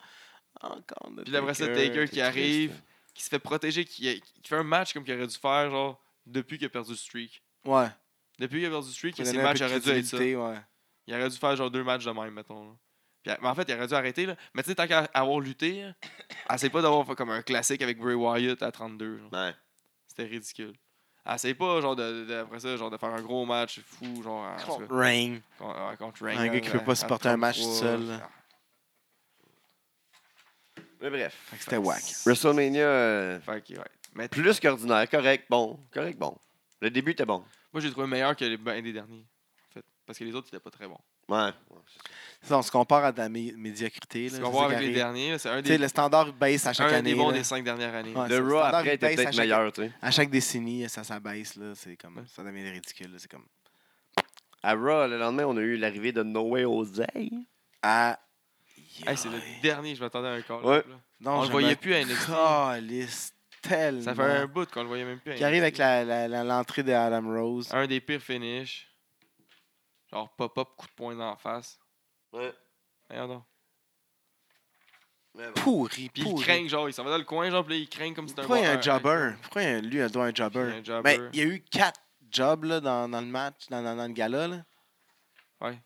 [SPEAKER 3] Encore.
[SPEAKER 2] Puis après ça, Taker qui arrive, qui se fait protéger, qui, qui fait un match comme qu'il aurait dû faire, genre, depuis qu'il a perdu le streak.
[SPEAKER 3] Ouais.
[SPEAKER 2] Depuis qu'il a perdu le streak,
[SPEAKER 3] Pour
[SPEAKER 2] ses
[SPEAKER 3] donner un
[SPEAKER 2] matchs
[SPEAKER 3] peu de
[SPEAKER 2] auraient dû être ça.
[SPEAKER 3] crédibilité, ouais.
[SPEAKER 2] Il aurait dû faire genre deux matchs de même, mettons. là. Puis, mais en fait, il aurait dû arrêter. Là. Mais tu sais, tant qu'à avoir lutté, là, essaye pas d'avoir fait comme un classique avec Bray Wyatt à 32. genre.
[SPEAKER 1] hein. Ouais.
[SPEAKER 2] C'était ridicule. Essaye pas, genre, de, de- après ça, genre, de faire un gros match fou, genre, en tout cas.
[SPEAKER 3] Rain.
[SPEAKER 2] Con- ouais, contre euh,
[SPEAKER 3] Un gars qui peut pas supporter un match tout seul, là.
[SPEAKER 1] Mais bref.
[SPEAKER 3] Fait que c'était whack.
[SPEAKER 1] WrestleMania, euh,
[SPEAKER 2] Fait que, ouais. Mais t-
[SPEAKER 1] plus qu'ordinaire. Correct, bon. Correct, bon. Le début était bon.
[SPEAKER 2] moi, j'ai trouvé meilleur que les ben des derniers. En fait. Parce que les autres, ils étaient pas très bons.
[SPEAKER 1] Ouais.
[SPEAKER 3] Ça, on se compare à de la mé- médiocrité.
[SPEAKER 2] Ce
[SPEAKER 3] là,
[SPEAKER 2] qu'on
[SPEAKER 3] c'est
[SPEAKER 2] voit
[SPEAKER 3] ça
[SPEAKER 2] avec
[SPEAKER 3] qui
[SPEAKER 2] les
[SPEAKER 3] arrive.
[SPEAKER 2] derniers, là, c'est un
[SPEAKER 3] Tu sais,
[SPEAKER 2] des,
[SPEAKER 3] le standard baisse à
[SPEAKER 2] un
[SPEAKER 3] chaque année.
[SPEAKER 2] des bons
[SPEAKER 3] là.
[SPEAKER 2] des cinq dernières années.
[SPEAKER 3] Ouais.
[SPEAKER 1] Le
[SPEAKER 3] ça,
[SPEAKER 1] Raw
[SPEAKER 3] standard,
[SPEAKER 1] après
[SPEAKER 3] il
[SPEAKER 1] était
[SPEAKER 3] baisse à
[SPEAKER 1] peut-être
[SPEAKER 3] chaque-
[SPEAKER 1] meilleur, tu sais.
[SPEAKER 3] À chaque décennie, ça, ça baisse. Là. C'est comme,
[SPEAKER 2] Ouais.
[SPEAKER 3] ça devient ridicule. là. C'est comme
[SPEAKER 1] À Raw, le lendemain, on a eu l'arrivée de No Way Jose.
[SPEAKER 3] Ah.
[SPEAKER 2] Hey, c'est le dernier, je m'attendais à un call.
[SPEAKER 1] Ouais.
[SPEAKER 2] là.
[SPEAKER 3] Non,
[SPEAKER 2] on le
[SPEAKER 3] je
[SPEAKER 2] voyait
[SPEAKER 3] me
[SPEAKER 2] plus à NXT.
[SPEAKER 3] calisse tellement.
[SPEAKER 2] Ça fait un bout qu'on le voyait même plus. à
[SPEAKER 3] Qui arrive avec
[SPEAKER 2] NXT.
[SPEAKER 3] la- la- la- l'entrée de Adam Rose.
[SPEAKER 2] Un des pires finishes. Genre pop-up, coup de poing d'en face.
[SPEAKER 1] Ouais.
[SPEAKER 2] Regarde donc.
[SPEAKER 1] Mais bon.
[SPEAKER 3] Pourri,
[SPEAKER 2] Puis il
[SPEAKER 3] pourri.
[SPEAKER 2] craigne, genre, il s'en va dans le coin, genre, puis là, il craigne comme si c'était un
[SPEAKER 3] Pourquoi il y a
[SPEAKER 2] bon-
[SPEAKER 3] un jobber? Ben, Pourquoi il y a- lui, il doit un
[SPEAKER 2] Il y a
[SPEAKER 3] jobber?
[SPEAKER 2] un jobber.
[SPEAKER 3] Mais il y a eu quatre jobs là, dans, dans le match, dans, dans- dans le gala. Là.
[SPEAKER 2] Ouais.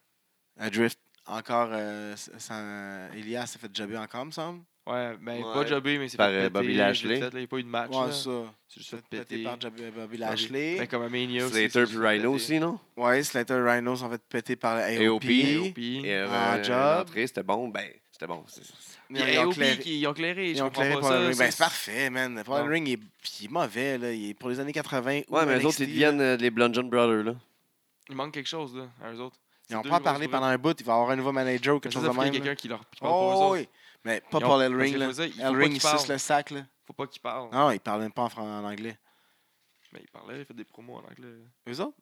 [SPEAKER 3] Euh, Drift, encore, euh, s- sans- Elias s'est fait jobber encore, me semble.
[SPEAKER 2] Ouais, ben,
[SPEAKER 1] Ouais.
[SPEAKER 2] pas jobé, mais c'est
[SPEAKER 1] Par,
[SPEAKER 2] fait
[SPEAKER 1] euh,
[SPEAKER 2] péter,
[SPEAKER 1] Bobby
[SPEAKER 2] là,
[SPEAKER 1] Lashley.
[SPEAKER 2] j'ai fait, là, Il n'y a pas eu de match.
[SPEAKER 3] Ouais,
[SPEAKER 2] là.
[SPEAKER 3] ça.
[SPEAKER 2] C'est juste
[SPEAKER 3] Fait
[SPEAKER 2] fait
[SPEAKER 3] pété
[SPEAKER 2] péter.
[SPEAKER 3] par Job- euh, Bobby
[SPEAKER 2] Ben,
[SPEAKER 3] Lashley.
[SPEAKER 2] comme à Mania aussi.
[SPEAKER 1] Slater puis Rhino aussi, non?
[SPEAKER 3] Ouais, Slater Rhino s'en fait péter par la AOP.
[SPEAKER 1] AOP.
[SPEAKER 2] AOP.
[SPEAKER 1] Et euh,
[SPEAKER 3] Ah,
[SPEAKER 1] euh,
[SPEAKER 3] job.
[SPEAKER 1] l'entrée, c'était bon. Ben, c'était bon. C'est-
[SPEAKER 3] Ils
[SPEAKER 2] Puis
[SPEAKER 3] ont- ils ont
[SPEAKER 2] AOP
[SPEAKER 3] clairé-
[SPEAKER 2] qui ils ont clairé.
[SPEAKER 3] Ils
[SPEAKER 2] je
[SPEAKER 3] ont
[SPEAKER 2] comprends
[SPEAKER 3] clairé
[SPEAKER 2] pas
[SPEAKER 3] pour
[SPEAKER 2] ça,
[SPEAKER 3] le ring.
[SPEAKER 2] ça,
[SPEAKER 3] Ben, c'est parfait, man. Pour
[SPEAKER 2] Non.
[SPEAKER 3] le ring, il est, il est mauvais. Là. Il est pour les années 80. ou
[SPEAKER 1] Ouais, mais les
[SPEAKER 3] NXT,
[SPEAKER 1] autres, ils
[SPEAKER 3] là.
[SPEAKER 1] deviennent euh, les Bludgeon Brothers, là.
[SPEAKER 2] Il manque quelque chose, là, à eux autres.
[SPEAKER 3] Ils n'ont
[SPEAKER 2] deux
[SPEAKER 3] pas
[SPEAKER 2] grosses
[SPEAKER 3] parlé
[SPEAKER 2] brutes.
[SPEAKER 3] pendant un bout. Il va avoir un nouveau manager ou
[SPEAKER 2] Quelque
[SPEAKER 3] quelque chose de même. là.
[SPEAKER 2] quelqu'un qui leur qui parle pas aux
[SPEAKER 3] Oh
[SPEAKER 2] autres.
[SPEAKER 3] oui. Mais pas
[SPEAKER 2] Ils ont-
[SPEAKER 3] pour le
[SPEAKER 2] parce
[SPEAKER 3] ring.
[SPEAKER 2] que
[SPEAKER 3] là.
[SPEAKER 2] faut dire, il faut
[SPEAKER 3] El
[SPEAKER 2] pas
[SPEAKER 3] Ring,
[SPEAKER 2] qu'il
[SPEAKER 3] il suce
[SPEAKER 2] parle.
[SPEAKER 3] le sac. Là.
[SPEAKER 2] Faut pas qu'ils parlent.
[SPEAKER 3] Non, il parlait pas en, fran- en anglais.
[SPEAKER 2] Mais il parlait, il fait des promos en anglais.
[SPEAKER 3] Eux autres?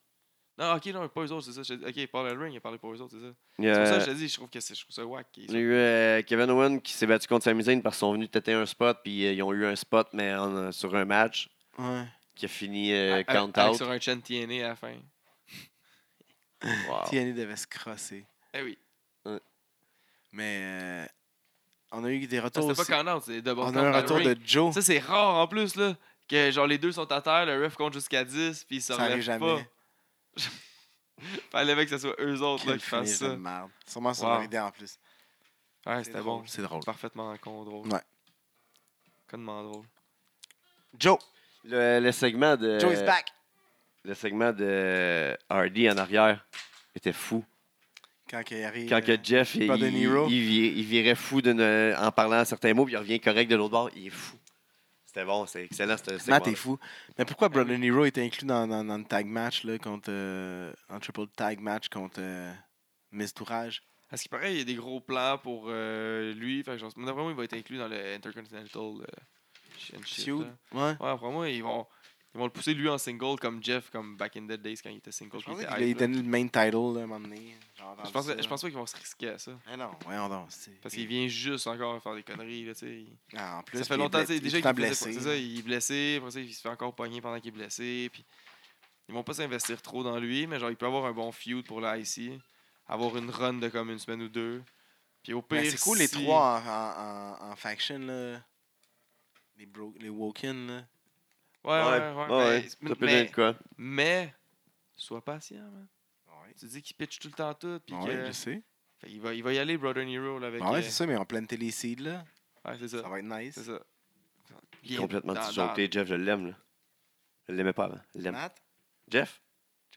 [SPEAKER 2] Non, ok, non, pas eux autres, c'est ça. je te dis. Ok, il parle à le ring, il parlait pas aux autres, c'est ça.
[SPEAKER 1] Il y
[SPEAKER 2] C'est
[SPEAKER 1] a-
[SPEAKER 2] pour ça que je te dis, je trouve que c'est je trouve ça whack. qu'ils
[SPEAKER 1] il y a eu euh, Kevin Owen qui s'est battu contre Sami Zayn parce qu'ils sont venus têter un spot, puis euh, ils ont eu un spot, mais en, euh, sur un match
[SPEAKER 3] Ouais.
[SPEAKER 1] qui a fini euh,
[SPEAKER 3] Ah,
[SPEAKER 2] Avec-
[SPEAKER 1] count
[SPEAKER 2] avec
[SPEAKER 1] out.
[SPEAKER 2] sur un chaîne TNA à la fin. Ah.
[SPEAKER 1] Wow.
[SPEAKER 3] TNA devait se crosser.
[SPEAKER 2] Eh oui.
[SPEAKER 3] Mais euh, on a eu des
[SPEAKER 2] Ça,
[SPEAKER 3] retours
[SPEAKER 2] Ben, C'était
[SPEAKER 3] aussi.
[SPEAKER 2] pas count out, c'est double
[SPEAKER 3] On
[SPEAKER 2] count
[SPEAKER 3] a eu un
[SPEAKER 2] dans le
[SPEAKER 3] retour
[SPEAKER 2] ring.
[SPEAKER 3] de Joe.
[SPEAKER 2] Ça, c'est rare en plus, là. Que genre les deux sont à terre, le ref compte jusqu'à 10, puis il se
[SPEAKER 3] Ça arrive
[SPEAKER 2] relève pas.
[SPEAKER 3] jamais.
[SPEAKER 2] Fallait bien que ce soit eux autres là,
[SPEAKER 3] Quel
[SPEAKER 2] qui fassent
[SPEAKER 3] finish de
[SPEAKER 2] ça.
[SPEAKER 3] merde. Sûrement sur
[SPEAKER 2] Wow.
[SPEAKER 3] leur idée en plus.
[SPEAKER 2] Ouais,
[SPEAKER 3] C'est
[SPEAKER 2] c'était
[SPEAKER 3] drôle,
[SPEAKER 2] bon.
[SPEAKER 3] C'est drôle.
[SPEAKER 2] Parfaitement con drôle.
[SPEAKER 3] Ouais.
[SPEAKER 2] Connement drôle.
[SPEAKER 3] Joe.
[SPEAKER 1] Le, le segment de.
[SPEAKER 3] Joe is back.
[SPEAKER 1] Le segment de Hardy en arrière était fou.
[SPEAKER 3] Quand il arrive.
[SPEAKER 1] Quand
[SPEAKER 3] euh,
[SPEAKER 1] que Jeff, il,
[SPEAKER 3] pas De
[SPEAKER 1] il-
[SPEAKER 3] Niro.
[SPEAKER 1] il vi- il virait fou d'une- en parlant à certains mots, puis il revient correct de l'autre bord, il est fou. C'était bon, c'est excellent. ce segment-là.
[SPEAKER 3] Matt est fou. Mais pourquoi
[SPEAKER 2] Ben oui.
[SPEAKER 3] Brother Nero était inclus dans, dans, dans le tag match, là, contre, euh, en triple tag match contre euh, Miss Tourage?
[SPEAKER 2] Parce qu'il paraît, il y a des gros plans pour euh, lui. Fait que genre, d'après moi, il va être inclus dans le Intercontinental euh, sh- and shit,
[SPEAKER 3] Feud?
[SPEAKER 2] là.
[SPEAKER 3] Ouais.
[SPEAKER 2] Ouais, après moi, ils vont. Ils vont le pousser lui en single comme Jeff, comme Back in the Days quand il était single.
[SPEAKER 3] Je
[SPEAKER 2] puis il
[SPEAKER 3] pensais
[SPEAKER 2] était
[SPEAKER 3] qu'il allait
[SPEAKER 2] hype, là.
[SPEAKER 3] donner le main title, là, à un moment donné. J'ai entendu
[SPEAKER 2] Je pense,
[SPEAKER 3] ça.
[SPEAKER 2] je pense pas qu'ils vont se risquer à ça.
[SPEAKER 3] Mais non, voyons donc. c'est-
[SPEAKER 2] Parce qu'il vient juste encore faire des conneries. Là, tu sais.
[SPEAKER 3] Ah, en plus,
[SPEAKER 2] ça
[SPEAKER 3] il
[SPEAKER 2] fait
[SPEAKER 3] est
[SPEAKER 2] longtemps
[SPEAKER 3] blessé-
[SPEAKER 2] tu sais,
[SPEAKER 3] il est
[SPEAKER 2] déjà
[SPEAKER 3] tout le
[SPEAKER 2] qu'il
[SPEAKER 3] temps
[SPEAKER 2] blessé.
[SPEAKER 3] blessé.
[SPEAKER 2] C'est ça, il est blessé. Après ça, il se fait encore pogner pendant qu'il est blessé. Puis ils vont pas s'investir trop dans lui, mais genre, il peut avoir un bon feud pour la IC. Avoir une run de comme une semaine ou deux. Puis au pire,
[SPEAKER 3] Ben, c'est cool les
[SPEAKER 2] si-
[SPEAKER 3] trois en, en- en- en faction là. Les, bro les Woken là.
[SPEAKER 2] Ouais, ouais,
[SPEAKER 1] ouais.
[SPEAKER 2] ouais. mais-
[SPEAKER 3] Ben,
[SPEAKER 2] mais,
[SPEAKER 1] Ça peut donner de quoi.
[SPEAKER 2] mais- sois patient, man.
[SPEAKER 3] Ouais.
[SPEAKER 2] Tu dis qu'il pitch tout le temps tout. Puis que-
[SPEAKER 3] je sais.
[SPEAKER 2] Fait, il, va, il va y aller, Brother Nero. Là, avec,
[SPEAKER 3] Ah ouais,
[SPEAKER 2] euh,
[SPEAKER 3] c'est ça, mais en pleine télécide là.
[SPEAKER 2] ouais, c'est ça.
[SPEAKER 3] Ça va être nice.
[SPEAKER 2] C'est ça.
[SPEAKER 1] Il est complètement
[SPEAKER 2] Dans-
[SPEAKER 1] disjoncté. Jeff, je l'aime. là. Je l'aimais pas avant. Je l'aime.
[SPEAKER 3] Matt,
[SPEAKER 1] Jeff,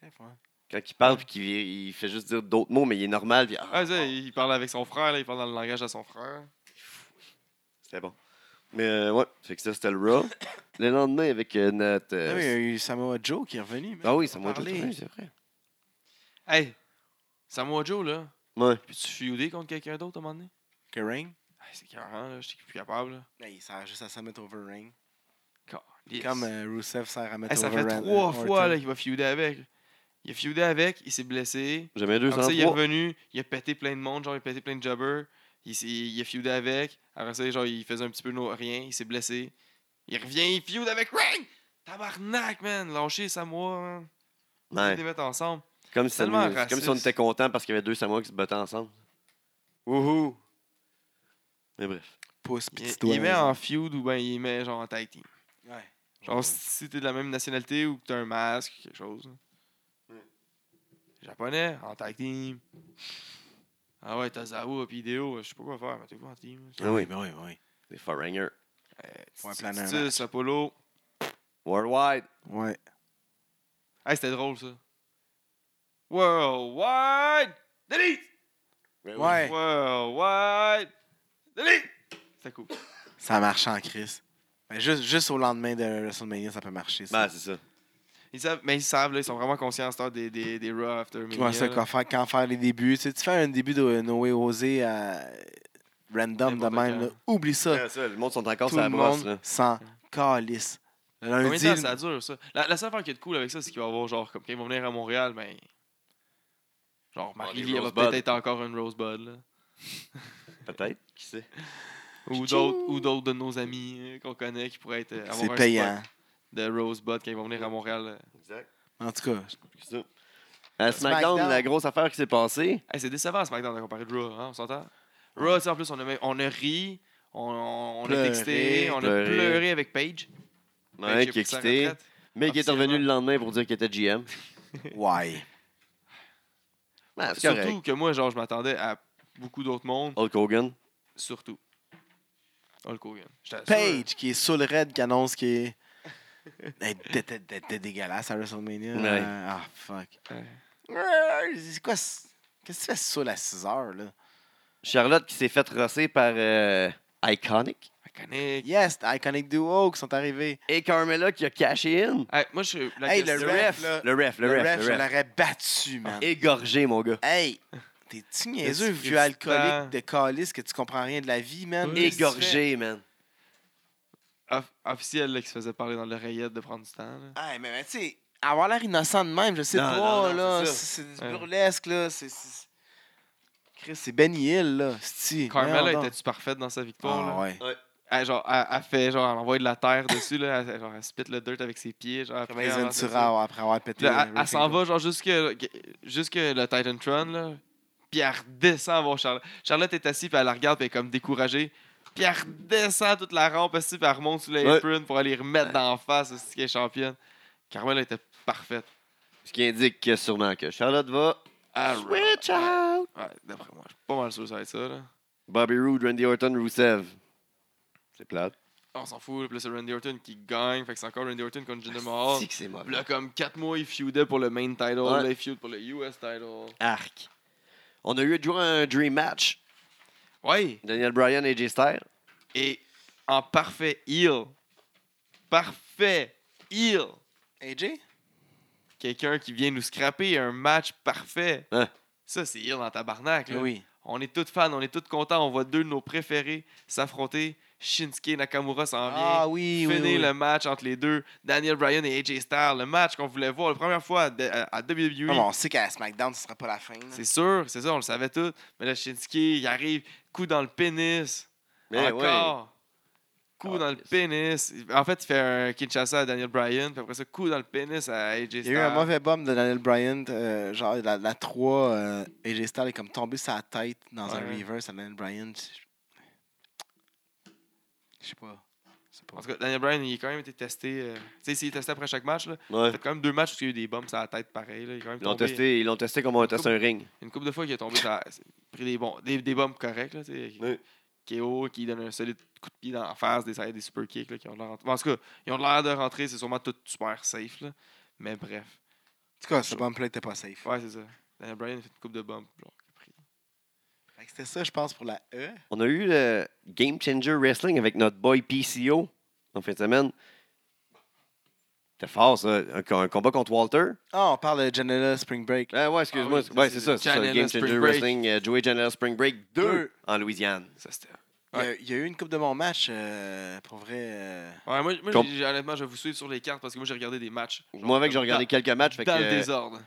[SPEAKER 3] Jeff, ouais.
[SPEAKER 1] quand il parle puis qu'il il fait juste dire d'autres mots, mais il est normal. Puis, ah,
[SPEAKER 2] dans- Ah, ça, il parle avec son frère, là, il parle dans le langage à son frère.
[SPEAKER 1] C'était bon. Mais euh, ouais, fait que ça, c'était le Raw. le lendemain, avec euh, notre. euh,
[SPEAKER 3] Ah oui, il y a eu Samoa Joe qui est revenu. man.
[SPEAKER 1] ah oui,
[SPEAKER 3] On
[SPEAKER 1] ça m'a
[SPEAKER 3] parlait.
[SPEAKER 1] trouvé, c'est vrai.
[SPEAKER 2] Hey, Samoa Joe, là,
[SPEAKER 1] Ouais.
[SPEAKER 2] peux-tu feuder contre quelqu'un d'autre à un moment donné?
[SPEAKER 3] Que Rain.
[SPEAKER 2] Hey, Ah, c'est carrément, là, je suis plus capable. Là.
[SPEAKER 3] Là, Ben, il sert juste à se mettre over Rain.
[SPEAKER 2] Calisse.
[SPEAKER 3] Comme euh, Rusev sert à mettre
[SPEAKER 2] Hey, ça
[SPEAKER 3] over
[SPEAKER 2] fait
[SPEAKER 3] Ran-
[SPEAKER 2] trois
[SPEAKER 3] Orton.
[SPEAKER 2] fois là, qu'il va feuder avec. Il a feudé avec, il s'est blessé.
[SPEAKER 1] Jamais deux
[SPEAKER 3] Ah,
[SPEAKER 2] Après ça, il est
[SPEAKER 1] fois.
[SPEAKER 2] revenu, il a pété plein de monde, genre il a pété plein de jobbers. Il, s'est- il a feudé avec. Après ça, genre, il faisait un petit peu no- rien, il s'est blessé. Il revient, il feud avec Ring! Tabarnak, man! Lâchez Samoa, man.
[SPEAKER 1] Ouais.
[SPEAKER 2] les mettre ensemble.
[SPEAKER 1] Comme si,
[SPEAKER 2] Tellement
[SPEAKER 1] on, c'est comme si
[SPEAKER 2] raciste.
[SPEAKER 1] on était content parce qu'il y avait deux Samoa qui se battaient ensemble.
[SPEAKER 2] Wouhou!
[SPEAKER 1] Mais bref.
[SPEAKER 3] Pouce,
[SPEAKER 2] Il,
[SPEAKER 3] petit
[SPEAKER 2] il
[SPEAKER 3] doigt.
[SPEAKER 2] met en feud ou ben il met genre en tag team.
[SPEAKER 3] Ouais.
[SPEAKER 2] Genre,
[SPEAKER 3] Ouais.
[SPEAKER 2] si t'es de la même nationalité ou que t'as un masque, quelque chose. là. Japonais, en tag team. Ah ouais, t'as Zawa puis Ideo, je sais pas quoi faire, mais t'es quoi en team?
[SPEAKER 1] Ah oui,
[SPEAKER 3] ben oui, ben oui.
[SPEAKER 1] les Foreigner.
[SPEAKER 3] Faut un plan un
[SPEAKER 2] Titus, Apollo.
[SPEAKER 1] Worldwide.
[SPEAKER 3] Ouais.
[SPEAKER 2] Hey, c'était drôle ça. Worldwide! Delete!
[SPEAKER 3] Ouais.
[SPEAKER 2] Worldwide! Delete! C'était cool.
[SPEAKER 3] Ça marche en crise. Ben, juste, juste au lendemain de WrestleMania, ça peut marcher. Ça.
[SPEAKER 1] Ben, c'est ça.
[SPEAKER 2] Ils savent, mais ils savent, là, ils sont vraiment conscients cette heure des, des, des Raw After
[SPEAKER 3] Tu
[SPEAKER 2] Mania,
[SPEAKER 3] vois ça,
[SPEAKER 2] là.
[SPEAKER 3] quand faire, quand faire les débuts. Tu, sais, tu fais un début de Noé Rosé à random de
[SPEAKER 2] N'importe
[SPEAKER 3] même.
[SPEAKER 2] quand.
[SPEAKER 3] là, Oublie ça.
[SPEAKER 1] Ouais, ça, Le monde sont encore
[SPEAKER 3] Tout
[SPEAKER 1] sur la
[SPEAKER 3] le
[SPEAKER 1] brosse.
[SPEAKER 3] monde
[SPEAKER 1] Là.
[SPEAKER 3] s'en calisse. Le
[SPEAKER 2] Combien de temps
[SPEAKER 3] Lundi,
[SPEAKER 2] ça dure, ça? La, la seule affaire qui est de cool avec ça, c'est qu'il va y avoir, genre, comme quand ils vont venir à Montréal, ben. Genre,
[SPEAKER 1] des
[SPEAKER 2] Marie-Lie, elle va
[SPEAKER 1] Rosebud.
[SPEAKER 2] peut-être être encore une Rosebud, là.
[SPEAKER 1] Peut-être. Qui sait?
[SPEAKER 2] Ou d'autres ou d'autres de nos amis euh, qu'on connaît qui pourraient être, euh, avoir
[SPEAKER 3] c'est
[SPEAKER 2] un
[SPEAKER 3] payant.
[SPEAKER 2] spot de Rosebud quand ils vont venir à Montréal. euh.
[SPEAKER 1] Exact.
[SPEAKER 3] En tout cas,
[SPEAKER 1] Ça. À SmackDown,
[SPEAKER 3] SmackDown.
[SPEAKER 1] la grosse affaire qui s'est passée.
[SPEAKER 2] Hey, c'est décevant, ce McDonald's, comparé de Raw, hein, on s'entend? Raw, tu sais, en plus, on a, même- on a ri, on, on
[SPEAKER 3] Pleuré,
[SPEAKER 2] a texté, on
[SPEAKER 1] pleuré.
[SPEAKER 2] a pleuré avec Paige. Paige
[SPEAKER 1] Ouais, Ben, qui
[SPEAKER 2] Ben, pris
[SPEAKER 1] a
[SPEAKER 2] sa
[SPEAKER 1] quitté.
[SPEAKER 2] retraite.
[SPEAKER 1] Mais qui est
[SPEAKER 2] Absolument.
[SPEAKER 1] revenu le lendemain pour dire qu'il était GM.
[SPEAKER 3] why?
[SPEAKER 1] Ben, c'est
[SPEAKER 2] Surtout
[SPEAKER 1] correct.
[SPEAKER 2] que moi, genre, je m'attendais à beaucoup d'autres mondes,
[SPEAKER 1] Hulk Hogan.
[SPEAKER 2] surtout. Hulk Hogan. J'étais sûr.
[SPEAKER 3] Paige, qui est sous le raid, qui annonce qu'il est. Elle était- était- était- était dégueulasse à WrestleMania.
[SPEAKER 1] Ouais.
[SPEAKER 3] Euh, Ah, fuck.
[SPEAKER 2] Ouais.
[SPEAKER 3] Ouais, C'est quoi? ce- Qu'est-ce que tu fais saoul à 6 heures, là?
[SPEAKER 1] Charlotte qui s'est fait rosser par euh, Iconic.
[SPEAKER 2] Iconic.
[SPEAKER 3] Yes, the Iconic Duo qui sont arrivés.
[SPEAKER 1] Et Carmella qui a caché in.
[SPEAKER 2] Hey, moi, je suis. la
[SPEAKER 3] Hey,
[SPEAKER 2] question-
[SPEAKER 3] le ref, là.
[SPEAKER 1] Le ref, le,
[SPEAKER 3] Euh, Le,
[SPEAKER 1] ref,
[SPEAKER 3] ref,
[SPEAKER 1] le
[SPEAKER 3] je
[SPEAKER 1] ref.
[SPEAKER 3] l'aurais battu, man.
[SPEAKER 1] Égorgé, mon gars.
[SPEAKER 3] Hey! T'es-tu niaiseux,
[SPEAKER 2] petit
[SPEAKER 3] vieux alcoolique
[SPEAKER 2] président.
[SPEAKER 3] de calice que tu comprends rien de la vie, man?
[SPEAKER 2] Oui.
[SPEAKER 3] Qu'est-ce que tu fais?
[SPEAKER 1] Égorgé, man.
[SPEAKER 2] Off- officiel là, qui se faisait parler dans l'oreillette de prendre du temps. là.
[SPEAKER 3] Hey, mais, mais tu sais, avoir l'air innocent de même, je sais
[SPEAKER 1] Non,
[SPEAKER 3] pas,
[SPEAKER 1] non, non,
[SPEAKER 3] là.
[SPEAKER 1] c'est ça.
[SPEAKER 3] C'est c'est
[SPEAKER 2] Ouais.
[SPEAKER 3] du burlesque, là. C'est. c'est- Chris, c'est Benny Hill, là. c'ti.
[SPEAKER 2] Carmella
[SPEAKER 3] Voyons donc.
[SPEAKER 2] était-tu parfaite dans sa victoire?
[SPEAKER 3] Ah,
[SPEAKER 2] là?
[SPEAKER 3] ouais.
[SPEAKER 2] Elle, genre, elle, elle fait, genre, elle envoie de la terre dessus, là, elle, genre, elle spit le dirt avec ses pieds. Genre, après,
[SPEAKER 3] Comme
[SPEAKER 2] elle
[SPEAKER 3] les
[SPEAKER 2] lance le-
[SPEAKER 3] Ventura après avoir pété.
[SPEAKER 2] Puis là, elle-
[SPEAKER 3] le
[SPEAKER 2] elle, s'en
[SPEAKER 3] Rick
[SPEAKER 2] va, genre, jusque, jusque le Titan Tron, là. Puis elle redescend voir Charlotte. Charlotte est assise, puis elle la regarde, puis elle est comme découragée. Puis elle redescend toute la rampe, aussi, puis elle remonte sous l'apron pour aller remettre d'en face, c'est qui est championne. Carmella était parfaite.
[SPEAKER 1] Ce qui indique que sûrement que Charlotte va.
[SPEAKER 2] Ah,
[SPEAKER 1] Switch
[SPEAKER 2] ouais.
[SPEAKER 1] out!
[SPEAKER 2] Ouais, d'après moi, je suis pas mal sûr que ça va être ça, là.
[SPEAKER 1] Bobby Roode, Randy Orton, Rusev. C'est plate.
[SPEAKER 2] On s'en fout, là. Puis là, c'est Randy Orton qui gagne, fait que c'est encore Randy Orton contre Jinder Mahal.
[SPEAKER 1] Si que c'est mauvais.
[SPEAKER 2] Puis là, comme 4 mois, il feudait pour le main title,
[SPEAKER 1] Ouais.
[SPEAKER 2] là, il feud pour le US title.
[SPEAKER 1] Arc. On a eu droit à un Dream Match.
[SPEAKER 2] Ouais!
[SPEAKER 1] Daniel Bryan et AJ Styles.
[SPEAKER 2] Et en parfait heel. Parfait heel.
[SPEAKER 3] James. AJ?
[SPEAKER 2] Quelqu'un qui vient nous scraper un match parfait.
[SPEAKER 1] Hein?
[SPEAKER 2] Ça, c'est heel dans tabarnak. là.
[SPEAKER 3] Oui.
[SPEAKER 2] On est tous fans, on est tous contents, on voit deux de nos préférés s'affronter Shinsuke Nakamura s'en vient.
[SPEAKER 3] Ah oui, oui,
[SPEAKER 2] Finir
[SPEAKER 3] oui.
[SPEAKER 2] le match entre les deux, Daniel Bryan et AJ Styles, le match qu'on voulait voir la première fois à, à- à WWE.
[SPEAKER 3] Ah, mais on sait qu'à SmackDown, ce sera pas la fin. là.
[SPEAKER 2] C'est sûr, c'est ça, on le savait tout. Mais là, Shinsuke, il arrive, coup dans le pénis.
[SPEAKER 1] Mais ouais.
[SPEAKER 2] encore. Coup
[SPEAKER 3] Ah,
[SPEAKER 2] dans le
[SPEAKER 1] Calisse.
[SPEAKER 2] pénis. En fait, il fait un Kinshasa à Daniel Bryan, puis après ça, coup dans le pénis à AJ Styles.
[SPEAKER 3] Il y a eu un mauvais bum de Daniel Bryant. euh, genre, la, la 3, euh, AJ Styles est comme tombé sa tête dans un
[SPEAKER 2] Ouais.
[SPEAKER 3] reverse à Daniel Bryant. Je- Je sais pas. Je sais pas.
[SPEAKER 2] En tout cas, Daniel Bryan, il a quand même été testé. euh, Tu sais, s'il est testé après chaque match, là, il
[SPEAKER 1] Ouais.
[SPEAKER 2] a fait quand même deux matchs où il y a eu des bombes sur la tête pareil. Là. Il est quand même
[SPEAKER 1] Ils l'ont
[SPEAKER 2] tombé.
[SPEAKER 1] testé, ils l'ont testé comme on teste un ring.
[SPEAKER 2] Une couple de fois, il est tombé sur la- pris des, bons, des, des bombes correctes. Là, tu sais.
[SPEAKER 1] Oui.
[SPEAKER 2] KO qui donne un solide coup de pied dans la face, des, des super kicks là, qui ont l'air. en- En tout cas, ils ont l'air de rentrer, c'est sûrement tout super safe. Là. Mais bref.
[SPEAKER 3] En tout cas, ce bump-là était pas safe.
[SPEAKER 2] Ouais, c'est ça. Daniel Bryan a fait une coupe de bump. genre, qu'il a pris.
[SPEAKER 3] Fait que C'était ça, je pense, pour la E.
[SPEAKER 1] On a eu le Game Changer Wrestling avec notre boy PCO en fin de semaine. C'était fort, ça. Un, co- un combat contre Walter.
[SPEAKER 3] Ah, on parle de Janela Spring Break.
[SPEAKER 1] Ah ouais, excuse-moi.
[SPEAKER 2] Ah oui,
[SPEAKER 1] ouais,
[SPEAKER 2] ça,
[SPEAKER 1] c'est
[SPEAKER 2] c'est
[SPEAKER 1] ça. c'est ça,
[SPEAKER 2] Janela
[SPEAKER 1] Game
[SPEAKER 2] Spring
[SPEAKER 1] Changer
[SPEAKER 2] Break.
[SPEAKER 1] Wrestling, euh, Joey Janela Spring Break 2
[SPEAKER 3] Deux.
[SPEAKER 1] en Louisiane.
[SPEAKER 2] Ça, c'était.
[SPEAKER 3] Il y a- Il y a eu une coupe de mon match, euh, pour vrai. euh,
[SPEAKER 2] Ouais, moi, moi,
[SPEAKER 1] Com-
[SPEAKER 2] j'ai- j'ai- honnêtement, je vais vous suivre sur les cartes parce que moi, j'ai regardé des matchs.
[SPEAKER 1] Moi, avec, j'ai regardé quelques matchs. fait que,
[SPEAKER 2] Dans le
[SPEAKER 1] euh,
[SPEAKER 2] désordre.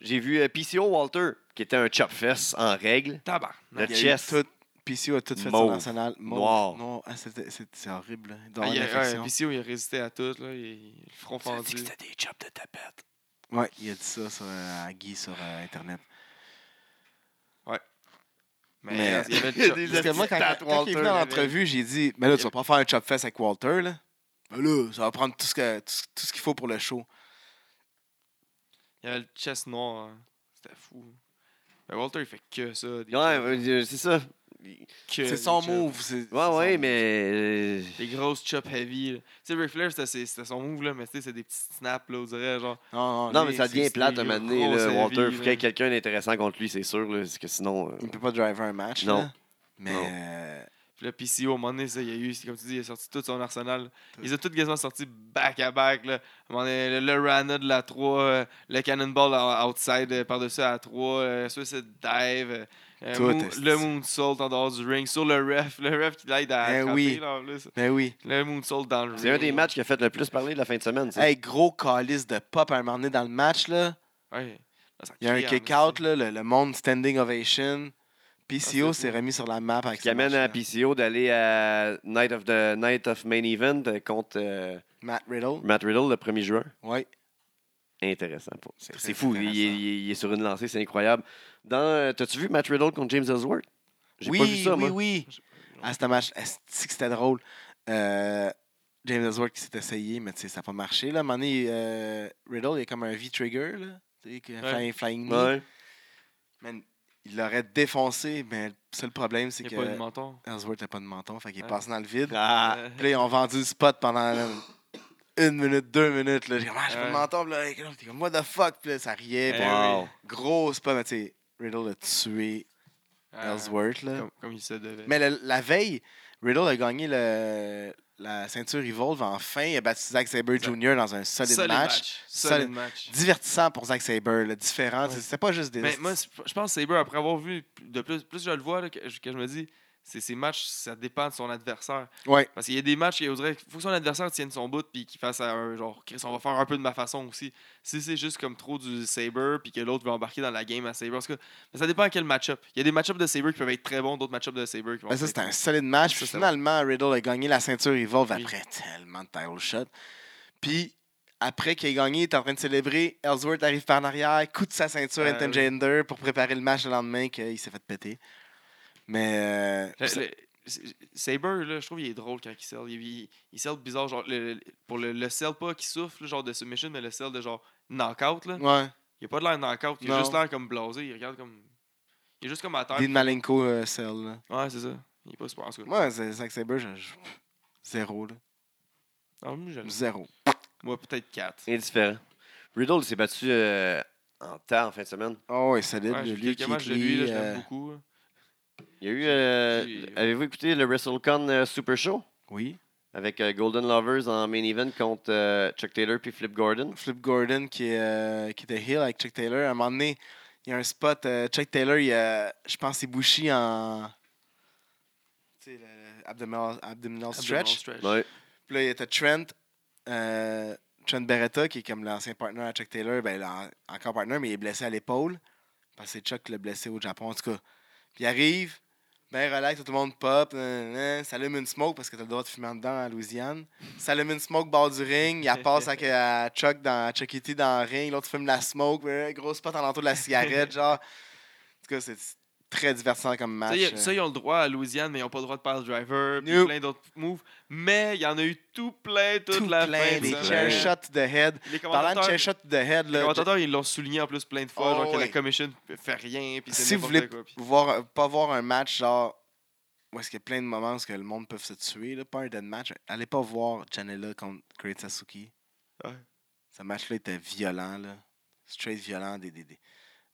[SPEAKER 1] j'ai vu euh, PCO Walter, qui était un chop fest en règle.
[SPEAKER 2] Tabar.
[SPEAKER 1] Le
[SPEAKER 3] il y a eu
[SPEAKER 1] chest.
[SPEAKER 3] Tout, PCO a tout fait
[SPEAKER 1] Mauve.
[SPEAKER 3] son national. Mauve.
[SPEAKER 1] Noir.
[SPEAKER 3] Noir. Ah, c'était- c'est c'est horrible. hein. là. Il doit
[SPEAKER 2] Ah,
[SPEAKER 3] avoir
[SPEAKER 2] il
[SPEAKER 3] une
[SPEAKER 2] a, ouais,
[SPEAKER 3] infection.
[SPEAKER 2] PCO, il a résisté à tout. Là. Il, le front fendu.
[SPEAKER 1] des chops de tapette.
[SPEAKER 3] Ouais, il a dit ça sur, euh, à Guy sur euh, Internet.
[SPEAKER 2] Mais,
[SPEAKER 3] Mais-
[SPEAKER 2] euh, il y avait
[SPEAKER 1] Il y a
[SPEAKER 2] le
[SPEAKER 1] des
[SPEAKER 2] chop-
[SPEAKER 3] Parce que moi, quand,
[SPEAKER 1] petites
[SPEAKER 3] quand
[SPEAKER 1] pattes
[SPEAKER 3] il est
[SPEAKER 1] Walter,
[SPEAKER 3] venu dans
[SPEAKER 1] il y
[SPEAKER 3] l'entrevue, j'ai dit Mais là, tu vas pas faire un chop fest avec Walter, là. Ben là, ça va prendre tout ce que- tout ce- tout ce qu'il faut pour le show.
[SPEAKER 2] il y avait le chest noir. hein. C'était fou. Mais Walter, il fait que ça. des
[SPEAKER 1] Ouais, euh, c'est ça.
[SPEAKER 2] que
[SPEAKER 3] C'est
[SPEAKER 2] des
[SPEAKER 3] son
[SPEAKER 2] chops.
[SPEAKER 3] move. c'est- c'est
[SPEAKER 1] Ouais,
[SPEAKER 3] son
[SPEAKER 1] ouais,
[SPEAKER 3] move.
[SPEAKER 1] mais. euh,
[SPEAKER 2] Des grosses chops heavy. là. Tu sais, Ric Flair, c'était ses- c'était son move, là, mais tu sais, c'est des petits snaps, là, on dirait. Genre,
[SPEAKER 3] Non, non,
[SPEAKER 1] Non,
[SPEAKER 3] lui,
[SPEAKER 1] mais ça
[SPEAKER 2] c'est-
[SPEAKER 1] devient
[SPEAKER 2] c'est
[SPEAKER 1] plate un moment donné.
[SPEAKER 3] Oh,
[SPEAKER 2] gros,
[SPEAKER 1] là.
[SPEAKER 2] c'est
[SPEAKER 1] Walter,
[SPEAKER 2] vie,
[SPEAKER 1] il faut qu'il y ait
[SPEAKER 2] là.
[SPEAKER 1] quelqu'un d'intéressant contre lui, c'est sûr. Là, parce que sinon. euh,
[SPEAKER 3] Il peut pas driver un match.
[SPEAKER 1] Non.
[SPEAKER 3] là. Mais.
[SPEAKER 1] Non.
[SPEAKER 3] euh,
[SPEAKER 2] Puis le PCO, à un moment donné, ça, il y a eu, c'est comme tu dis, il a sorti tout son arsenal. Ils ont tous quasiment sorti back-à-back. là. À un moment donné, le, le Rana de la 3, euh, le Cannonball o- outside euh, par-dessus à la 3, euh, Suicide Dive, euh, euh,
[SPEAKER 3] Tout
[SPEAKER 2] Moon-
[SPEAKER 3] est-
[SPEAKER 2] le Moonsault en dehors du ring, sur le ref, le ref qui l'aide à
[SPEAKER 3] Eh
[SPEAKER 2] attraper,
[SPEAKER 3] oui.
[SPEAKER 2] là, en plus.
[SPEAKER 3] Ben oui.
[SPEAKER 2] Le Moonsault dans le ring.
[SPEAKER 1] C'est un des matchs qui a fait le plus parler de la fin de semaine. ça.
[SPEAKER 3] Hey, gros calice de pop à un moment donné dans le match, là.
[SPEAKER 2] Ouais. Là, ça
[SPEAKER 3] Il y a un
[SPEAKER 2] crie en
[SPEAKER 3] kick-out,
[SPEAKER 2] esti.
[SPEAKER 3] là, le, le monde standing ovation. PCO
[SPEAKER 2] Ah, c'est
[SPEAKER 3] s'est
[SPEAKER 2] fou.
[SPEAKER 3] remis sur la map avec
[SPEAKER 1] Ce qui
[SPEAKER 3] ce
[SPEAKER 1] amène à
[SPEAKER 3] match-là.
[SPEAKER 1] PCO d'aller à Night of the Night of Main Event euh, contre euh,
[SPEAKER 3] Matt Riddle.
[SPEAKER 1] Matt Riddle le 1er juin.
[SPEAKER 3] Ouais.
[SPEAKER 1] Intéressant. pas-
[SPEAKER 3] C'est
[SPEAKER 1] C'est
[SPEAKER 3] très
[SPEAKER 1] fou. Il, est-
[SPEAKER 3] intéressant.
[SPEAKER 1] il est- il est sur une lancée, c'est incroyable. Dans, euh, T'as-tu vu Matt Riddle contre James Ellsworth? J'ai
[SPEAKER 3] oui,
[SPEAKER 1] pas vu ça,
[SPEAKER 3] oui,
[SPEAKER 1] moi.
[SPEAKER 3] oui. À ce match, esti que c'était drôle. Euh, James Ellsworth qui s'est essayé, mais tu sais, ça n'a pas marché. Là. À un moment donné, euh, Riddle, il a comme un V-trigger, là. Tu sais, que-
[SPEAKER 2] Ouais.
[SPEAKER 3] flying, flying knee.
[SPEAKER 1] Ouais.
[SPEAKER 3] Man, il l'aurait défoncé, mais le seul problème, c'est
[SPEAKER 2] Il
[SPEAKER 3] que
[SPEAKER 2] n'y a pas eu de menton.
[SPEAKER 3] Ellsworth n'a pas de menton, fait qu'il est
[SPEAKER 2] Ouais.
[SPEAKER 3] passé dans le vide.
[SPEAKER 1] Ah,
[SPEAKER 2] Euh,
[SPEAKER 3] Puis là, ils ont vendu le spot pendant là, une minute, deux minutes. là. J'ai comme, ah, j'ai pas
[SPEAKER 2] Ouais.
[SPEAKER 3] de menton. Puis là, hey, t'es comme, what the fuck? Puis là, ça riait. puis
[SPEAKER 2] Eh
[SPEAKER 1] wow.
[SPEAKER 2] oui.
[SPEAKER 3] Gros spot, mais tu sais, Riddle a tué
[SPEAKER 2] euh,
[SPEAKER 3] Ellsworth, là.
[SPEAKER 2] Comme, comme il se devait.
[SPEAKER 3] Mais le- la veille, Riddle a gagné le- la ceinture Evolve enfin. Il a battu Zack Sabre
[SPEAKER 2] Zack.
[SPEAKER 3] Jr. dans un solide, match.
[SPEAKER 2] Solide
[SPEAKER 3] Solide-
[SPEAKER 2] match.
[SPEAKER 3] Divertissant pour Zack Sabre, là, différent.
[SPEAKER 2] Ouais.
[SPEAKER 3] C'était pas juste des.
[SPEAKER 2] Mais moi, c'est- je pense que Saber, après avoir vu, de plus, plus je le vois, là, que, je- que je me dis, c'est ces matchs, ça dépend de son adversaire.
[SPEAKER 3] Ouais.
[SPEAKER 2] Parce qu'il y a des matchs qui oseraient. Il faut que son adversaire tienne son bout puis qu'il fasse un genre, Chris, on va faire un peu de ma façon aussi. Si c'est juste comme trop du Saber puis que l'autre veut embarquer dans la game à Saber. Parce que mais ça dépend à quel match-up. Il y a des match-ups de Saber qui peuvent être très bons, d'autres match-ups de Saber qui vont
[SPEAKER 3] Ben, ça,
[SPEAKER 2] être-
[SPEAKER 3] c'était un solide match.
[SPEAKER 2] Ça,
[SPEAKER 3] Puis
[SPEAKER 2] c'est
[SPEAKER 3] finalement, Riddle a gagné la ceinture Evolve
[SPEAKER 2] Oui.
[SPEAKER 3] après tellement de title shots. Puis, après qu'il ait gagné, il est en train de célébrer. Ellsworth arrive par en arrière, coûte sa ceinture
[SPEAKER 2] Ah, oui.
[SPEAKER 3] Intergender pour préparer le match le lendemain qu'il s'est fait péter. Mais. euh,
[SPEAKER 2] Le- le- S- Saber, là, je trouve qu'il est drôle quand il sell. Il, il, il sell bizarre, genre, le- le- pour le, le sell pas qui souffle, genre de submission, mais le sell de genre knockout. Là.
[SPEAKER 3] ouais,
[SPEAKER 2] Il a pas de l'air knock-out, il a
[SPEAKER 3] Non.
[SPEAKER 2] juste l'air comme blasé, il regarde comme. Il est juste comme à terre.
[SPEAKER 3] Dean Malenko euh, sell, là.
[SPEAKER 2] Ouais, c'est ça. Il est pas super. En tout cas.
[SPEAKER 3] Moi, c'est Zack Sabre, je- je- zéro, là.
[SPEAKER 2] Ah, moi, je-
[SPEAKER 3] Zéro.
[SPEAKER 2] Moi, peut-être 4.
[SPEAKER 1] Indifférent. Riddle s'est battu euh, en temps en fin de semaine.
[SPEAKER 3] Oh, ouais, solide.
[SPEAKER 2] Ouais,
[SPEAKER 3] le
[SPEAKER 2] j'ai
[SPEAKER 3] lui
[SPEAKER 2] vu
[SPEAKER 3] qui
[SPEAKER 2] quelques matchs de lui, là, je
[SPEAKER 3] euh,
[SPEAKER 2] l'aime beaucoup. là.
[SPEAKER 1] Il y a eu. euh,
[SPEAKER 2] J'ai-
[SPEAKER 1] Avez-vous écouté le WrestleCon euh, Super Show
[SPEAKER 3] Oui.
[SPEAKER 1] avec euh, Golden Lovers en main event contre euh, Chuck Taylor puis Flip Gordon?
[SPEAKER 3] Flip Gordon qui, est, euh, qui était heel avec Chuck Taylor. À un moment donné, il y a un spot. euh, Chuck Taylor, il, euh, je pense, il bouchit en. tu sais, le- le abdominal, abdominal
[SPEAKER 2] Abdominal
[SPEAKER 3] stretch.
[SPEAKER 1] Ouais.
[SPEAKER 3] Puis là, il était Trent, euh, Trent Beretta, qui est comme l'ancien partenaire à Chuck Taylor. Ben, là, en- encore partenaire, mais il est blessé à l'épaule. Parce que c'est Chuck qui l'a blessé au Japon, en tout cas. Puis il arrive, ben relax, tout le monde pop, nan, nan, nan, s'allume une smoke, parce que t'as le droit de fumer en dedans en Louisiane. S'allume une smoke, bord du ring, il la passe à, à Chuck, dans, à Chuck E. T. dans le ring, l'autre fume la smoke, euh, grosse pote en l'entour de la cigarette, genre. En tout cas, c'est très divertissant comme
[SPEAKER 2] Ça,
[SPEAKER 3] match.
[SPEAKER 2] y a- ça, ils ont le droit à Louisiane, mais ils n'ont pas le droit de pass driver, puis
[SPEAKER 3] Nope.
[SPEAKER 2] plein d'autres moves. Mais il y en a eu tout plein toute
[SPEAKER 3] tout
[SPEAKER 2] la fin.
[SPEAKER 3] plein,
[SPEAKER 2] de
[SPEAKER 3] des
[SPEAKER 1] ça.
[SPEAKER 2] semaine.
[SPEAKER 3] chair shots to the head.
[SPEAKER 2] Les
[SPEAKER 3] Parlant de
[SPEAKER 2] commentateurs,
[SPEAKER 3] chair shot to the head,
[SPEAKER 2] les
[SPEAKER 3] là,
[SPEAKER 2] commentateurs, ils l'ont souligné en plus plein de fois,
[SPEAKER 3] Oh,
[SPEAKER 2] genre que la
[SPEAKER 3] ouais.
[SPEAKER 2] commission fait rien, puis c'est
[SPEAKER 3] si vous
[SPEAKER 2] n'importe
[SPEAKER 3] voulez
[SPEAKER 2] quoi. puis-
[SPEAKER 3] voir, pas voir un match genre où est-ce qu'il y a plein de moments où est-ce que le monde peut se tuer, là, pas un dead match, allez pas voir Janela contre Great Sasuke.
[SPEAKER 2] Ouais.
[SPEAKER 3] Ce match-là était violent, là. Straight violent, des, des, des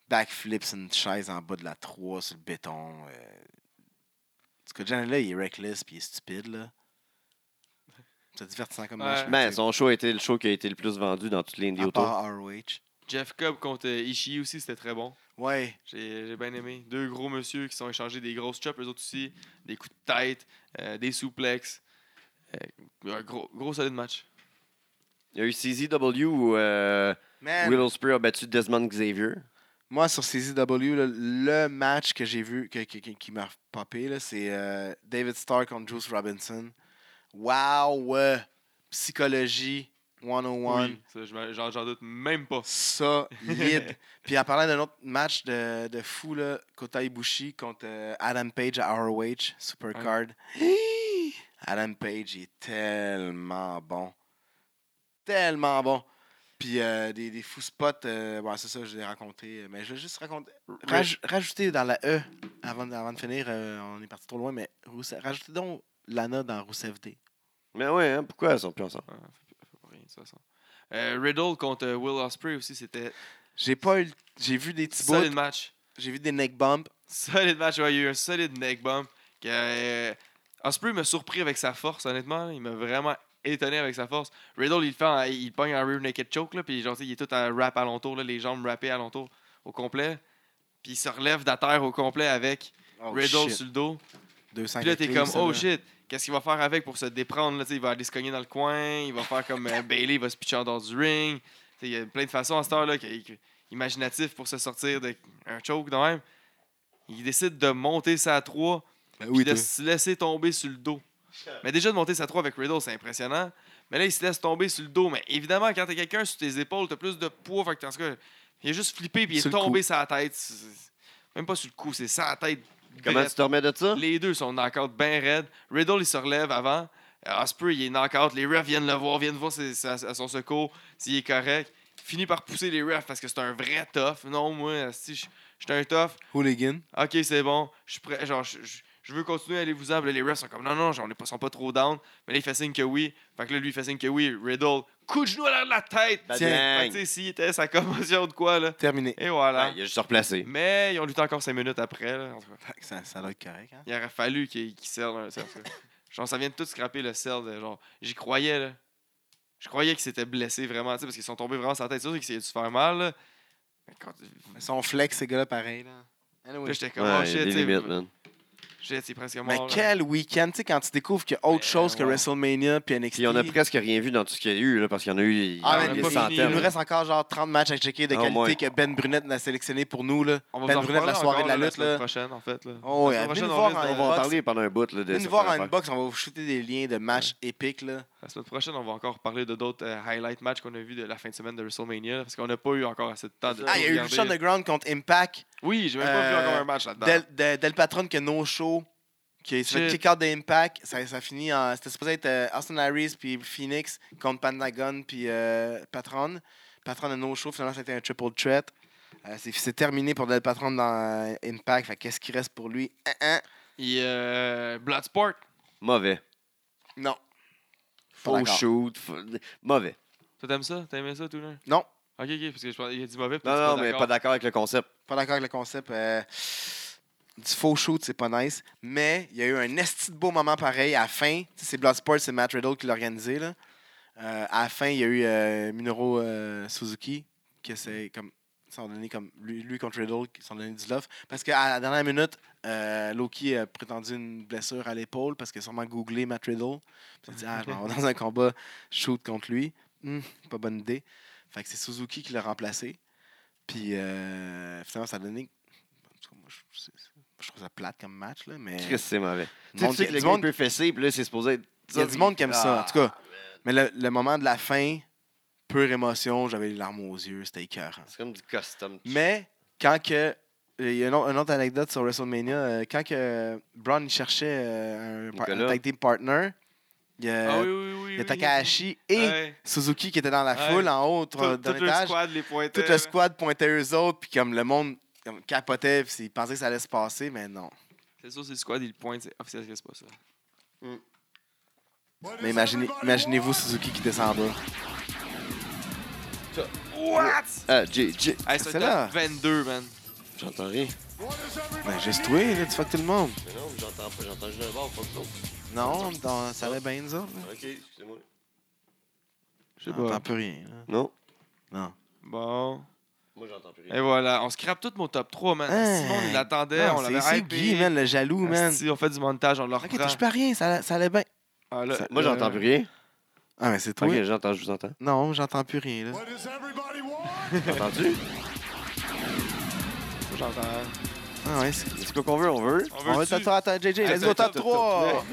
[SPEAKER 3] backflips, une chaise en bas de la 3 sur le béton. euh. En tout cas, Janela, il est reckless puis il est stupide, là. C'est divertissant comme
[SPEAKER 2] Ouais.
[SPEAKER 3] match.
[SPEAKER 1] Mais
[SPEAKER 3] tu sais,
[SPEAKER 1] Ben, son show a été le show qui a été le plus vendu dans toutes les indies
[SPEAKER 3] à
[SPEAKER 1] autour.
[SPEAKER 3] part ROH.
[SPEAKER 2] Jeff Cobb contre euh, Ishii aussi, c'était très bon.
[SPEAKER 3] Ouais.
[SPEAKER 2] J'ai j'ai bien aimé. Deux gros messieurs qui sont échangés des grosses chops, eux autres aussi, des coups de tête, euh, des souplexes. Euh, un gros, gros solide match.
[SPEAKER 1] Il y a eu CZW où euh,
[SPEAKER 3] Man,
[SPEAKER 1] Willow Spear a battu Desmond Xavier.
[SPEAKER 3] Moi, sur CZW, là, le match que j'ai vu, que- que- que- qui m'a popé, là, c'est euh, David Starr contre Juice Robinson. Wow! euh, psychologie 101.
[SPEAKER 2] Oui, ça, je m'en- j'en j'en doute même pas.
[SPEAKER 3] Solide. Puis en parlant d'un autre match de, de fou, là, Kota Ibushi contre euh, Adam Page à ROH, Supercard. Adam Page il est tellement bon. Tellement bon. Puis euh, des, des fous spots, euh, bon, c'est ça, je l'ai raconté. Mais je vais juste raconter. Raj- rajouter dans la E, avant, de- avant de finir, euh, on est parti trop loin, mais Rousseff- rajoutez donc Lana dans Rousseff D.
[SPEAKER 1] Mais ouais, hein, pourquoi elles sont plus ensemble?
[SPEAKER 2] Ah, fait- fait pas rien, de toute façon. Euh, Riddle contre euh, Will Ospreay aussi, c'était
[SPEAKER 3] J'ai pas eu le- J'ai vu des petits bouts,
[SPEAKER 2] solide match.
[SPEAKER 3] j'ai vu des neck bumps.
[SPEAKER 2] Solide match, ouais, il y a eu un solide neck bump. Que, euh, Ospreay m'a surpris avec sa force, honnêtement. là. Il m'a vraiment étonné avec sa force. Riddle, il le fait, en- il pogne un rear naked choke, là, puis genre, tu sais, il est tout en wrap alentour, là, les jambes wrappées alentour au complet. Puis il se relève de la terre au complet avec
[SPEAKER 3] Oh,
[SPEAKER 2] Riddle
[SPEAKER 3] shit.
[SPEAKER 2] sur le dos.
[SPEAKER 3] Deux cinq
[SPEAKER 2] Puis là, t'es
[SPEAKER 3] éclairs,
[SPEAKER 2] comme,
[SPEAKER 3] ça,
[SPEAKER 2] oh
[SPEAKER 3] là.
[SPEAKER 2] shit, qu'est-ce qu'il va faire avec pour se déprendre? Là, Tu sais, il va aller se cogner dans le coin, il va faire comme euh, Bailey, il va se pitcher en dehors du ring. Tu sais, Il y a plein de façons à cette heure-là, qui- qui- imaginatif pour se sortir d'un choke de même. Il décide de monter sa 3
[SPEAKER 1] Euh,
[SPEAKER 3] Ben
[SPEAKER 2] puis
[SPEAKER 3] oui,
[SPEAKER 2] de
[SPEAKER 3] toi.
[SPEAKER 2] se laisser tomber sur le dos. Mais déjà de monter sa 3 avec Riddle, c'est impressionnant. Mais là, il se laisse tomber sur le dos. Mais évidemment, quand t'as quelqu'un sur tes épaules, t'as plus de poids. Fait que, en tout cas, il a juste flippé puis il est
[SPEAKER 3] Sur le
[SPEAKER 2] tombé sa tête. C'est- c'est- Même pas sur le cou, c'est sa tête.
[SPEAKER 1] Comment
[SPEAKER 2] drette.
[SPEAKER 1] tu te remets de ça?
[SPEAKER 2] Les deux sont knock-out bien raides. Riddle, il se relève avant. Euh, Osprey, il est knock-out. Les refs viennent le voir, viennent voir ses- sa- à son secours s'il est correct. Finit par pousser les refs parce que c'est un vrai tough. Non, moi, si je je suis un tough,
[SPEAKER 3] Hooligan.
[SPEAKER 2] ok, c'est bon, je suis prêt. Genre, je, je- je veux continuer, allez-vous-en. Puis là, Les refs sont comme non, non, genre, on est pas, sont pas trop down. Mais là, il fait signe que oui. Fait que là, lui, il fait signe que oui. Riddle, coup de genou à l'air de la tête.
[SPEAKER 1] Bad
[SPEAKER 3] Tiens.
[SPEAKER 1] bang.
[SPEAKER 2] Fait que, tu sais, s'il était sa commotion de quoi, là.
[SPEAKER 3] Terminé.
[SPEAKER 2] Et voilà.
[SPEAKER 1] Ouais, Ah, il a juste replacé.
[SPEAKER 2] Mais ils ont lutté encore 5 minutes après, là. En tout cas.
[SPEAKER 3] Fait que Ça, ça doit être correct. Hein?
[SPEAKER 2] Il aurait fallu qu'il qu'il serre un serre, ça. Genre, ça vient de tout scraper le serre. de- Genre, j'y croyais, là. Je croyais qu'il s'était blessé vraiment, tu sais, parce qu'ils sont tombés vraiment sur la tête. C'est sûr qu'il s'est dû se faire mal, là. Mais quand- Puis
[SPEAKER 3] Ils sont flex, ces gars-là, pareil. Là.
[SPEAKER 2] là,
[SPEAKER 3] Anyway.
[SPEAKER 2] j'étais comme, oh
[SPEAKER 1] Ouais, il y a
[SPEAKER 2] shit,
[SPEAKER 1] des
[SPEAKER 2] tu
[SPEAKER 1] limites,
[SPEAKER 2] sais.
[SPEAKER 1] man.
[SPEAKER 2] Shit, c'est presque
[SPEAKER 3] Mais
[SPEAKER 2] mort. là.
[SPEAKER 3] quel week-end, tu sais, quand tu découvres qu'il y a autre
[SPEAKER 2] Ben,
[SPEAKER 3] chose que
[SPEAKER 2] ouais.
[SPEAKER 3] WrestleMania puis NXT.
[SPEAKER 1] Puis on a presque rien vu dans tout ce qu'il y a eu, là, parce qu'il y en a eu il y
[SPEAKER 3] Ah,
[SPEAKER 1] en a
[SPEAKER 3] mais
[SPEAKER 2] on
[SPEAKER 1] eu
[SPEAKER 2] a
[SPEAKER 3] il,
[SPEAKER 1] des
[SPEAKER 2] pas fini,
[SPEAKER 1] centaines.
[SPEAKER 3] il nous
[SPEAKER 1] là.
[SPEAKER 3] reste encore genre 30 matchs à checker de
[SPEAKER 1] Ah, au moins.
[SPEAKER 3] qualité que Ben Brunette n'a sélectionné pour nous. Là.
[SPEAKER 2] On va
[SPEAKER 3] Ben
[SPEAKER 2] vous en
[SPEAKER 3] Brunette,
[SPEAKER 2] reparler
[SPEAKER 3] la soirée de la
[SPEAKER 2] encore, là,
[SPEAKER 3] lutte,
[SPEAKER 2] semaine
[SPEAKER 3] là.
[SPEAKER 2] prochaine, en fait. Là.
[SPEAKER 3] Oh,
[SPEAKER 2] La
[SPEAKER 3] ouais,
[SPEAKER 2] semaine
[SPEAKER 3] venez nous
[SPEAKER 2] prochaine,
[SPEAKER 3] voir
[SPEAKER 2] on risque
[SPEAKER 1] On
[SPEAKER 2] de-
[SPEAKER 1] va en
[SPEAKER 3] Box.
[SPEAKER 1] parler pendant un bout. Là, de
[SPEAKER 3] Venez nous
[SPEAKER 1] certaines
[SPEAKER 3] voir en
[SPEAKER 1] affaires.
[SPEAKER 3] inbox, on va vous shooter des liens de matchs épiques. Là.
[SPEAKER 2] La semaine prochaine, on va encore parler de d'autres euh, highlight matchs qu'on a vus de la fin de semaine de WrestleMania, parce qu'on n'a pas eu encore assez de temps de.
[SPEAKER 3] Ah, il y a eu
[SPEAKER 2] regarder.
[SPEAKER 3] Lucha Underground contre Impact.
[SPEAKER 2] Oui, j'ai même pas vu
[SPEAKER 3] Euh,
[SPEAKER 2] encore un match là-dedans.
[SPEAKER 3] Del, de- Del Patron que No Show, qui se fait
[SPEAKER 2] Shit.
[SPEAKER 3] kick-out d'Impact, ça, ça finit en. C'était supposé être euh, Austin Harris puis Phoenix contre Pentagon puis euh, Patron. Patron de No Show, finalement, c'était un triple threat. Euh, c'est- c'est terminé pour Del Patron dans euh, Impact. Fait qu'est-ce qui reste pour lui Hein, hein?
[SPEAKER 2] Et euh, Bloodsport.
[SPEAKER 1] Mauvais.
[SPEAKER 3] Non.
[SPEAKER 1] Faux
[SPEAKER 3] d'accord.
[SPEAKER 1] shoot. faux- Mauvais.
[SPEAKER 2] Toi, t'aimes ça? T'aimais ça, tout le monde?
[SPEAKER 3] Non.
[SPEAKER 2] Ok, ok, parce que je pense il a dit mauvais.
[SPEAKER 1] Non,
[SPEAKER 2] peut-être
[SPEAKER 1] non,
[SPEAKER 2] tu es
[SPEAKER 1] mais pas d'accord avec le concept.
[SPEAKER 3] Pas d'accord avec le concept. euh, du faux shoot, c'est pas nice. Mais il y a eu un esti de beau moment pareil à la fin. Tu sais, C'est Bloodsport, c'est Matt Riddle qui l'a organisé. Là. Euh, à la fin, il y a eu euh, Minoru euh, Suzuki, que c'est comme Ils sont donnés comme lui, lui contre Riddle, ils sont donnés du love. Parce qu'à la dernière minute, euh, Loki a prétendu une blessure à l'épaule parce qu'il a sûrement googlé Matt Riddle. Puis il a dit Ah, je m'en vais dans un combat shoot contre lui. Hum, pas bonne idée. Fait que c'est Suzuki qui l'a remplacé. Puis euh, finalement, ça a donné. en tout cas, moi, je, c'est- je trouve ça plate comme match, là, mais.
[SPEAKER 1] Christ, c'est mauvais.
[SPEAKER 3] Du
[SPEAKER 1] Tu sais,
[SPEAKER 3] monde
[SPEAKER 1] tu sais
[SPEAKER 3] qui-
[SPEAKER 1] que le
[SPEAKER 3] du
[SPEAKER 1] gars, il
[SPEAKER 3] monde-
[SPEAKER 1] peut fesser, puis là, c'est supposé être. ah,
[SPEAKER 3] Il y a du Ah, monde qui aime ça, en tout cas. Mais le, le moment de la fin, pure émotion, j'avais les larmes aux yeux, c'était écœurant.
[SPEAKER 1] C'est comme du custom.
[SPEAKER 3] Mais quand que. euh, Il y a une autre, une autre anecdote sur WrestleMania. euh, quand que Braun il cherchait euh, un, par- un
[SPEAKER 1] Nicolas.
[SPEAKER 3] tag team partner, il y a,
[SPEAKER 2] Ah oui, oui, oui.
[SPEAKER 3] il y a
[SPEAKER 2] oui.
[SPEAKER 3] Takahashi et
[SPEAKER 2] Ouais.
[SPEAKER 3] Suzuki qui étaient dans la
[SPEAKER 2] Ouais.
[SPEAKER 3] foule en haut,
[SPEAKER 2] Tout,
[SPEAKER 3] dans
[SPEAKER 2] tout le
[SPEAKER 3] l'étage.
[SPEAKER 2] squad les pointait.
[SPEAKER 3] Tout le squad pointait eux autres, puis comme le monde comme, capotait, puis ils pensaient que ça allait se passer, mais non.
[SPEAKER 2] C'est sûr, c'est le squad, ils le pointent. c'est- Ah, c'est c'est pas ça.
[SPEAKER 3] Mais imaginez- imaginez-vous Suzuki qui descend en bas.
[SPEAKER 2] What?
[SPEAKER 1] Ah, J, J.
[SPEAKER 2] Hey, c'est
[SPEAKER 3] C'est
[SPEAKER 2] un
[SPEAKER 3] là.
[SPEAKER 2] top 22, man.
[SPEAKER 1] J'entends rien.
[SPEAKER 3] Ben, juste toi, là, tu fuck tout le monde.
[SPEAKER 1] Mais non, j'entends pas. J'entends juste un bord, pas l'autre.
[SPEAKER 3] Non, dans- ça allait bien, nous autres. là.
[SPEAKER 1] Ok, excusez-moi.
[SPEAKER 2] Je sais
[SPEAKER 3] J'entends
[SPEAKER 2] pas.
[SPEAKER 3] plus rien. là.
[SPEAKER 1] Non.
[SPEAKER 3] Non.
[SPEAKER 2] Bon.
[SPEAKER 1] Moi, j'entends plus
[SPEAKER 2] Et voilà, on scrape tout mon top 3, man.
[SPEAKER 3] Hey.
[SPEAKER 2] Simon, il l'attendait,
[SPEAKER 3] Hein? Non,
[SPEAKER 2] on
[SPEAKER 3] c'est-
[SPEAKER 2] l'avait
[SPEAKER 3] C'est
[SPEAKER 2] hypé. Ah,
[SPEAKER 3] Guy, man, le jaloux, man.
[SPEAKER 2] Asti, on fait du montage, on le
[SPEAKER 3] Ok,
[SPEAKER 2] reprend.
[SPEAKER 3] touche pas à rien, ça, allait- ça allait bien.
[SPEAKER 2] Ah, là,
[SPEAKER 1] Moi,
[SPEAKER 2] là,
[SPEAKER 1] j'entends plus rien.
[SPEAKER 3] Ah, mais c'est toi.
[SPEAKER 1] Ok, j'entends, je vous entends.
[SPEAKER 3] Non, j'entends plus rien, là.
[SPEAKER 1] Entendu?
[SPEAKER 2] moi, J'entends.
[SPEAKER 3] Ah, ouais, c'est-
[SPEAKER 1] C'est quoi qu'on veut, on veut.
[SPEAKER 2] On
[SPEAKER 3] On va
[SPEAKER 2] veut
[SPEAKER 3] te à ta JJ.
[SPEAKER 2] Ah,
[SPEAKER 3] Let's go,
[SPEAKER 2] top,
[SPEAKER 3] top 3.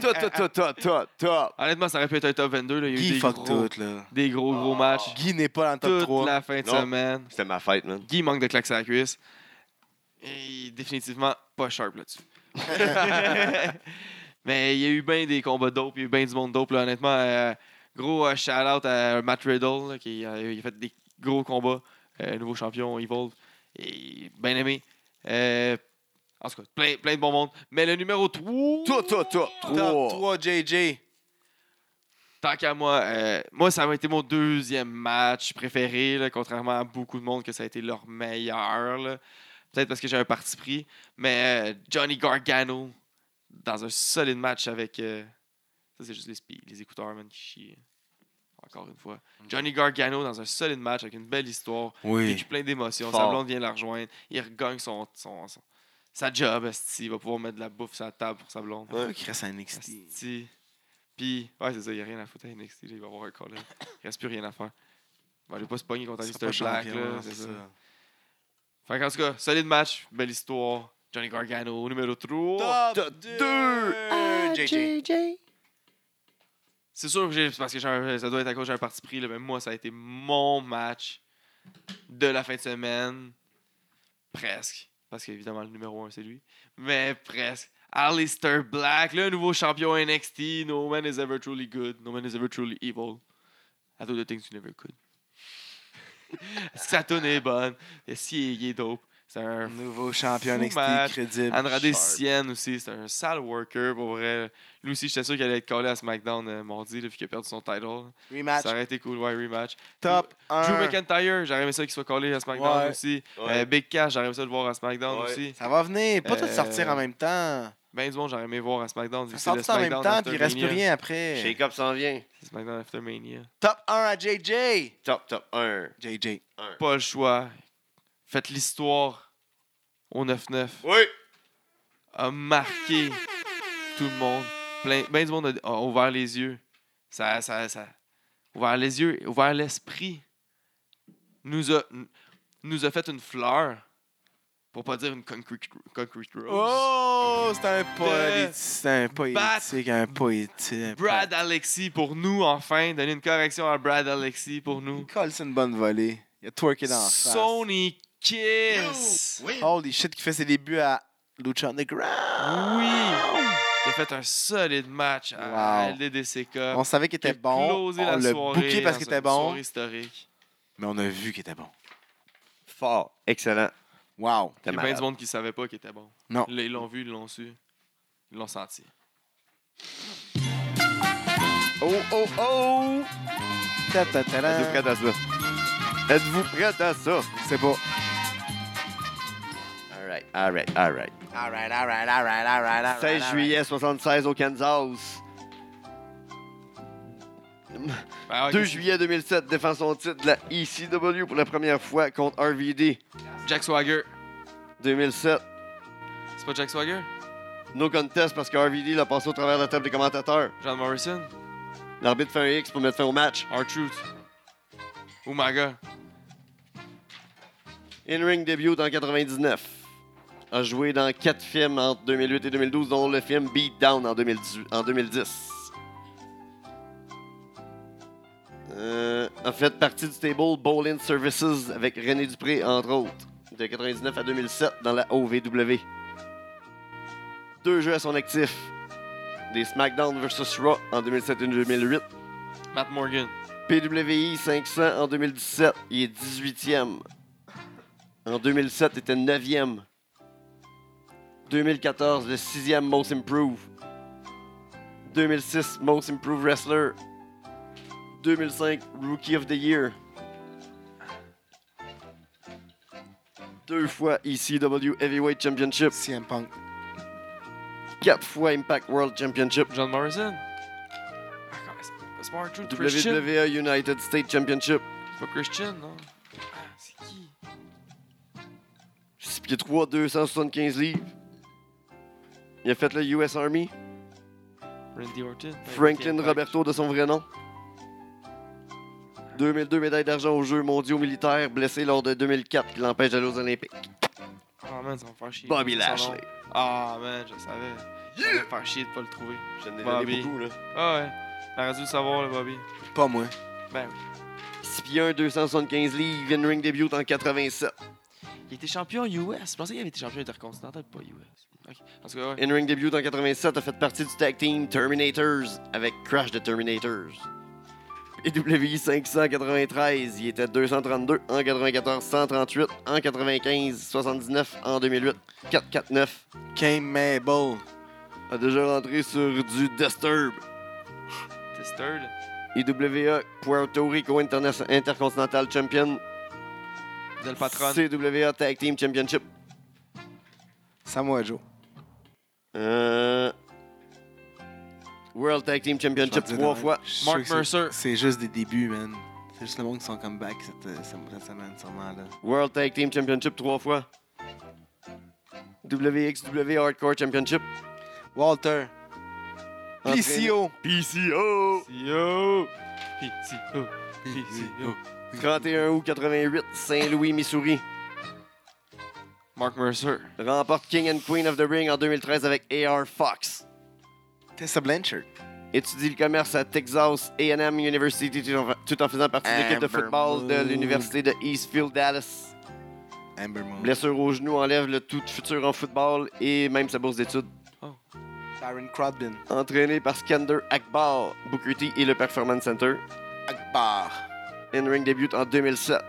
[SPEAKER 1] Top, top, top, top, top, top.
[SPEAKER 2] Honnêtement, ça aurait pu être un top 22. Là. Il y a eu
[SPEAKER 3] Guy
[SPEAKER 2] des
[SPEAKER 3] fuck
[SPEAKER 2] gros,
[SPEAKER 3] tout, là.
[SPEAKER 2] des gros, gros
[SPEAKER 1] Oh.
[SPEAKER 2] matchs.
[SPEAKER 3] Guy n'est pas dans le top
[SPEAKER 2] Toute
[SPEAKER 3] 3.
[SPEAKER 2] la fin de
[SPEAKER 1] Non.
[SPEAKER 2] semaine.
[SPEAKER 1] C'était ma fête, man.
[SPEAKER 2] Guy manque de claques à la cuisse. Et définitivement pas sharp là-dessus. Mais il y a eu bien des combats dope, il y a eu bien du monde dope. Là. Honnêtement, euh, gros shout-out à Matt Riddle là, qui euh, il a fait des gros combats. Euh, nouveau champion Evolve. Et bien aimé. Euh, en tout cas, plein, plein de bon monde. Mais le numéro 3.
[SPEAKER 1] Top, top, top,
[SPEAKER 3] Top
[SPEAKER 1] trois.
[SPEAKER 3] 3 JJ.
[SPEAKER 2] Tant qu'à moi, euh, moi, ça a été mon deuxième match préféré, là, contrairement à beaucoup de monde que ça a été leur meilleur. là. Peut-être parce que j'ai un parti pris. Mais euh, Johnny Gargano, dans un solide match avec. euh, ça, c'est juste les, spe- les écouteurs, man, qui chient. Encore une fois. Johnny Gargano, dans un solide match avec une belle histoire.
[SPEAKER 3] Oui.
[SPEAKER 2] Vécu plein d'émotions.
[SPEAKER 1] Fort.
[SPEAKER 2] Sa blonde vient la rejoindre. Il regagne son, son, son- sa job. esti. Il va pouvoir mettre de la bouffe sur la table pour sa blonde.
[SPEAKER 3] Pourquoi qu'il reste à NXT?
[SPEAKER 2] Asti. Puis, ouais, c'est ça, il n'y a rien à foutre à NXT. là, il va avoir un call. là. Il reste plus rien à faire. Il va pas se pogner contre
[SPEAKER 3] Il sera
[SPEAKER 2] Alistair
[SPEAKER 3] pas
[SPEAKER 2] Black.
[SPEAKER 3] champion,
[SPEAKER 2] Là,
[SPEAKER 3] hein,
[SPEAKER 2] c'est ça. Fait qu'en tout cas, solide match, belle histoire. Johnny Gargano, numéro 3.
[SPEAKER 3] Top
[SPEAKER 1] Top
[SPEAKER 3] 2. JJ.
[SPEAKER 2] C'est sûr que j'ai- c'est parce que j'ai un- ça doit être à cause j'ai un parti pris. Là, mais moi, ça a été mon match de la fin de semaine. Presque. Parce qu'évidemment, le numéro 1, c'est lui. Mais presque. Alistair Black, le nouveau champion NXT. No man is ever truly good. No man is ever truly evil. I do the things you never could. Sa tune est bonne. Si il est dope. C'est un
[SPEAKER 3] Nouveau champion
[SPEAKER 2] Fou
[SPEAKER 3] NXT
[SPEAKER 2] match. Ah,
[SPEAKER 3] crédible.
[SPEAKER 2] Andrade
[SPEAKER 1] Sharp.
[SPEAKER 2] Sien aussi, c'est un sale worker pour vrai. Lui aussi, j'étais sûr qu'il allait être collé à SmackDown euh, mardi, là, puis qu'il a perdu son title.
[SPEAKER 3] Rematch.
[SPEAKER 2] Ça aurait été cool, ouais, rematch.
[SPEAKER 3] Top
[SPEAKER 2] Drew
[SPEAKER 3] 1.
[SPEAKER 2] McIntyre, j'aurais aimé ça qu'il soit collé à SmackDown
[SPEAKER 3] Ouais.
[SPEAKER 2] aussi.
[SPEAKER 1] Ouais.
[SPEAKER 2] Euh, Big Cash, j'aurais aimé ça le voir à SmackDown
[SPEAKER 1] Ouais.
[SPEAKER 2] aussi.
[SPEAKER 3] Ça va venir. Pas tout
[SPEAKER 2] Euh,
[SPEAKER 3] sortir en même temps.
[SPEAKER 2] Ben du monde, j'aurais aimé voir à SmackDown. vu que
[SPEAKER 3] Ça
[SPEAKER 2] c'est
[SPEAKER 3] sort
[SPEAKER 2] le
[SPEAKER 3] tout en même
[SPEAKER 2] SmackDown
[SPEAKER 3] temps,
[SPEAKER 2] After
[SPEAKER 3] puis il reste plus
[SPEAKER 2] Mania.
[SPEAKER 3] rien après.
[SPEAKER 1] Shake-up s'en vient.
[SPEAKER 2] C'est SmackDown After Mania.
[SPEAKER 3] Top 1 à JJ.
[SPEAKER 1] Top, top, 1.
[SPEAKER 3] JJ.
[SPEAKER 2] Pas le choix. Faites l'histoire au 9-9.
[SPEAKER 1] Oui!
[SPEAKER 2] a marqué tout le monde. Plein, ben du monde a, a ouvert les yeux. Ça, ça, ça. Ouvert les yeux, ouvert l'esprit. Nous a, nous a fait une fleur. Pour pas dire une concrete, concrete rose.
[SPEAKER 3] Oh, c'est un
[SPEAKER 2] De
[SPEAKER 3] poétique, c'est un poétique, un poétique. un
[SPEAKER 2] Brad Alexis pour nous, enfin. Donner une correction à Brad Alexis pour nous.
[SPEAKER 3] poète. Colle, c'est une bonne volée. Il a twerké dans la face.
[SPEAKER 2] Sony Kiss.
[SPEAKER 3] Holy shit, qui fait ses débuts à Lucha Underground.
[SPEAKER 2] Oui. Qui a fait un solide match à
[SPEAKER 3] Wow.
[SPEAKER 2] LDDCK.
[SPEAKER 3] On savait
[SPEAKER 2] Euh,
[SPEAKER 3] qu'il
[SPEAKER 2] Qui a
[SPEAKER 3] était bon.
[SPEAKER 2] closé la
[SPEAKER 3] On l'a
[SPEAKER 2] soirée
[SPEAKER 3] booké parce
[SPEAKER 2] dans
[SPEAKER 3] qu'il
[SPEAKER 2] une
[SPEAKER 3] était bon.
[SPEAKER 2] soirée historique.
[SPEAKER 3] Mais on a vu qu'il était bon.
[SPEAKER 1] Fort. Excellent.
[SPEAKER 3] Wow.
[SPEAKER 2] Il y a plein de monde qui ne savait pas qu'il était bon.
[SPEAKER 3] Non.
[SPEAKER 2] Là, Ils l'ont vu, ils l'ont su, ils l'ont senti.
[SPEAKER 1] Oh, oh, oh!
[SPEAKER 3] Ta ta ta
[SPEAKER 1] Êtes-vous
[SPEAKER 3] ta.
[SPEAKER 1] prête à ça? Êtes-vous prête à ça?
[SPEAKER 3] C'est beau.
[SPEAKER 1] Alright, alright, alright.
[SPEAKER 3] Alright, alright, alright, alright, alright.
[SPEAKER 1] 16 juillet 76 au Kansas.
[SPEAKER 2] Ben ouais,
[SPEAKER 1] 2
[SPEAKER 2] qu'est-ce que-
[SPEAKER 1] juillet 2007, défend son titre de la ECW pour la première fois contre RVD.
[SPEAKER 2] Jack Swagger.
[SPEAKER 1] 2007,
[SPEAKER 2] C'est pas Jack Swagger?
[SPEAKER 1] no contest parce que RVD l'a passé au travers de la table des commentateurs.
[SPEAKER 2] John Morrison?
[SPEAKER 1] L'arbitre fait un X pour mettre fin au match.
[SPEAKER 2] R-Truth? Umaga?
[SPEAKER 1] In-ring débute en 99. A joué dans 4 films entre 2008 et 2012, dont le film Beatdown en, 2018 en 2010. Euh, a fait partie du stable Bowling Services avec René Dupré, entre autres, de 99 à 2007 dans la OVW. Deux jeux à son actif. Des SmackDown vs. Raw en 2007 et 2008.
[SPEAKER 2] Matt Morgan?
[SPEAKER 1] PWI 500 en 2017, il est 18e. En 2007, il était 9e. 2014, le 6e Most Improved. 2006, Most Improved Wrestler. 2005, Rookie of the Year. Deux fois ECW Heavyweight Championship.
[SPEAKER 3] CM Punk.
[SPEAKER 1] Quatre fois Impact World Championship.
[SPEAKER 2] John Morrison? Ah, comment c'est- C'est pas R-Truth? Christian?
[SPEAKER 1] WWE E United States Championship.
[SPEAKER 2] C'est pas Christian, non? Ah, C'est qui?
[SPEAKER 1] 6 pieds 3, 275 livres. Il a fait le US Army.
[SPEAKER 2] Randy Orton? Ben,
[SPEAKER 1] Franklin
[SPEAKER 2] Impact.
[SPEAKER 1] Roberto de son vrai nom. 2002 médaille d'argent aux Jeux mondiaux militaires, blessé lors de 2004 qui l'empêche d'aller aux Olympiques.
[SPEAKER 2] Ah, man, ça va me faire chier.
[SPEAKER 1] Bobby
[SPEAKER 2] Son nom.
[SPEAKER 1] Lashley.
[SPEAKER 2] Ah, man, je savais. Ça va me faire chier de pas le trouver.
[SPEAKER 1] Je n'ai
[SPEAKER 2] Bobby.
[SPEAKER 1] beaucoup, là.
[SPEAKER 2] Ah, ouais. T'aurais dû le savoir, le Bobby.
[SPEAKER 3] Pas moi.
[SPEAKER 2] Ben oui.
[SPEAKER 1] 6 pieds 1, 275 livres, in-ring début en 87.
[SPEAKER 2] Il était champion US. Je pensais qu'il avait été champion intercontinental, pas US. Ok. En tout cas, ouais.
[SPEAKER 1] In-ring début en 87 a fait partie du tag team Terminators avec Crash de Terminators. PWI 593, il était 232 en 94, 138 en 95, 79 en 2008, 449.
[SPEAKER 3] Kane Mabel.
[SPEAKER 1] A déjà rentré sur du Disturb.
[SPEAKER 2] Tester, là.
[SPEAKER 1] IWA Puerto Rico Interna- Intercontinental Champion.
[SPEAKER 2] Vous êtes le patron.
[SPEAKER 1] CWA Tag Team Championship.
[SPEAKER 3] Samoa Joe.
[SPEAKER 1] Euh, World Tag Team
[SPEAKER 3] Je vais
[SPEAKER 1] Championship
[SPEAKER 3] te dire
[SPEAKER 1] trois
[SPEAKER 3] de même.
[SPEAKER 1] fois.
[SPEAKER 3] Je suis
[SPEAKER 2] Mark
[SPEAKER 3] sûr que c'est-
[SPEAKER 2] Mercer.
[SPEAKER 3] C'est juste des débuts, man. C'est juste le monde qui sont comme back cette, euh, cette semaine, sûrement, là.
[SPEAKER 1] World Tag Team Championship trois fois. WXW Hardcore Championship.
[SPEAKER 3] Walter. Ah,
[SPEAKER 1] Entraîne-
[SPEAKER 3] PCO.
[SPEAKER 1] PCO!
[SPEAKER 2] Yo! PTO. PTO.
[SPEAKER 1] 31 août 88, Saint-Louis, Missouri.
[SPEAKER 2] Mark Mercer.
[SPEAKER 1] Remporte King and Queen of the Ring en 2013 avec AR Fox.
[SPEAKER 3] Tessa Blanchard.
[SPEAKER 1] Étudie le commerce à Texas A&M University tout en- tout en faisant partie de l'équipe de
[SPEAKER 3] Amber
[SPEAKER 1] football de
[SPEAKER 3] Moon.
[SPEAKER 1] l'université de Eastfield, Dallas.
[SPEAKER 3] Amber Moon.
[SPEAKER 1] Blessure au genou enlève le tout futur en football et même sa bourse d'études.
[SPEAKER 3] Darren Crodbin.
[SPEAKER 1] Entraîné par Skander Akbar, Booker T et le Performance Center.
[SPEAKER 3] Akbar.
[SPEAKER 1] In-ring débute en 2007.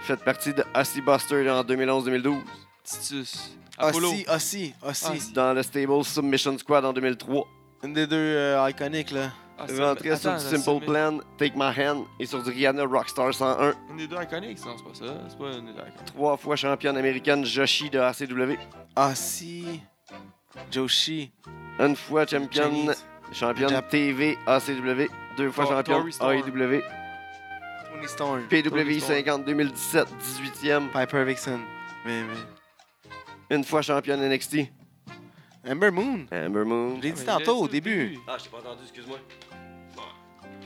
[SPEAKER 1] Faites partie de Aussie Buster en 2011-2012.
[SPEAKER 2] Titus.
[SPEAKER 1] Ah,
[SPEAKER 2] Apollo.
[SPEAKER 3] Ossi, Ossi, Ossi.
[SPEAKER 1] Dans le stable Submission Squad en 2003.
[SPEAKER 3] Une des deux euh, iconiques, là.
[SPEAKER 2] Ah, c'est-
[SPEAKER 1] Rentré sur
[SPEAKER 2] attends,
[SPEAKER 1] du
[SPEAKER 2] là, c'est-
[SPEAKER 1] Simple Plan, Take My Hand et sur du Rihanna Rockstar 101.
[SPEAKER 2] Une des deux iconiques, non, c'est pas ça. C'est pas une des deux iconiques.
[SPEAKER 1] Trois fois championne américaine Joshi de ACW.
[SPEAKER 3] Ossi. Joshi.
[SPEAKER 1] Une fois championne,
[SPEAKER 3] Chinese.
[SPEAKER 1] championne
[SPEAKER 3] Jap-
[SPEAKER 1] TV ACW. Deux fois
[SPEAKER 2] Tor-
[SPEAKER 1] championne E
[SPEAKER 2] Tori Storm.
[SPEAKER 1] AEW.
[SPEAKER 3] Tony Storm.
[SPEAKER 1] PWI 50 2017, 18e,
[SPEAKER 3] Piper Vixen. Mais, mais...
[SPEAKER 1] une fois championne NXT.
[SPEAKER 3] Amber Moon.
[SPEAKER 1] Amber Moon.
[SPEAKER 3] Je l'ai dit
[SPEAKER 2] Ah, mais
[SPEAKER 3] tantôt au
[SPEAKER 2] je l'ai dit
[SPEAKER 3] début.
[SPEAKER 1] Ah, je t'ai pas entendu, excuse-moi.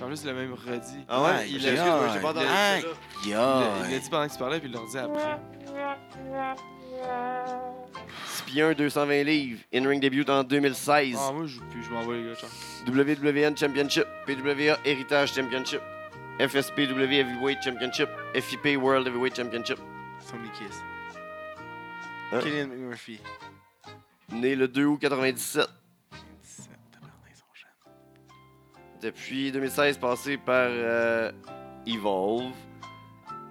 [SPEAKER 2] En plus, il l'a même redit.
[SPEAKER 1] Ah
[SPEAKER 3] Ah,
[SPEAKER 1] ouais, il
[SPEAKER 2] il a-
[SPEAKER 1] excuse-moi, j'ai pas entendu.
[SPEAKER 3] ah,
[SPEAKER 1] c'est ça.
[SPEAKER 2] Il
[SPEAKER 3] Yo.
[SPEAKER 2] l'a- il l'a dit pendant que tu parlais, puis il l'a redit après.
[SPEAKER 1] Spion 220 livres, in-ring début en 2016,
[SPEAKER 2] Ah, moi, je joue plus, je m'envoie les gars, ciao.
[SPEAKER 1] WWN Championship, PWA Heritage Championship, FSPW Heavyweight Championship, FIP World Heavyweight Championship.
[SPEAKER 3] Tony Kiss.
[SPEAKER 1] Hein?
[SPEAKER 3] Killian McMurphy.
[SPEAKER 1] Né le 2 août 97,
[SPEAKER 3] 17, tabarnak, ils sont jeunes.
[SPEAKER 1] depuis 2016 passé par euh, Evolve,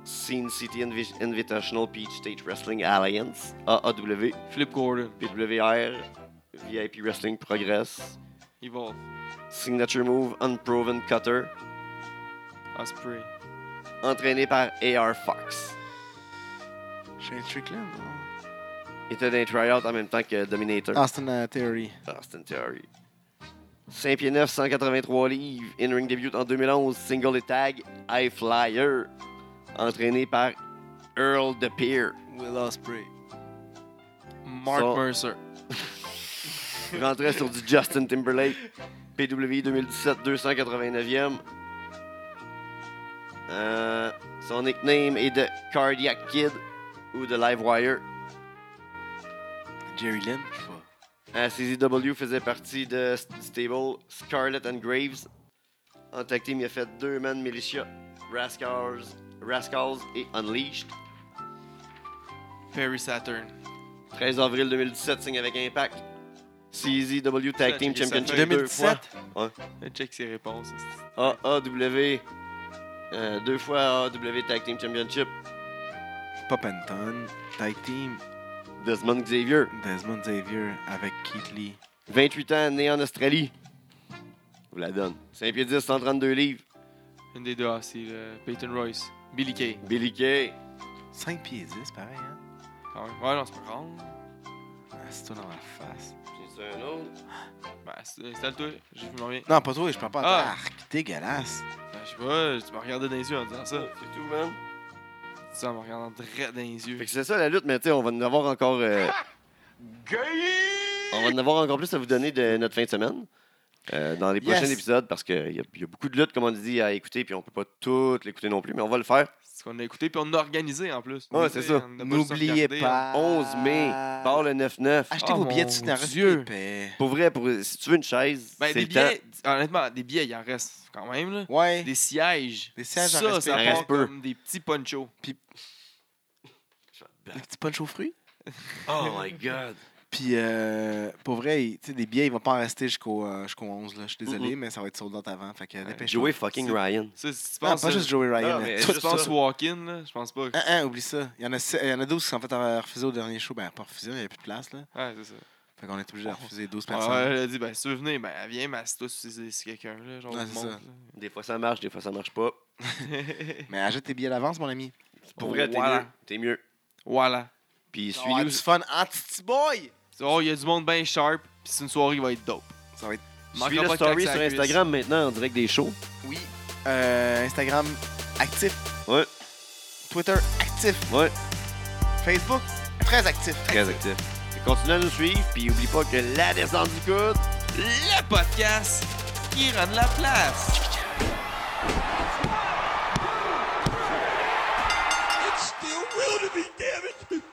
[SPEAKER 1] Scene City Invi- Invitational Peach State Wrestling Alliance, AAW,
[SPEAKER 2] Flip Gordon.
[SPEAKER 1] PWR, VIP Wrestling Progress,
[SPEAKER 2] Evolve.
[SPEAKER 1] Signature Move Unproven Cutter,
[SPEAKER 2] Osprey.
[SPEAKER 1] entraîné par AR Fox.
[SPEAKER 3] Shane Strickland. non? Ah.
[SPEAKER 1] Il était dans les tryouts en même temps que Dominator, Ah,
[SPEAKER 3] Austin euh, Theory.
[SPEAKER 1] Austin Theory. 5 pieds 9, 183 livres. In-ring debut en 2011. Single et tag. High Flyer. Entraîné par Earl De Peer.
[SPEAKER 3] Will Ospreay.
[SPEAKER 2] Mark
[SPEAKER 1] Ça-
[SPEAKER 2] Mercer.
[SPEAKER 1] Rentrait sur du Justin Timberlake. PWI 2017, 289e. Euh, son nickname est de Cardiac Kid ou de Livewire.
[SPEAKER 3] Jerry Lynn. je sais pas.
[SPEAKER 1] À CZW faisait partie de st- Stable Scarlet and Graves. En tag team, il a fait deux Man Militia, Rascals, Rascals et Unleashed.
[SPEAKER 2] Perry Saturn.
[SPEAKER 1] 13 avril 2017, signe avec Impact. CZW Tag Team
[SPEAKER 2] Ça, ça fait
[SPEAKER 1] Championship deux fois.
[SPEAKER 3] 2017.
[SPEAKER 2] Check ses réponses.
[SPEAKER 1] AAW. euh, deux fois AAW Tag Team Championship.
[SPEAKER 3] Pop Anton. Tag Team.
[SPEAKER 1] Desmond Xavier.
[SPEAKER 3] Desmond Xavier avec Keith Lee.
[SPEAKER 1] 28 ans, né en Australie. Je vous la donne. 5 pieds 10, 132 livres.
[SPEAKER 2] Une des deux, ah, c'est le Peyton Royce. Billy Kay.
[SPEAKER 1] Billy Kay.
[SPEAKER 3] 5 pieds 10, pareil, hein?
[SPEAKER 2] Quand même. Ouais, non, c'est pas grave.
[SPEAKER 3] Ah, C'est tout dans la face.
[SPEAKER 1] C'est un autre.
[SPEAKER 2] Ben, c'est- installe-toi. Je je m'en viens.
[SPEAKER 3] Non, pas toi, je parle pas à toi.
[SPEAKER 2] Ah.
[SPEAKER 3] Arc, dégueulasse.
[SPEAKER 2] Ben, je sais pas, tu m'as regardé dans les yeux en disant ça.
[SPEAKER 1] C'est tout, man.
[SPEAKER 2] Ça me regardant droit dans les
[SPEAKER 1] Fait
[SPEAKER 2] yeux.
[SPEAKER 1] que c'est ça la lutte, mais tu sais, on va en avoir encore. euh, on va en avoir encore plus à vous donner de notre fin de semaine. euh, dans les
[SPEAKER 3] Yes.
[SPEAKER 1] prochains épisodes, parce qu'il y, a- y a beaucoup de luttes, comme on dit, à écouter, puis on peut pas toutes l'écouter non plus, mais on va le faire.
[SPEAKER 2] C'est ce qu'on a écouté, puis on a organisé en plus.
[SPEAKER 1] Ouais,
[SPEAKER 2] Mais,
[SPEAKER 1] c'est
[SPEAKER 2] tu sais,
[SPEAKER 1] ça.
[SPEAKER 2] on a pas juste
[SPEAKER 3] N'oubliez
[SPEAKER 2] regardé, hein.
[SPEAKER 3] pas.
[SPEAKER 1] 11 mai,
[SPEAKER 2] Ah.
[SPEAKER 1] par le 9-9.
[SPEAKER 3] Achetez
[SPEAKER 2] Oh,
[SPEAKER 3] vos billets
[SPEAKER 2] mon
[SPEAKER 3] de cinéma.
[SPEAKER 2] Dieu.
[SPEAKER 1] Pour vrai, pour, si tu veux une chaise,
[SPEAKER 2] Ben,
[SPEAKER 1] c'est
[SPEAKER 2] des
[SPEAKER 1] le temps.
[SPEAKER 2] billets, honnêtement, des billets, il en reste quand même. Là.
[SPEAKER 3] Ouais.
[SPEAKER 2] Des sièges.
[SPEAKER 3] Des sièges
[SPEAKER 2] Ça,
[SPEAKER 3] en respect.
[SPEAKER 2] ça
[SPEAKER 1] Il en
[SPEAKER 2] part
[SPEAKER 1] reste peu.
[SPEAKER 2] comme des petits ponchos.
[SPEAKER 3] Un petit punch aux fruits.
[SPEAKER 1] Oh my god.
[SPEAKER 3] Puis, euh, pour vrai, il- tu sais, des billets, ils vont pas en rester jusqu'au euh, jusqu'au 11. Là. Je suis désolé, mais ça va être sold out avant. Fait que dépêche-toi.
[SPEAKER 1] Euh, Joey fucking
[SPEAKER 2] C'est-
[SPEAKER 1] Ryan.
[SPEAKER 2] Ça, si tu
[SPEAKER 3] Non,
[SPEAKER 2] penses,
[SPEAKER 3] pas juste Joey Ryan.
[SPEAKER 1] Non, mais-
[SPEAKER 3] là.
[SPEAKER 2] si
[SPEAKER 1] juste
[SPEAKER 2] tu penses
[SPEAKER 1] ça. Hein?
[SPEAKER 2] walk-in, là, je pense pas. que-
[SPEAKER 3] Ah, ah, oublie ça. Il y en a, se- il y en a 12 qui sont fait avoir refusé au dernier show. Ben, pas refusé, il n'y avait plus de place. Là.
[SPEAKER 2] Ouais, c'est ça.
[SPEAKER 3] Fait qu'on est
[SPEAKER 1] Oh.
[SPEAKER 3] obligé de refuser 12
[SPEAKER 2] Alors,
[SPEAKER 3] personnes.
[SPEAKER 2] elle a dit, ben, si tu veux venir, ben, elle vient, mais assis-toi si c'est si quelqu'un, là, genre,
[SPEAKER 3] Ouais,
[SPEAKER 2] du
[SPEAKER 3] c'est
[SPEAKER 2] monde,
[SPEAKER 1] Des fois ça marche, des fois ça marche pas.
[SPEAKER 2] là.
[SPEAKER 3] Mais achète tes billets d'avance, mon
[SPEAKER 1] Ah
[SPEAKER 3] ami.
[SPEAKER 1] Pour vrai, t'es
[SPEAKER 2] Oh, Voilà. Ah,
[SPEAKER 1] mieux. T'es mieux.
[SPEAKER 2] voilà.
[SPEAKER 1] Puis
[SPEAKER 3] Tu as
[SPEAKER 1] suis-nous.
[SPEAKER 3] du fun en titi boy.
[SPEAKER 2] Oh, il y a du monde bien sharp, puis c'est une soirée qui va être dope.
[SPEAKER 3] Ça va être.
[SPEAKER 2] Manquera
[SPEAKER 1] Suis le
[SPEAKER 2] pas de
[SPEAKER 1] story
[SPEAKER 2] claques à
[SPEAKER 1] sur
[SPEAKER 2] la cuisse.
[SPEAKER 1] Instagram maintenant en direct des shows.
[SPEAKER 3] Oui. Euh, Instagram actif.
[SPEAKER 1] Ouais.
[SPEAKER 3] Twitter actif.
[SPEAKER 1] Ouais.
[SPEAKER 3] Facebook très actif.
[SPEAKER 1] Très actif. Fait, Continue à nous suivre, puis oublie pas que la descente du coude.
[SPEAKER 2] Le podcast qui rend la place.
[SPEAKER 4] It's still real to me, damn it!